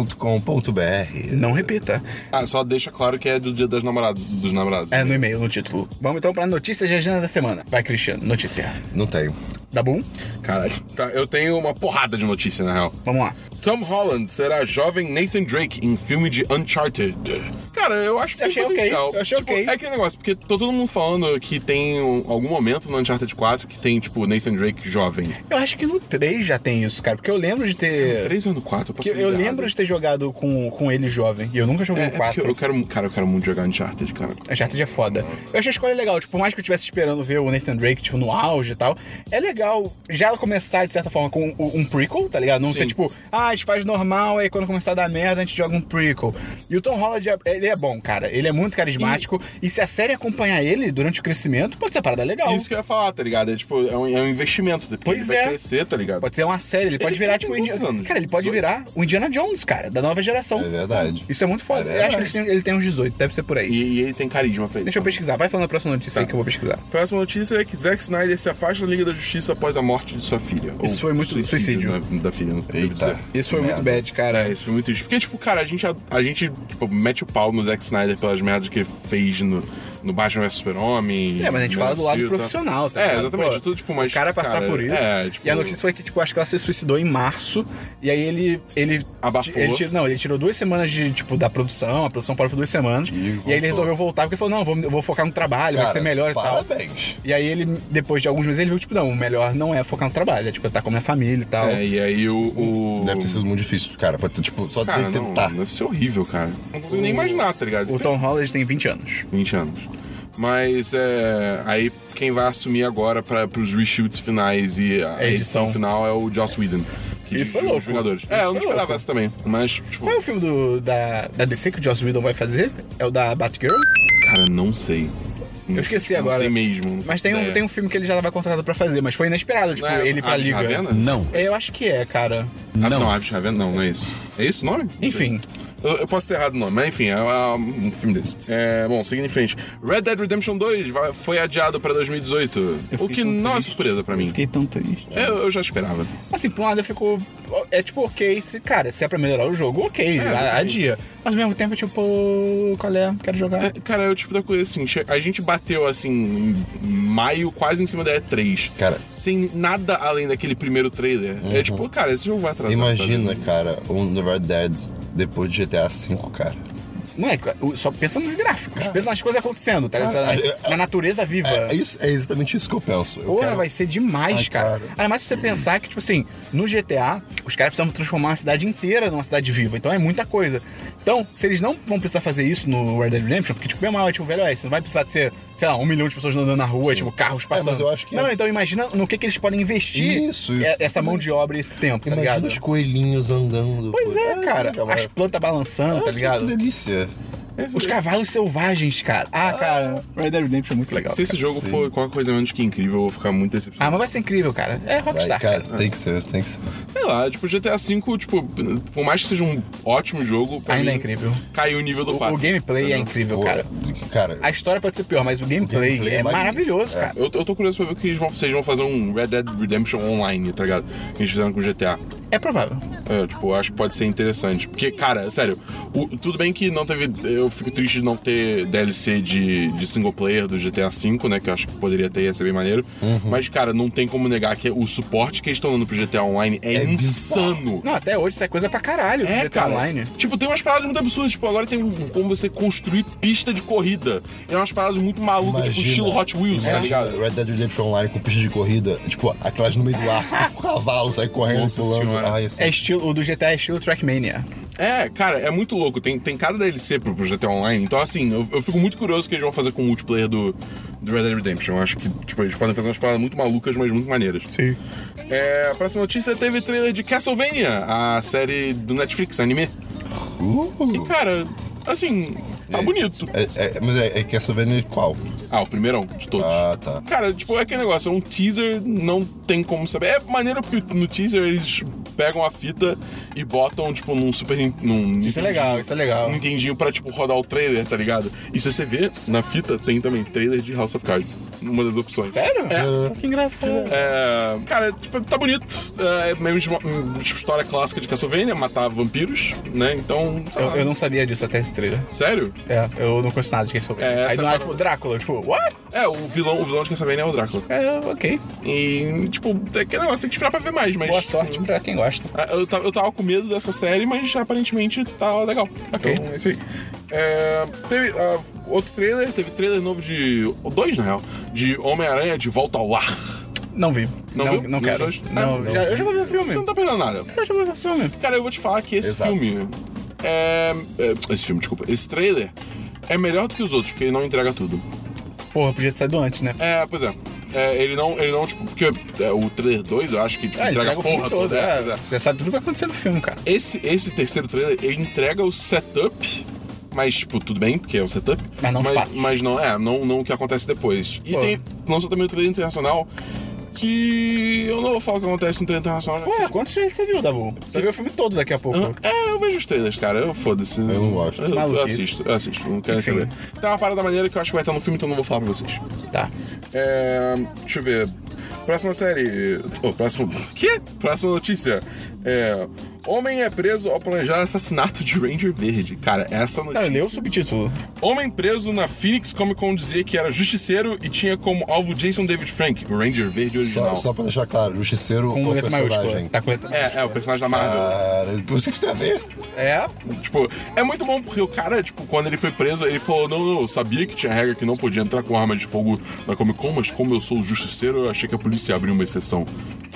[SPEAKER 2] 1010.com.br.
[SPEAKER 1] Não repita.
[SPEAKER 3] Ah, só deixa claro que é do dia das namoradas, dos namorados.
[SPEAKER 1] É, no e-mail, no título. Vamos então pra notícias de agenda da semana. Vai, Cristiano, notícia.
[SPEAKER 2] Não tenho.
[SPEAKER 1] Dá bom?
[SPEAKER 3] Caralho. Tá, eu tenho uma porrada de notícia, na real.
[SPEAKER 1] Vamos lá.
[SPEAKER 3] Tom Holland será jovem Nathan Drake em filme de Uncharted. Cara, eu acho que
[SPEAKER 1] Eu achei
[SPEAKER 3] tem potencial.
[SPEAKER 1] ok, eu achei
[SPEAKER 3] tipo,
[SPEAKER 1] ok.
[SPEAKER 3] É aquele negócio, porque tá todo mundo falando que tem um- algum momento no Uncharted 4 que tem, tipo, Nathan Drake jovem.
[SPEAKER 1] Eu acho que no 3 já tem isso, cara. Porque eu lembro de ter.
[SPEAKER 3] 3 ou no 4? Eu,
[SPEAKER 1] É. que
[SPEAKER 3] posso
[SPEAKER 1] eu lembro de ter jogado com, com ele jovem. E eu nunca joguei
[SPEAKER 3] É,
[SPEAKER 1] o
[SPEAKER 3] é
[SPEAKER 1] 4.
[SPEAKER 3] porque eu quero, cara, eu quero muito jogar Uncharted, cara.
[SPEAKER 1] Uncharted é foda. Eu achei a escolha legal, tipo, por mais que eu estivesse esperando ver o Nathan Drake, tipo, no auge e tal, é legal já ela começar, de certa forma, com um, um prequel, tá ligado? Não ser
[SPEAKER 3] Sim.
[SPEAKER 1] tipo, ah, a gente faz normal, aí quando começar a dar merda, a gente joga um prequel. E o Tom Holland, é- ele é bom, cara. Ele é muito carismático. E, se a série acompanhar ele durante o crescimento, pode ser uma parada legal.
[SPEAKER 3] Isso que eu ia falar, tá ligado? É tipo, é um, é um investimento. Depois
[SPEAKER 1] Pois
[SPEAKER 3] ele vai
[SPEAKER 1] é.
[SPEAKER 3] crescer, tá ligado?
[SPEAKER 1] Pode ser uma série, ele pode
[SPEAKER 3] Ele
[SPEAKER 1] virar,
[SPEAKER 3] tem
[SPEAKER 1] tipo,
[SPEAKER 3] quantos
[SPEAKER 1] Indiana...
[SPEAKER 3] anos?
[SPEAKER 1] Cara, ele pode
[SPEAKER 3] 18?
[SPEAKER 1] virar o Indiana Jones, cara, da nova geração.
[SPEAKER 2] É verdade.
[SPEAKER 1] Isso é muito foda.
[SPEAKER 2] É
[SPEAKER 1] eu acho que
[SPEAKER 2] verdade.
[SPEAKER 1] ele tem, ele tem uns 18, deve ser por aí.
[SPEAKER 3] E, e ele tem carisma pra isso.
[SPEAKER 1] Deixa eu pesquisar, vai falando a próxima notícia aí que eu vou pesquisar.
[SPEAKER 3] Próxima notícia é que Zack Snyder se afasta da Liga da Justiça após a morte de sua filha.
[SPEAKER 1] Isso
[SPEAKER 3] Ou né,
[SPEAKER 1] foi muito- suicídio.
[SPEAKER 3] Da, da filha, não teve que
[SPEAKER 2] Eita.
[SPEAKER 3] ser.
[SPEAKER 1] Isso foi muito bad, cara.
[SPEAKER 3] É, isso foi muito triste. Porque, tipo, cara, a gente, a, a gente tipo, mete o pau no Zack Snyder pelas merdas que ele fez no, no Batman vs Super-Homem.
[SPEAKER 1] É, mas a gente
[SPEAKER 3] no
[SPEAKER 1] fala do lado
[SPEAKER 3] Brasil, tá?
[SPEAKER 1] profissional, tá?
[SPEAKER 3] É,
[SPEAKER 1] ligado?
[SPEAKER 3] exatamente.
[SPEAKER 1] Pô,
[SPEAKER 3] tudo, tipo, mas,
[SPEAKER 1] o cara passar por isso.
[SPEAKER 3] É, tipo,
[SPEAKER 1] E a notícia foi que, tipo, acho que ela se suicidou em março. E aí ele. ele
[SPEAKER 3] Abafou.
[SPEAKER 1] Ele tirou, não, ele tirou duas semanas de, tipo, da produção. A produção parou por duas semanas.
[SPEAKER 2] E
[SPEAKER 1] E, aí ele
[SPEAKER 2] voltou.
[SPEAKER 1] resolveu voltar, porque falou: não, vou, eu vou focar no trabalho, vai ser melhor e tal.
[SPEAKER 2] Parabéns.
[SPEAKER 1] E aí ele, depois de alguns meses, ele viu, tipo, não, o melhor não é focar no trabalho, é tipo, tá com a minha família e tal.
[SPEAKER 3] É, e aí o. o...
[SPEAKER 2] Deve ter sido muito difícil, cara. Pra, ter, tipo, só
[SPEAKER 3] Cara,
[SPEAKER 2] de
[SPEAKER 3] não, é
[SPEAKER 2] tentar.
[SPEAKER 3] deve ser horrível, cara. Não consigo nem imaginar, tá ligado?
[SPEAKER 1] O Tom Holland tem 20 anos.
[SPEAKER 3] 20 anos. Mas é. Aí quem vai assumir agora para pros reshoots finais e a
[SPEAKER 1] É edição.
[SPEAKER 3] edição. final é o Joss Whedon. Que
[SPEAKER 1] Isso foi
[SPEAKER 3] dirigiu
[SPEAKER 1] louco.
[SPEAKER 3] Os Vingadores.
[SPEAKER 1] Isso
[SPEAKER 3] É, eu
[SPEAKER 1] foi
[SPEAKER 3] não esperava
[SPEAKER 1] louco.
[SPEAKER 3] essa também. Mas, tipo,
[SPEAKER 1] Qual é o filme do, da, da DC que o Joss Whedon vai fazer? É o da Batgirl?
[SPEAKER 3] cara, não sei. Não
[SPEAKER 1] Eu esqueci
[SPEAKER 3] sei-
[SPEAKER 1] agora.
[SPEAKER 3] Não sei mesmo. não
[SPEAKER 1] Mas
[SPEAKER 3] faço
[SPEAKER 1] tem um,
[SPEAKER 3] ideia.
[SPEAKER 1] tem um filme que ele já tava contratado pra fazer, mas foi inesperado, tipo,
[SPEAKER 3] Não é
[SPEAKER 1] ele pra
[SPEAKER 3] a
[SPEAKER 1] liga.
[SPEAKER 3] Avena?
[SPEAKER 8] Não.
[SPEAKER 1] É, Eu acho que é, cara.
[SPEAKER 3] Ah, não, Aves Ravena, não, não é isso. É isso o nome?
[SPEAKER 1] Enfim.
[SPEAKER 3] Eu, eu posso ter errado o nome, mas enfim, é, é um filme desse. É, bom, seguindo em frente. Red Dead Redemption 2 vai- foi adiado pra 2018. O que
[SPEAKER 1] tão
[SPEAKER 3] não é
[SPEAKER 1] triste.
[SPEAKER 3] surpresa pra mim. É,
[SPEAKER 1] tão triste.
[SPEAKER 3] Eu, eu já esperava.
[SPEAKER 1] Assim, por um lado eu fico. É tipo, ok, se, cara, se é pra melhorar o jogo, ok, a, a
[SPEAKER 3] É, exatamente.
[SPEAKER 1] dia. Mas ao mesmo tempo, tipo, pô, qual é? Quero jogar.
[SPEAKER 3] É, cara, é o tipo da coisa assim, che- a gente bateu assim em maio, quase em cima da E3.
[SPEAKER 2] Cara.
[SPEAKER 3] Sem nada além daquele primeiro trailer.
[SPEAKER 1] Uhum.
[SPEAKER 3] É tipo, cara, esse jogo vai atrasar.
[SPEAKER 2] Imagina,
[SPEAKER 3] sabe?
[SPEAKER 2] cara, um The Red Dead depois de GTA V, cara.
[SPEAKER 1] Moleque, eu- só pensa nos gráficos, pensa nas coisas acontecendo, tá? ligado?
[SPEAKER 2] Cara,
[SPEAKER 1] na, na natureza viva.
[SPEAKER 2] É, isso, é exatamente isso que eu penso. Eu
[SPEAKER 1] Porra,
[SPEAKER 2] quero-
[SPEAKER 1] vai ser demais,
[SPEAKER 2] Ai,
[SPEAKER 1] cara.
[SPEAKER 2] cara.
[SPEAKER 1] Ainda mais se você pensar que, tipo assim, no GTA, os caras precisam transformar uma cidade inteira numa cidade viva. Então é muita coisa. Então, se eles não vão precisar fazer isso no Red Dead Redemption, porque, tipo, bem mal, é tipo, velho, é, você não vai precisar ter, sei lá, um milhão de pessoas andando na rua, tipo, carros passando.
[SPEAKER 2] É, mas eu acho que-
[SPEAKER 1] Não, então imagina no que, que eles podem investir
[SPEAKER 2] Isso, isso.
[SPEAKER 1] e- essa mão de obra e esse tempo, tá
[SPEAKER 2] Imagina
[SPEAKER 1] ligado?
[SPEAKER 2] os coelhinhos andando.
[SPEAKER 1] Pois
[SPEAKER 2] pô.
[SPEAKER 1] é, cara.
[SPEAKER 2] legal,
[SPEAKER 1] As
[SPEAKER 2] é.
[SPEAKER 1] plantas balançando, tá
[SPEAKER 2] Que
[SPEAKER 1] ligado?
[SPEAKER 2] delícia.
[SPEAKER 3] É,
[SPEAKER 1] Os cavalos selvagens, cara. Ah, cara, Red Dead Redemption é muito legal.
[SPEAKER 3] Se esse
[SPEAKER 1] cara.
[SPEAKER 3] jogo
[SPEAKER 2] sim.
[SPEAKER 3] for qualquer coisa menos que incrível, eu vou ficar muito
[SPEAKER 1] Ah,
[SPEAKER 3] decepcionado.
[SPEAKER 1] mas vai ser incrível, cara. É
[SPEAKER 2] Vai,
[SPEAKER 3] Tá.
[SPEAKER 1] Rockstar,
[SPEAKER 2] cara,
[SPEAKER 1] cara.
[SPEAKER 2] tem que ser, tem que ser.
[SPEAKER 1] Ah.
[SPEAKER 3] Sei lá, tipo, GTA V, tipo, por mais que seja um ótimo jogo, pra
[SPEAKER 1] Ainda
[SPEAKER 3] mim,
[SPEAKER 1] é incrível.
[SPEAKER 3] Caiu o nível do
[SPEAKER 1] O,
[SPEAKER 3] 4.
[SPEAKER 1] o gameplay é
[SPEAKER 3] entendeu?
[SPEAKER 1] incrível,
[SPEAKER 2] Pô,
[SPEAKER 1] cara.
[SPEAKER 2] cara,
[SPEAKER 1] A história pode ser pior, mas o gameplay,
[SPEAKER 2] gameplay
[SPEAKER 1] é,
[SPEAKER 2] é
[SPEAKER 1] maravilhoso,
[SPEAKER 2] magnífico,
[SPEAKER 1] cara.
[SPEAKER 3] Eu, tô- eu tô curioso pra ver o que eles vão, vocês vão fazer um Red Dead Redemption Online, tá ligado? Que eles fizeram com GTA.
[SPEAKER 1] É provável.
[SPEAKER 3] É, tipo, eu acho que pode ser interessante. Porque, cara, sério, o- tudo bem que não teve. Eu fico triste de não ter DLC de, de single player do GTA V, né? Que eu acho que poderia ter, ia ser bem maneiro. Mas, cara, não tem como negar que o suporte que eles estão dando pro GTA Online é,
[SPEAKER 2] É
[SPEAKER 3] insano.
[SPEAKER 1] Não, até hoje isso é coisa pra caralho.
[SPEAKER 3] É,
[SPEAKER 1] GTA
[SPEAKER 3] cara.
[SPEAKER 1] Online.
[SPEAKER 3] Tipo, tem umas paradas muito absurdas. Tipo, agora tem um- como você construir pista de corrida. É umas paradas muito malucas, tipo,
[SPEAKER 2] Imagina.
[SPEAKER 3] estilo Hot Wheels, tá
[SPEAKER 2] Imagina
[SPEAKER 3] ligado?
[SPEAKER 2] Red Dead Redemption Online com pista de corrida, tipo, aquelas no meio do ar, você tá com o cavalo, sai correndo,
[SPEAKER 3] Nossa
[SPEAKER 2] pulando.
[SPEAKER 3] senhora.
[SPEAKER 2] Ai, assim,
[SPEAKER 1] É estilo, o do GTA é estilo Trackmania.
[SPEAKER 3] É, cara, é muito louco. Tem, tem cada DLC pro, pro GTA Online. Então, assim, eu, eu fico muito curioso o que eles vão fazer com o multiplayer do, do Red Dead Redemption. Eu acho que, tipo, eles podem fazer umas paradas muito malucas, mas muito maneiras.
[SPEAKER 1] Sim.
[SPEAKER 3] É, a próxima notícia teve trailer de Castlevania, a série do Netflix, anime.
[SPEAKER 2] uh.
[SPEAKER 3] E, cara, assim, tá bonito.
[SPEAKER 2] É- é- mas é, é Castlevania qual?
[SPEAKER 3] Ah, o primeirão de todos.
[SPEAKER 2] Ah, tá.
[SPEAKER 3] Cara, tipo, é aquele negócio, é um teaser, não tem como saber. É maneiro porque no teaser eles pegam a fita e botam, tipo, num super. Nin- Num
[SPEAKER 1] Isso é legal, isso é legal.
[SPEAKER 3] Um Nintendinho pra, tipo, rodar o trailer, tá ligado? E se você vê, na fita tem também trailer de House of Cards, uma das opções.
[SPEAKER 1] Sério? Que engraçado.
[SPEAKER 3] É, cara, tipo, tá bonito. É é meio de uma- uma história clássica de Castlevania, matar vampiros, né? Então. sei
[SPEAKER 1] Eu,
[SPEAKER 3] lá.
[SPEAKER 1] eu não sabia disso até esse trailer.
[SPEAKER 3] Sério?
[SPEAKER 1] É, eu não conheço nada de quem souber.
[SPEAKER 3] É,
[SPEAKER 1] Aí
[SPEAKER 3] essa
[SPEAKER 1] do nada,
[SPEAKER 3] parada-
[SPEAKER 1] tipo, Drácula, eu, tipo, what?
[SPEAKER 3] É, o vilão, o vilão de Castlevania é o Drácula.
[SPEAKER 1] É, ok.
[SPEAKER 3] E, tipo, é aquele negócio, tem que esperar pra ver mais, mas.
[SPEAKER 1] Boa sorte
[SPEAKER 3] tipo,
[SPEAKER 1] pra quem gosta.
[SPEAKER 3] Ah, Eu tava, eu tava com medo dessa série, mas aparentemente tá legal.
[SPEAKER 1] Ok.
[SPEAKER 3] Então é isso aí. É, teve ah, outro trailer, teve trailer novo de. Dois, na real. De Homem-Aranha de Volta ao Lar.
[SPEAKER 1] Não vi.
[SPEAKER 3] Não
[SPEAKER 1] não, não
[SPEAKER 3] viu? Nos
[SPEAKER 1] quero.
[SPEAKER 3] dois?
[SPEAKER 1] Não,
[SPEAKER 3] Não,
[SPEAKER 1] já, eu já vou ver o filme.
[SPEAKER 3] Você não tá perdendo nada.
[SPEAKER 1] Eu já vou ver o filme.
[SPEAKER 3] Cara, eu vou te falar que esse
[SPEAKER 2] Exato.
[SPEAKER 3] filme. É, é, Esse filme, desculpa. Esse trailer é melhor do que os outros, porque ele não entrega tudo.
[SPEAKER 1] Porra, podia ter saído antes, né?
[SPEAKER 3] É, pois é. É, ele não, ele não, tipo, porque é, o trailer 2, eu acho que tipo,
[SPEAKER 1] Ah, ele
[SPEAKER 3] entrega,
[SPEAKER 1] entrega o
[SPEAKER 3] a
[SPEAKER 1] filme
[SPEAKER 3] porra
[SPEAKER 1] todo.
[SPEAKER 3] toda.
[SPEAKER 1] é.
[SPEAKER 3] pois é.
[SPEAKER 1] Você sabe tudo o que vai acontecer no filme, cara.
[SPEAKER 3] Esse, esse terceiro trailer, ele entrega o setup. Mas, tipo, tudo bem, porque é o setup.
[SPEAKER 1] Mas não os
[SPEAKER 3] mas,
[SPEAKER 1] fatos.
[SPEAKER 3] mas não, é, não, não o que acontece depois. E
[SPEAKER 1] Pô.
[SPEAKER 3] tem, lançou também o trailer internacional, que eu não vou falar o que acontece no trailer internacional. já que
[SPEAKER 1] Pô, quantos vezes você viu, Dabu? Você viu o filme todo daqui a pouco.
[SPEAKER 3] Aham. É, eu vejo os trailers, cara. Eu foda-se. Eu
[SPEAKER 2] não gosto.
[SPEAKER 3] Eu,
[SPEAKER 1] Maluquice.
[SPEAKER 3] assisto, eu assisto. Não quero
[SPEAKER 1] Enfim.
[SPEAKER 3] saber. Tem uma parada maneira que eu acho que vai estar no filme, então não vou falar pra vocês.
[SPEAKER 1] Tá.
[SPEAKER 3] É, deixa eu ver. Próxima série. Oh, próximo. Quê? Próxima notícia. É. Homem é preso ao planejar assassinato de Ranger Verde. Cara,
[SPEAKER 2] É
[SPEAKER 3] essa
[SPEAKER 1] Não,
[SPEAKER 3] notícia.
[SPEAKER 1] eu li o subtítulo.
[SPEAKER 3] Homem preso na Phoenix Comic Con dizia que era justiceiro e tinha como alvo Jason David Frank, o Ranger Verde
[SPEAKER 2] Só,
[SPEAKER 3] original.
[SPEAKER 2] só pra deixar claro, Justiceiro
[SPEAKER 1] Com
[SPEAKER 2] é o
[SPEAKER 1] letra maiúscula.
[SPEAKER 2] personagem.
[SPEAKER 1] Tá com letra
[SPEAKER 3] É, é, o personagem da Marvel.
[SPEAKER 2] Cara, por isso que isso tem a ver.
[SPEAKER 1] É,
[SPEAKER 3] Tipo, é muito bom porque o cara, tipo, quando ele foi preso, ele falou: não, não, eu sabia que tinha regra que não podia entrar com arma de fogo na Comic Con, mas como eu sou o justiceiro, eu achei que a polícia abriu uma exceção.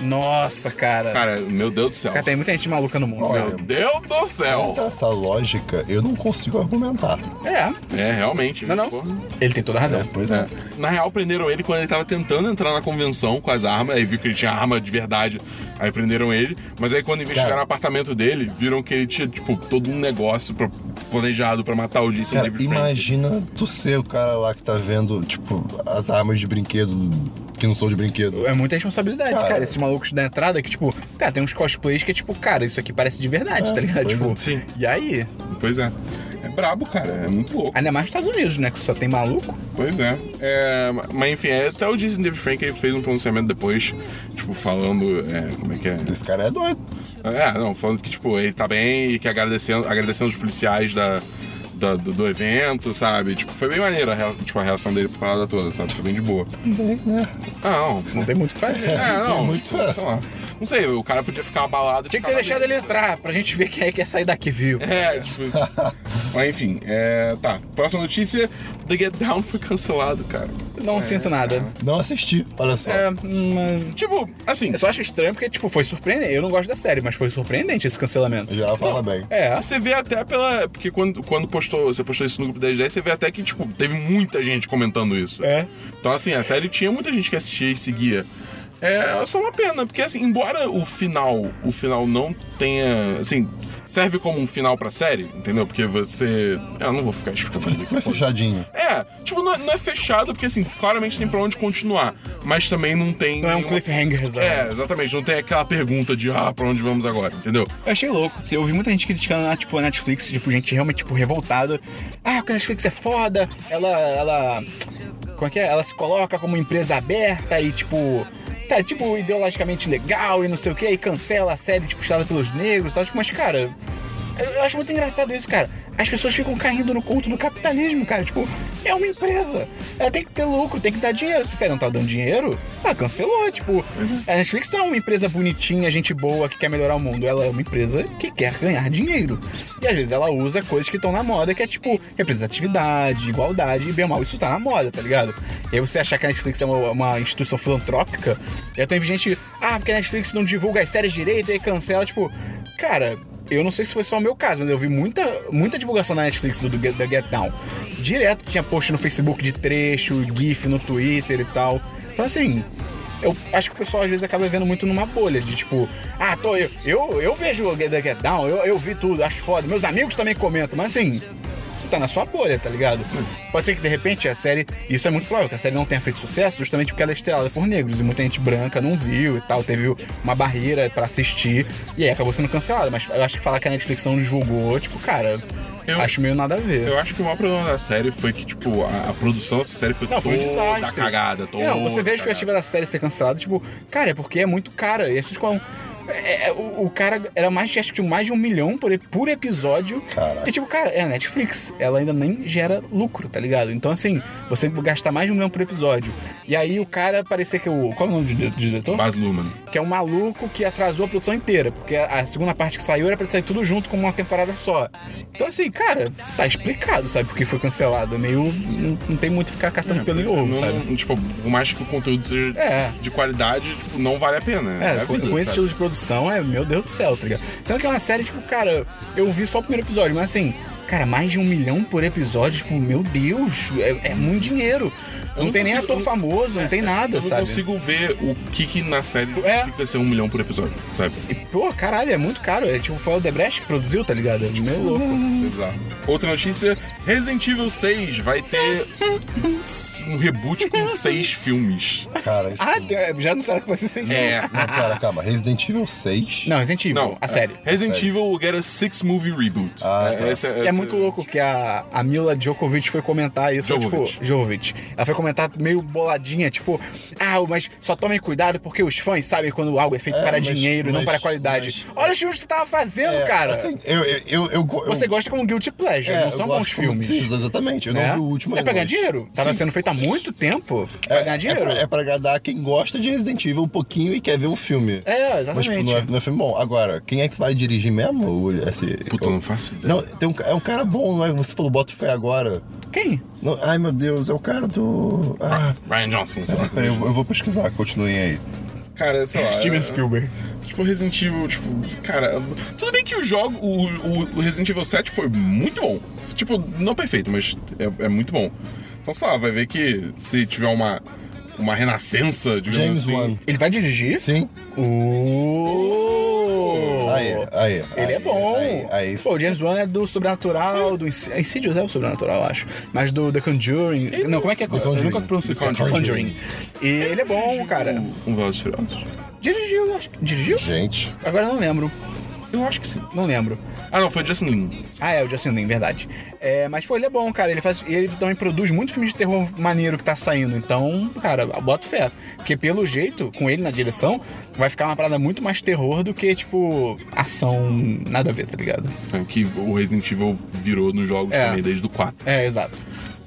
[SPEAKER 1] Nossa, cara. cara.
[SPEAKER 3] Cara, meu Deus do céu.
[SPEAKER 1] tem muita gente maluca no mundo.
[SPEAKER 2] Olha,
[SPEAKER 3] Meu Deus do céu!
[SPEAKER 2] essa lógica eu não consigo argumentar.
[SPEAKER 1] É.
[SPEAKER 3] É, realmente.
[SPEAKER 1] Não, não.
[SPEAKER 3] Porra.
[SPEAKER 1] Ele tem toda a razão.
[SPEAKER 2] Pois é.
[SPEAKER 3] Na real, prenderam ele quando ele tava tentando entrar na convenção com as armas, aí viu que ele tinha arma de verdade, aí prenderam ele. Mas aí quando investigaram
[SPEAKER 2] Cara.
[SPEAKER 3] o apartamento dele, viram que ele tinha, tipo, todo um negócio pra- planejado pra matar o Jason
[SPEAKER 2] Cara,
[SPEAKER 3] David Frank.
[SPEAKER 2] imagina tu ser o cara lá que tá vendo, tipo, as armas de brinquedo que não são de brinquedo.
[SPEAKER 1] É muita responsabilidade, cara.
[SPEAKER 2] Cara.
[SPEAKER 1] Esses malucos da entrada que, tipo, tá, tem uns cosplays que é tipo, cara, isso aqui parece de verdade, tá ligado?
[SPEAKER 2] pois
[SPEAKER 1] Tipo,
[SPEAKER 2] é.
[SPEAKER 3] Sim.
[SPEAKER 1] E aí?
[SPEAKER 3] Pois é. É brabo, cara. É muito louco.
[SPEAKER 1] Ainda mais nos Estados Unidos, né? Que só tem maluco.
[SPEAKER 3] Pois é. É, Mas enfim, é, até o Jason David Frank ele fez um pronunciamento depois, tipo, falando. é, como é que é?
[SPEAKER 2] Esse cara é doido.
[SPEAKER 3] É, não, falando que, tipo, ele tá bem e que agradecendo, agradecendo os policiais da. da- do, do evento, sabe? Tipo, foi bem maneiro a, rea- tipo, a reação dele pra parada toda, sabe? Foi bem de boa.
[SPEAKER 1] (laughs)
[SPEAKER 3] Ah, não.
[SPEAKER 1] Não tem muito o que
[SPEAKER 3] (laughs)
[SPEAKER 1] fazer.
[SPEAKER 3] É, não,
[SPEAKER 2] muito-
[SPEAKER 3] tipo, sei lá. Não sei, o cara podia ficar abalado.
[SPEAKER 1] Tinha que
[SPEAKER 3] ficar
[SPEAKER 1] ter deixado ele
[SPEAKER 3] maluco,
[SPEAKER 1] entrar pra gente ver quem é que ia sair daqui, viu?
[SPEAKER 3] é, tipo.
[SPEAKER 1] (laughs)
[SPEAKER 3] Mas enfim, é. Tá. Próxima notícia: The Get Down foi cancelado, cara.
[SPEAKER 1] Não sinto nada.
[SPEAKER 3] é.
[SPEAKER 2] Não assisti, olha só.
[SPEAKER 1] É, hum,
[SPEAKER 3] Tipo, assim.
[SPEAKER 1] eu só acho estranho porque, tipo, foi surpreendente. Eu não gosto da série, mas foi surpreendente esse cancelamento.
[SPEAKER 2] Já fala bem.
[SPEAKER 1] É.
[SPEAKER 3] Você vê até pela. Porque quando, quando postou, você postou isso no grupo 1010, você vê até que, tipo, teve muita gente comentando isso.
[SPEAKER 1] É.
[SPEAKER 3] Então, assim, a série tinha muita gente que assistia e seguia. É só uma pena, porque assim, embora o final, o final não tenha. Assim, serve como um final pra série, entendeu? Porque você. Eu não vou ficar explicando aqui.
[SPEAKER 2] Foi fechadinho.
[SPEAKER 3] É, tipo, não é, não é fechado, porque assim, claramente tem pra onde continuar. Mas também não tem.
[SPEAKER 1] Não é um
[SPEAKER 3] nenhuma-
[SPEAKER 1] cliffhanger,
[SPEAKER 3] É, exatamente, não tem aquela pergunta de ah, pra onde vamos agora, entendeu?
[SPEAKER 1] Eu achei louco. Eu ouvi muita gente criticando ah, tipo, a Netflix, tipo, gente realmente tipo, revoltada. Ah, porque a Netflix é foda, ela. ela. Como é que é? Ela se coloca como empresa aberta e tipo. Tá, tipo, ideologicamente legal e não sei o que, e cancela a série, tipo, estrada pelos negros e tal. Tipo, mas, cara, eu eu acho muito engraçado isso, cara. As pessoas ficam caindo no conto do capitalismo, cara. Tipo, é uma empresa. Ela tem que ter lucro, tem que dar dinheiro. Se você não tá dando dinheiro, ela cancelou. Tipo, a Netflix não é uma empresa bonitinha, gente boa, que quer melhorar o mundo. Ela é uma empresa que quer ganhar dinheiro. E às vezes ela usa coisas que estão na moda, que é tipo representatividade, igualdade, e bem ou mal. Isso tá na moda, tá ligado? E aí você achar que a Netflix é uma, uma instituição filantrópica. E aí tem gente, ah, porque a Netflix não divulga as séries direito e cancela. Tipo, cara. Eu não sei se foi só o meu caso, mas eu vi muita, muita divulgação na Netflix do, do Get, da Get Down. Direto tinha post no Facebook de trecho, GIF no Twitter e tal. Então, assim, eu acho que o pessoal às vezes acaba vendo muito numa bolha de tipo, ah, tô eu. Eu, eu vejo o Get, da Get Down, eu, eu vi tudo, acho foda. Meus amigos também comentam, mas assim. Você tá na sua bolha, tá ligado? Pode ser que de repente a série. Isso é muito provável, que a série não tenha feito sucesso justamente porque ela é estrelada por negros e muita gente branca não viu e tal. Teve uma barreira pra assistir e aí acabou sendo cancelada. Mas eu acho que falar que a Netflix não divulgou, tipo, cara,
[SPEAKER 3] Eu-
[SPEAKER 1] acho meio nada a ver.
[SPEAKER 3] Eu acho que o maior problema da série foi que, tipo, a, a produção dessa série foi
[SPEAKER 1] Não,
[SPEAKER 3] toda
[SPEAKER 1] foi um desastre.
[SPEAKER 3] cagada. Toda
[SPEAKER 1] Não, você vê a justificativa
[SPEAKER 3] cagada.
[SPEAKER 1] da série ser cancelada, tipo, cara, é porque é muito cara. E as pessoas falam, é, é, o, o cara era mais, acho que mais de um milhão por, e- por episódio.
[SPEAKER 2] Caraca.
[SPEAKER 1] E tipo, cara, é a Netflix. Ela ainda nem gera lucro, tá ligado? Então, assim, você gastar mais de um milhão por episódio. E aí o cara parecia que é o. Qual é o nome do, do diretor?
[SPEAKER 3] Baz Luhrmann.
[SPEAKER 1] que é um maluco que atrasou a produção inteira, porque a a segunda parte que saiu era pra sair tudo junto com uma temporada só. Então, assim, cara, tá explicado, sabe, porque foi cancelado. É Meio. Não, não tem muito ficar catando pelo em ovo,
[SPEAKER 3] É, Não-
[SPEAKER 1] sabe?
[SPEAKER 3] não- Tipo, por mais que o conteúdo seja
[SPEAKER 1] É.
[SPEAKER 3] de qualidade, tipo, não vale a pena.
[SPEAKER 1] É,
[SPEAKER 3] a
[SPEAKER 1] com,
[SPEAKER 3] vida,
[SPEAKER 1] com esse
[SPEAKER 3] sabe?
[SPEAKER 1] estilo de produção, é, meu Deus do céu, tá ligado? Sendo que é uma série, tipo, cara, eu vi só o primeiro episódio, mas assim, cara, mais de um milhão por episódio, tipo, meu Deus, é, é muito dinheiro. Não,
[SPEAKER 3] Eu não
[SPEAKER 1] tem nem
[SPEAKER 3] consigo-
[SPEAKER 1] ator
[SPEAKER 3] eu-
[SPEAKER 1] famoso, não tem nada,
[SPEAKER 3] Eu não
[SPEAKER 1] sabe?
[SPEAKER 3] consigo ver o que, que na série
[SPEAKER 1] É.
[SPEAKER 3] fica ser um milhão por episódio, sabe?
[SPEAKER 1] E, pô, caralho, é muito caro. É tipo, foi o Debrecht que produziu, tá ligado? É
[SPEAKER 3] Tipo,
[SPEAKER 1] meio louco.
[SPEAKER 3] Exato. Outra notícia: Resident Evil 6 vai ter um reboot com seis filmes.
[SPEAKER 2] Cara, isso...
[SPEAKER 1] Ah, tem- já não será que vai ser sem
[SPEAKER 3] É.
[SPEAKER 2] Não, cara, calma. Resident Evil 6.
[SPEAKER 1] Não, Resident Evil,
[SPEAKER 3] Não,
[SPEAKER 1] a série.
[SPEAKER 3] é, Resident
[SPEAKER 2] série.
[SPEAKER 3] Evil get a six movie reboot.
[SPEAKER 2] Ah, tá.
[SPEAKER 3] essa-
[SPEAKER 1] E É
[SPEAKER 3] essa-
[SPEAKER 1] muito louco que a, a Mila Djokovic foi comentar isso.
[SPEAKER 3] Jovovich.
[SPEAKER 1] Tipo, Djokovic. Ela foi comentar meio boladinha, tipo, ah, mas só tomem cuidado porque os fãs sabem quando algo é feito
[SPEAKER 2] É,
[SPEAKER 1] para
[SPEAKER 2] mas-
[SPEAKER 1] dinheiro e não
[SPEAKER 2] mas-
[SPEAKER 1] para qualidade.
[SPEAKER 2] mas-
[SPEAKER 1] Olha os filmes que você tava fazendo,
[SPEAKER 2] É,
[SPEAKER 1] cara.
[SPEAKER 2] assim, eu, eu, eu, eu, go- eu-
[SPEAKER 1] você gosta como Guilty Pleasure,
[SPEAKER 2] é,
[SPEAKER 1] não
[SPEAKER 2] eu
[SPEAKER 1] são
[SPEAKER 2] gosto
[SPEAKER 1] bons
[SPEAKER 2] como-
[SPEAKER 1] filmes.
[SPEAKER 2] Sim, exatamente. Eu não
[SPEAKER 1] né?
[SPEAKER 2] vi o último
[SPEAKER 1] É pra
[SPEAKER 2] ainda,
[SPEAKER 1] ganhar
[SPEAKER 2] mas-
[SPEAKER 1] dinheiro? Tava
[SPEAKER 2] Sim.
[SPEAKER 1] sendo feito há muito tempo. É, pra
[SPEAKER 2] É,
[SPEAKER 1] ganhar
[SPEAKER 2] é,
[SPEAKER 1] dinheiro.
[SPEAKER 2] pra, é pra agradar quem gosta de Resident Evil um pouquinho e quer ver um filme.
[SPEAKER 1] É,
[SPEAKER 2] Mas tipo,
[SPEAKER 1] exatamente.
[SPEAKER 2] não, é, não é filme bom. Agora, quem é que vai dirigir mesmo? o- Esse,
[SPEAKER 3] Puta, eu não faço ideia.
[SPEAKER 2] Não, tem um, ca- é um cara bom, não é? Você falou Bota Fé agora.
[SPEAKER 1] Quem?
[SPEAKER 2] Não- é- ai meu Deus, é o cara do. Ah,
[SPEAKER 3] Ryan Johnson, sei lá.
[SPEAKER 2] peraí, eu, vou- eu vou pesquisar, continuem aí.
[SPEAKER 3] Cara, sei lá.
[SPEAKER 1] Steven
[SPEAKER 3] é-
[SPEAKER 1] Spielberg.
[SPEAKER 3] Tipo, Resident Evil, tipo, cara. Tudo bem que o jogo, o, o- o Resident Evil 7 foi muito bom. Tipo, não perfeito, mas é, é muito bom. Então, sei lá, vai ver que se tiver uma, uma renascença, digamos
[SPEAKER 2] James
[SPEAKER 3] assim.
[SPEAKER 2] Wan.
[SPEAKER 1] Ele vai dirigir?
[SPEAKER 2] Sim?
[SPEAKER 1] Uh!
[SPEAKER 2] Aí, aí.
[SPEAKER 1] Ele é
[SPEAKER 2] aí,
[SPEAKER 1] bom.
[SPEAKER 2] Aí, aí.
[SPEAKER 1] Pô, o James Wan é do Sobrenatural, do Insi- Insidious é o Sobrenatural, acho. Mas do The Conjuring. não, como é que é?
[SPEAKER 2] Conjuring.
[SPEAKER 1] Eu nunca pronuncio
[SPEAKER 3] The
[SPEAKER 1] isso. Conjuring.
[SPEAKER 3] Conjuring.
[SPEAKER 1] E ele é bom, cara.
[SPEAKER 3] Um Velozes e Furiosos.
[SPEAKER 1] Dirigiu, acho. Dirigiu?
[SPEAKER 2] Gente,
[SPEAKER 1] Agora eu não lembro.
[SPEAKER 3] Eu acho que sim.
[SPEAKER 1] Não lembro.
[SPEAKER 3] Ah, não, foi Justin Lin.
[SPEAKER 1] Ah, é, o Justin Lin, verdade. É, mas, pô, ele é bom, cara. Ele, faz, ele também produz muito filme de terror maneiro que tá saindo. Então, cara, bota fé. Porque, pelo jeito, com ele na direção, vai ficar uma parada muito mais terror do que, tipo, ação nada a ver, tá ligado?
[SPEAKER 3] É, Que o Resident Evil virou nos jogos
[SPEAKER 1] É.
[SPEAKER 3] também desde o 4.
[SPEAKER 1] É, exato.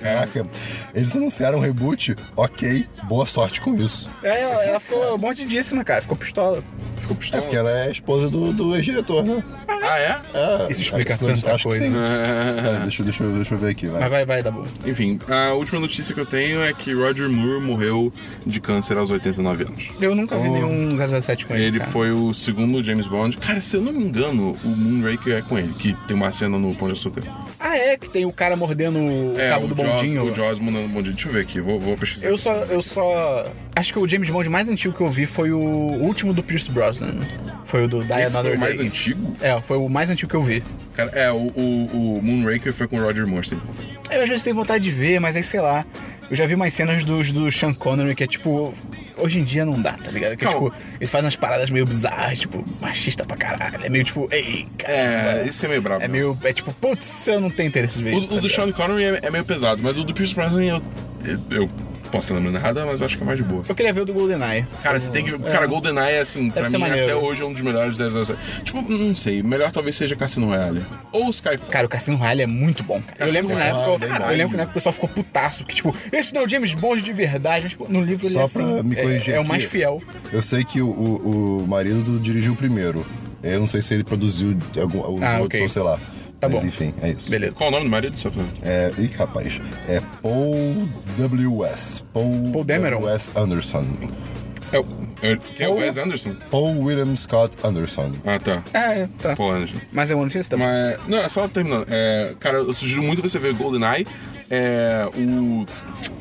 [SPEAKER 2] caraca. Eles anunciaram um reboot, ok, boa sorte com isso.
[SPEAKER 1] É, ela, ela ficou mordidíssima, cara. Ficou pistola.
[SPEAKER 3] Ficou
[SPEAKER 2] É
[SPEAKER 3] pistola.
[SPEAKER 2] porque ela é a esposa do, do ex-diretor, né?
[SPEAKER 3] Ah, é?
[SPEAKER 2] É,
[SPEAKER 1] Isso explica
[SPEAKER 2] acho que sim,
[SPEAKER 1] tanta
[SPEAKER 2] acho
[SPEAKER 1] coisa.
[SPEAKER 2] Que sim.
[SPEAKER 3] É. (laughs)
[SPEAKER 2] Pera, deixa, eu- deixa, eu- deixa eu ver aqui, vai.
[SPEAKER 1] Mas vai, vai, dá bom.
[SPEAKER 3] Enfim, a última notícia que eu tenho é que Roger Moore morreu de câncer aos 89 anos.
[SPEAKER 1] Eu nunca vi nenhum 007 com ele.
[SPEAKER 3] Então, Ele
[SPEAKER 1] cara.
[SPEAKER 3] foi o segundo James Bond. Cara, se eu não me engano, o Moonraker é com ele, que tem uma cena no Pão de Açúcar.
[SPEAKER 1] Ah, é, que tem o cara mordendo o
[SPEAKER 3] é,
[SPEAKER 1] cabo
[SPEAKER 3] o
[SPEAKER 1] do
[SPEAKER 3] Jaws-
[SPEAKER 1] bondinho. né?
[SPEAKER 3] O Jaws mudando o bondinho. Deixa eu ver aqui, vou, vou pesquisar.
[SPEAKER 1] Eu
[SPEAKER 3] aqui.
[SPEAKER 1] só, eu só. Acho que o James Bond mais antigo que eu vi foi o último do Pierce Brosnan. Foi o do Die
[SPEAKER 3] Esse foi
[SPEAKER 1] Another
[SPEAKER 3] o mais
[SPEAKER 1] Day.
[SPEAKER 3] antigo?
[SPEAKER 1] É, foi o mais antigo que eu vi.
[SPEAKER 3] Cara, é, o, o, o Moonraker foi com o Roger Moore, sim.
[SPEAKER 1] Eu às vezes tenho vontade de ver, mas aí sei lá. Eu já vi umas cenas dos, do Sean Connery que é tipo. Hoje em dia não dá, tá ligado? Que é,
[SPEAKER 3] Calma.
[SPEAKER 1] tipo, ele faz umas paradas meio bizarras, tipo, machista pra caralho. É meio tipo, ei, cara.
[SPEAKER 3] É, esse é meio brabo.
[SPEAKER 1] É meio. É tipo, putz, eu não tenho interesse de ver
[SPEAKER 3] O,
[SPEAKER 1] isso.
[SPEAKER 3] o
[SPEAKER 1] tá
[SPEAKER 3] do
[SPEAKER 1] ligado?
[SPEAKER 3] Sean Connery é, é meio pesado, mas o do Pierce Brosnan eu, eu, eu posso estar lembrando errado, mas eu acho que é mais de boa.
[SPEAKER 1] Eu queria ver o do GoldenEye.
[SPEAKER 3] Cara, você tem que. Cara, GoldenEye, assim, pra
[SPEAKER 1] É. ser
[SPEAKER 3] mim
[SPEAKER 1] maneiro.
[SPEAKER 3] até hoje é um dos melhores 007. Tipo, não sei, melhor talvez seja Cassino Royale. Ou Skyfall.
[SPEAKER 1] Cara, o Cassino Royale é muito bom. cara. Eu
[SPEAKER 3] Cassino é
[SPEAKER 1] lembro que na
[SPEAKER 2] Royale,
[SPEAKER 1] época.
[SPEAKER 2] bem bom.
[SPEAKER 1] Eu lembro que na época o pessoal ficou putaço. Porque, tipo, esse não é o James Bond de verdade. Mas, tipo, no livro ele
[SPEAKER 2] Só
[SPEAKER 1] é
[SPEAKER 2] pra
[SPEAKER 1] assim,
[SPEAKER 2] me
[SPEAKER 1] é-
[SPEAKER 2] corrigir
[SPEAKER 1] É, o
[SPEAKER 2] aqui.
[SPEAKER 1] mais fiel.
[SPEAKER 2] Eu sei que o, o, o marido do dirigiu o primeiro. Eu não sei se ele produziu algum, alguns
[SPEAKER 1] Ah,
[SPEAKER 2] outros,
[SPEAKER 1] ok.
[SPEAKER 2] ou sei lá.
[SPEAKER 1] Tá
[SPEAKER 2] Mas
[SPEAKER 1] bom.
[SPEAKER 2] enfim, é isso.
[SPEAKER 1] Beleza.
[SPEAKER 3] Qual o nome do marido? Só pra-
[SPEAKER 2] É, ih, rapaz. É Paul W.S. Paul,
[SPEAKER 1] Paul Dameron.
[SPEAKER 2] W.S. Anderson.
[SPEAKER 3] É o. É, quem é o
[SPEAKER 2] Ou-
[SPEAKER 3] Wes Anderson?
[SPEAKER 2] Paul William Scott Anderson.
[SPEAKER 3] Ah, tá.
[SPEAKER 1] É, tá.
[SPEAKER 3] Paul Anderson.
[SPEAKER 1] Mas é uma notícia também.
[SPEAKER 3] Mas. Não, é só terminando. É, cara, eu sugiro muito você ver GoldenEye. É. O.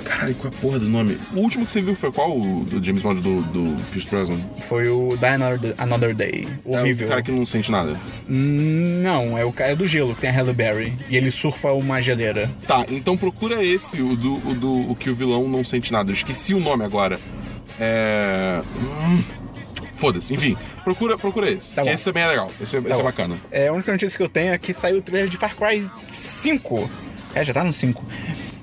[SPEAKER 3] Caralho, qual é a porra do nome? O último que você viu foi qual? O do James Bond do, do Pierce Brosnan?
[SPEAKER 1] Foi o Die Another, Another Day.
[SPEAKER 3] É
[SPEAKER 1] Horrível.
[SPEAKER 3] o cara que não sente nada.
[SPEAKER 1] Hum, Não, é o cara é do gelo, que tem a Halle Berry. E ele surfa uma geleira.
[SPEAKER 3] Tá, então procura esse, o do, o do o que o vilão não sente nada. Eu esqueci o nome agora. É. hum, Foda-se, enfim, procura, procura esse.
[SPEAKER 1] Tá bom.
[SPEAKER 3] esse também é legal, esse, é- esse é bacana.
[SPEAKER 1] É, a única notícia que eu tenho é que saiu o trailer de Far Cry 5. É, já tá no 5.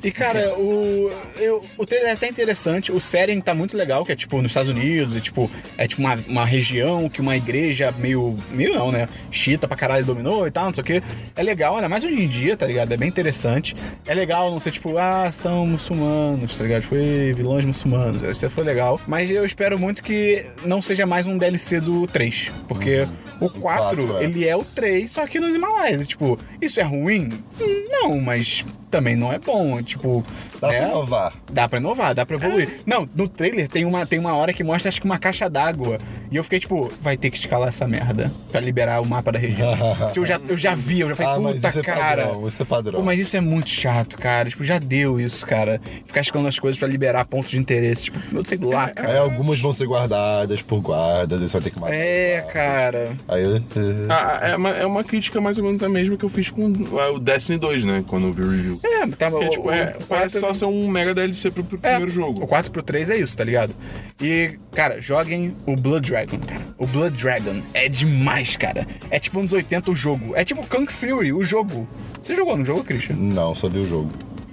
[SPEAKER 1] E, cara, o, eu- o trailer é até interessante. O setting tá muito legal, que é, tipo, nos Estados Unidos. E, tipo, é, tipo, uma, uma região que uma igreja meio... Meio não, né? Chita pra caralho dominou e tal, não sei o quê. É legal, olha, mais hoje em dia, tá ligado? É bem interessante. É legal não ser, tipo, ah, são muçulmanos, tá ligado? Tipo, "Ê, vilões muçulmanos. Isso foi legal. Mas eu espero muito que não seja mais um DLC do 3. Porque...
[SPEAKER 3] Uhum.
[SPEAKER 1] O 4,
[SPEAKER 2] quatro, é.
[SPEAKER 1] ele é o 3, só que nos Himalaias. E, Tipo, isso é ruim? Hum, Não, mas também não é bom. Tipo,
[SPEAKER 2] Dá
[SPEAKER 1] né?
[SPEAKER 2] pra inovar. É.
[SPEAKER 1] Dá pra inovar, dá pra evoluir. Não, no trailer tem uma, tem uma hora que mostra, acho que uma caixa d'água. E eu fiquei tipo, vai ter que escalar essa merda pra liberar o mapa da
[SPEAKER 2] (laughs)
[SPEAKER 1] região. Tipo, eu, já, eu já vi, eu já falei,
[SPEAKER 2] Ah, mas
[SPEAKER 1] puta
[SPEAKER 2] isso é
[SPEAKER 1] cara.
[SPEAKER 2] padrão, isso é padrão.
[SPEAKER 1] Pô, mas isso é muito chato, cara. Tipo, já deu isso, cara. Ficar escalando as coisas pra liberar pontos de interesse. Tipo, eu sei lá, cara.
[SPEAKER 2] Aí algumas vão ser guardadas por guardas, aí você vai ter que matar.
[SPEAKER 1] É, cara.
[SPEAKER 2] Aí eu. eh,
[SPEAKER 3] Ah, é, uma, é uma crítica mais ou menos a mesma que eu fiz com ah, o Destiny 2, né? Quando eu vi o review.
[SPEAKER 1] É, tá
[SPEAKER 3] Porque,
[SPEAKER 1] o-
[SPEAKER 3] tipo,
[SPEAKER 1] o-
[SPEAKER 3] é,
[SPEAKER 1] o
[SPEAKER 3] parece
[SPEAKER 1] quatro-
[SPEAKER 3] só ser um mega DLC pro, pro primeiro jogo.
[SPEAKER 1] É. O 4 pro 3 é isso, tá ligado? E, cara, joguem o Blood Dragon, cara. O Blood Dragon é demais, cara. É tipo uns 80 o jogo. É tipo Kung Fury, o jogo. Você jogou no jogo, Christian?
[SPEAKER 2] Não, só vi o jogo.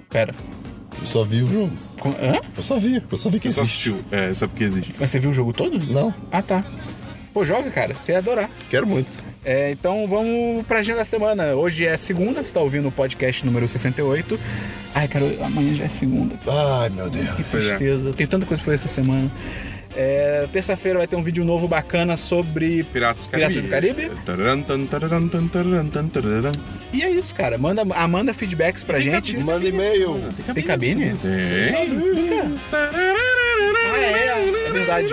[SPEAKER 1] Pera.
[SPEAKER 2] Eu só vi o jogo.
[SPEAKER 1] Com- Hã?
[SPEAKER 2] Eu só vi, eu só vi que
[SPEAKER 3] Só
[SPEAKER 2] existe.
[SPEAKER 3] assistiu. É, sabe porque existe.
[SPEAKER 1] Mas você viu o jogo todo?
[SPEAKER 2] Não,
[SPEAKER 1] Ah, tá. Pô, joga, cara. Você ia adorar.
[SPEAKER 2] quero muito.
[SPEAKER 1] É, então vamos pra agenda da semana. Hoje é segunda, você tá ouvindo o podcast número 68. Ai, cara, amanhã já é segunda.
[SPEAKER 2] Ai, meu Deus.
[SPEAKER 1] Que
[SPEAKER 3] Pois é.
[SPEAKER 1] tristeza. Tem tanta coisa pra ver essa semana. É, Terça-feira vai ter um vídeo novo bacana sobre
[SPEAKER 3] Piratas do
[SPEAKER 1] Piratas
[SPEAKER 3] Caribe.
[SPEAKER 1] do Caribe?
[SPEAKER 3] Taran, tan, taran, tan, taran, tan, taran.
[SPEAKER 1] E é isso, cara. Manda, ah, manda feedbacks pra gente.
[SPEAKER 2] Manda e-mail.
[SPEAKER 1] Tem cabine?
[SPEAKER 3] Tem.
[SPEAKER 1] Ah, é, é verdade.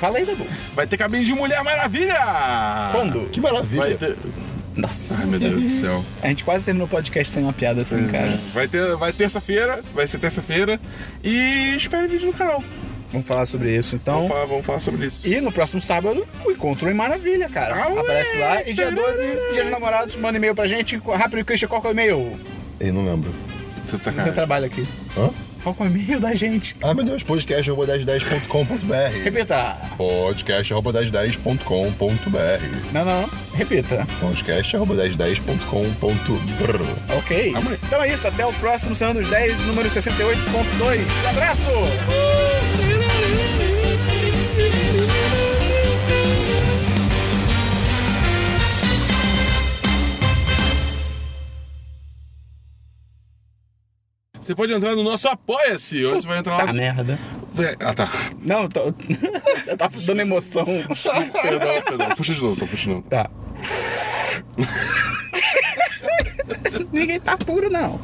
[SPEAKER 1] Fala aí, Dabu.
[SPEAKER 3] Vai ter cabine de Mulher Maravilha!
[SPEAKER 1] Quando?
[SPEAKER 2] Que
[SPEAKER 3] Vai
[SPEAKER 2] maravilha.
[SPEAKER 3] ter... Ai,
[SPEAKER 1] Nossa.
[SPEAKER 3] meu Deus do céu.
[SPEAKER 1] A gente quase terminou o podcast sem uma piada assim,
[SPEAKER 3] É.
[SPEAKER 1] cara.
[SPEAKER 3] Vai ter, vai terça-feira, vai ser terça-feira. E espere vídeo no canal.
[SPEAKER 1] Vamos falar sobre isso, então.
[SPEAKER 3] Vamos falar, vamos falar sobre isso.
[SPEAKER 1] E no próximo sábado, o encontro em Maravilha, cara.
[SPEAKER 3] Ah, ué.
[SPEAKER 1] Aparece lá. E dia 12, dia dos namorados, manda e-mail pra gente. Rápido, Christian, qual que é o e-mail?
[SPEAKER 2] Eu não lembro.
[SPEAKER 3] Você tá
[SPEAKER 1] Você
[SPEAKER 3] sacanagem.
[SPEAKER 1] trabalha aqui.
[SPEAKER 2] Hã?
[SPEAKER 1] Qual que é o e-mail da gente?
[SPEAKER 2] Ah, meu Deus, podcast.1010.com.br.
[SPEAKER 1] Repita.
[SPEAKER 2] podcast.1010.com.br.
[SPEAKER 1] Não, não. Repita.
[SPEAKER 2] podcast.1010.com.br.
[SPEAKER 1] Ok.
[SPEAKER 3] Amanhã.
[SPEAKER 1] Então é isso. Até o próximo Semana dos 10, número 68.2. Um Abraço!
[SPEAKER 3] Você pode entrar no nosso Apoia-se, onde você vai entrar lá.
[SPEAKER 1] merda.
[SPEAKER 3] Vé- Ah, tá.
[SPEAKER 1] Não, tô... (laughs) eu tava dando emoção.
[SPEAKER 3] Perdão, perdão. Puxa de novo, tá puxa de novo.
[SPEAKER 1] Tá. Ninguém tá puro, não.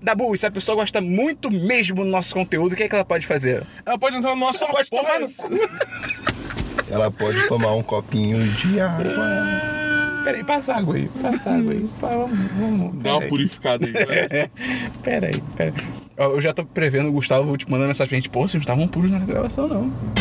[SPEAKER 1] Dabu, se a pessoa gosta muito mesmo do nosso conteúdo, o que, é que ela pode fazer?
[SPEAKER 3] Ela pode entrar no nosso
[SPEAKER 1] Pode tomar no
[SPEAKER 3] Apoia-se.
[SPEAKER 1] cu.
[SPEAKER 2] Ela pode tomar um copinho de água.
[SPEAKER 1] Peraí, passa água aí. Passa água (laughs) aí. Pa- Vamos, vamos.
[SPEAKER 3] Dá uma
[SPEAKER 1] peraí.
[SPEAKER 3] purificada aí, né?
[SPEAKER 1] Peraí, peraí. Ó, Eu já tô prevendo o Gustavo te mandando mensagem pra gente. Pô, vocês não estavam puros na gravação, não.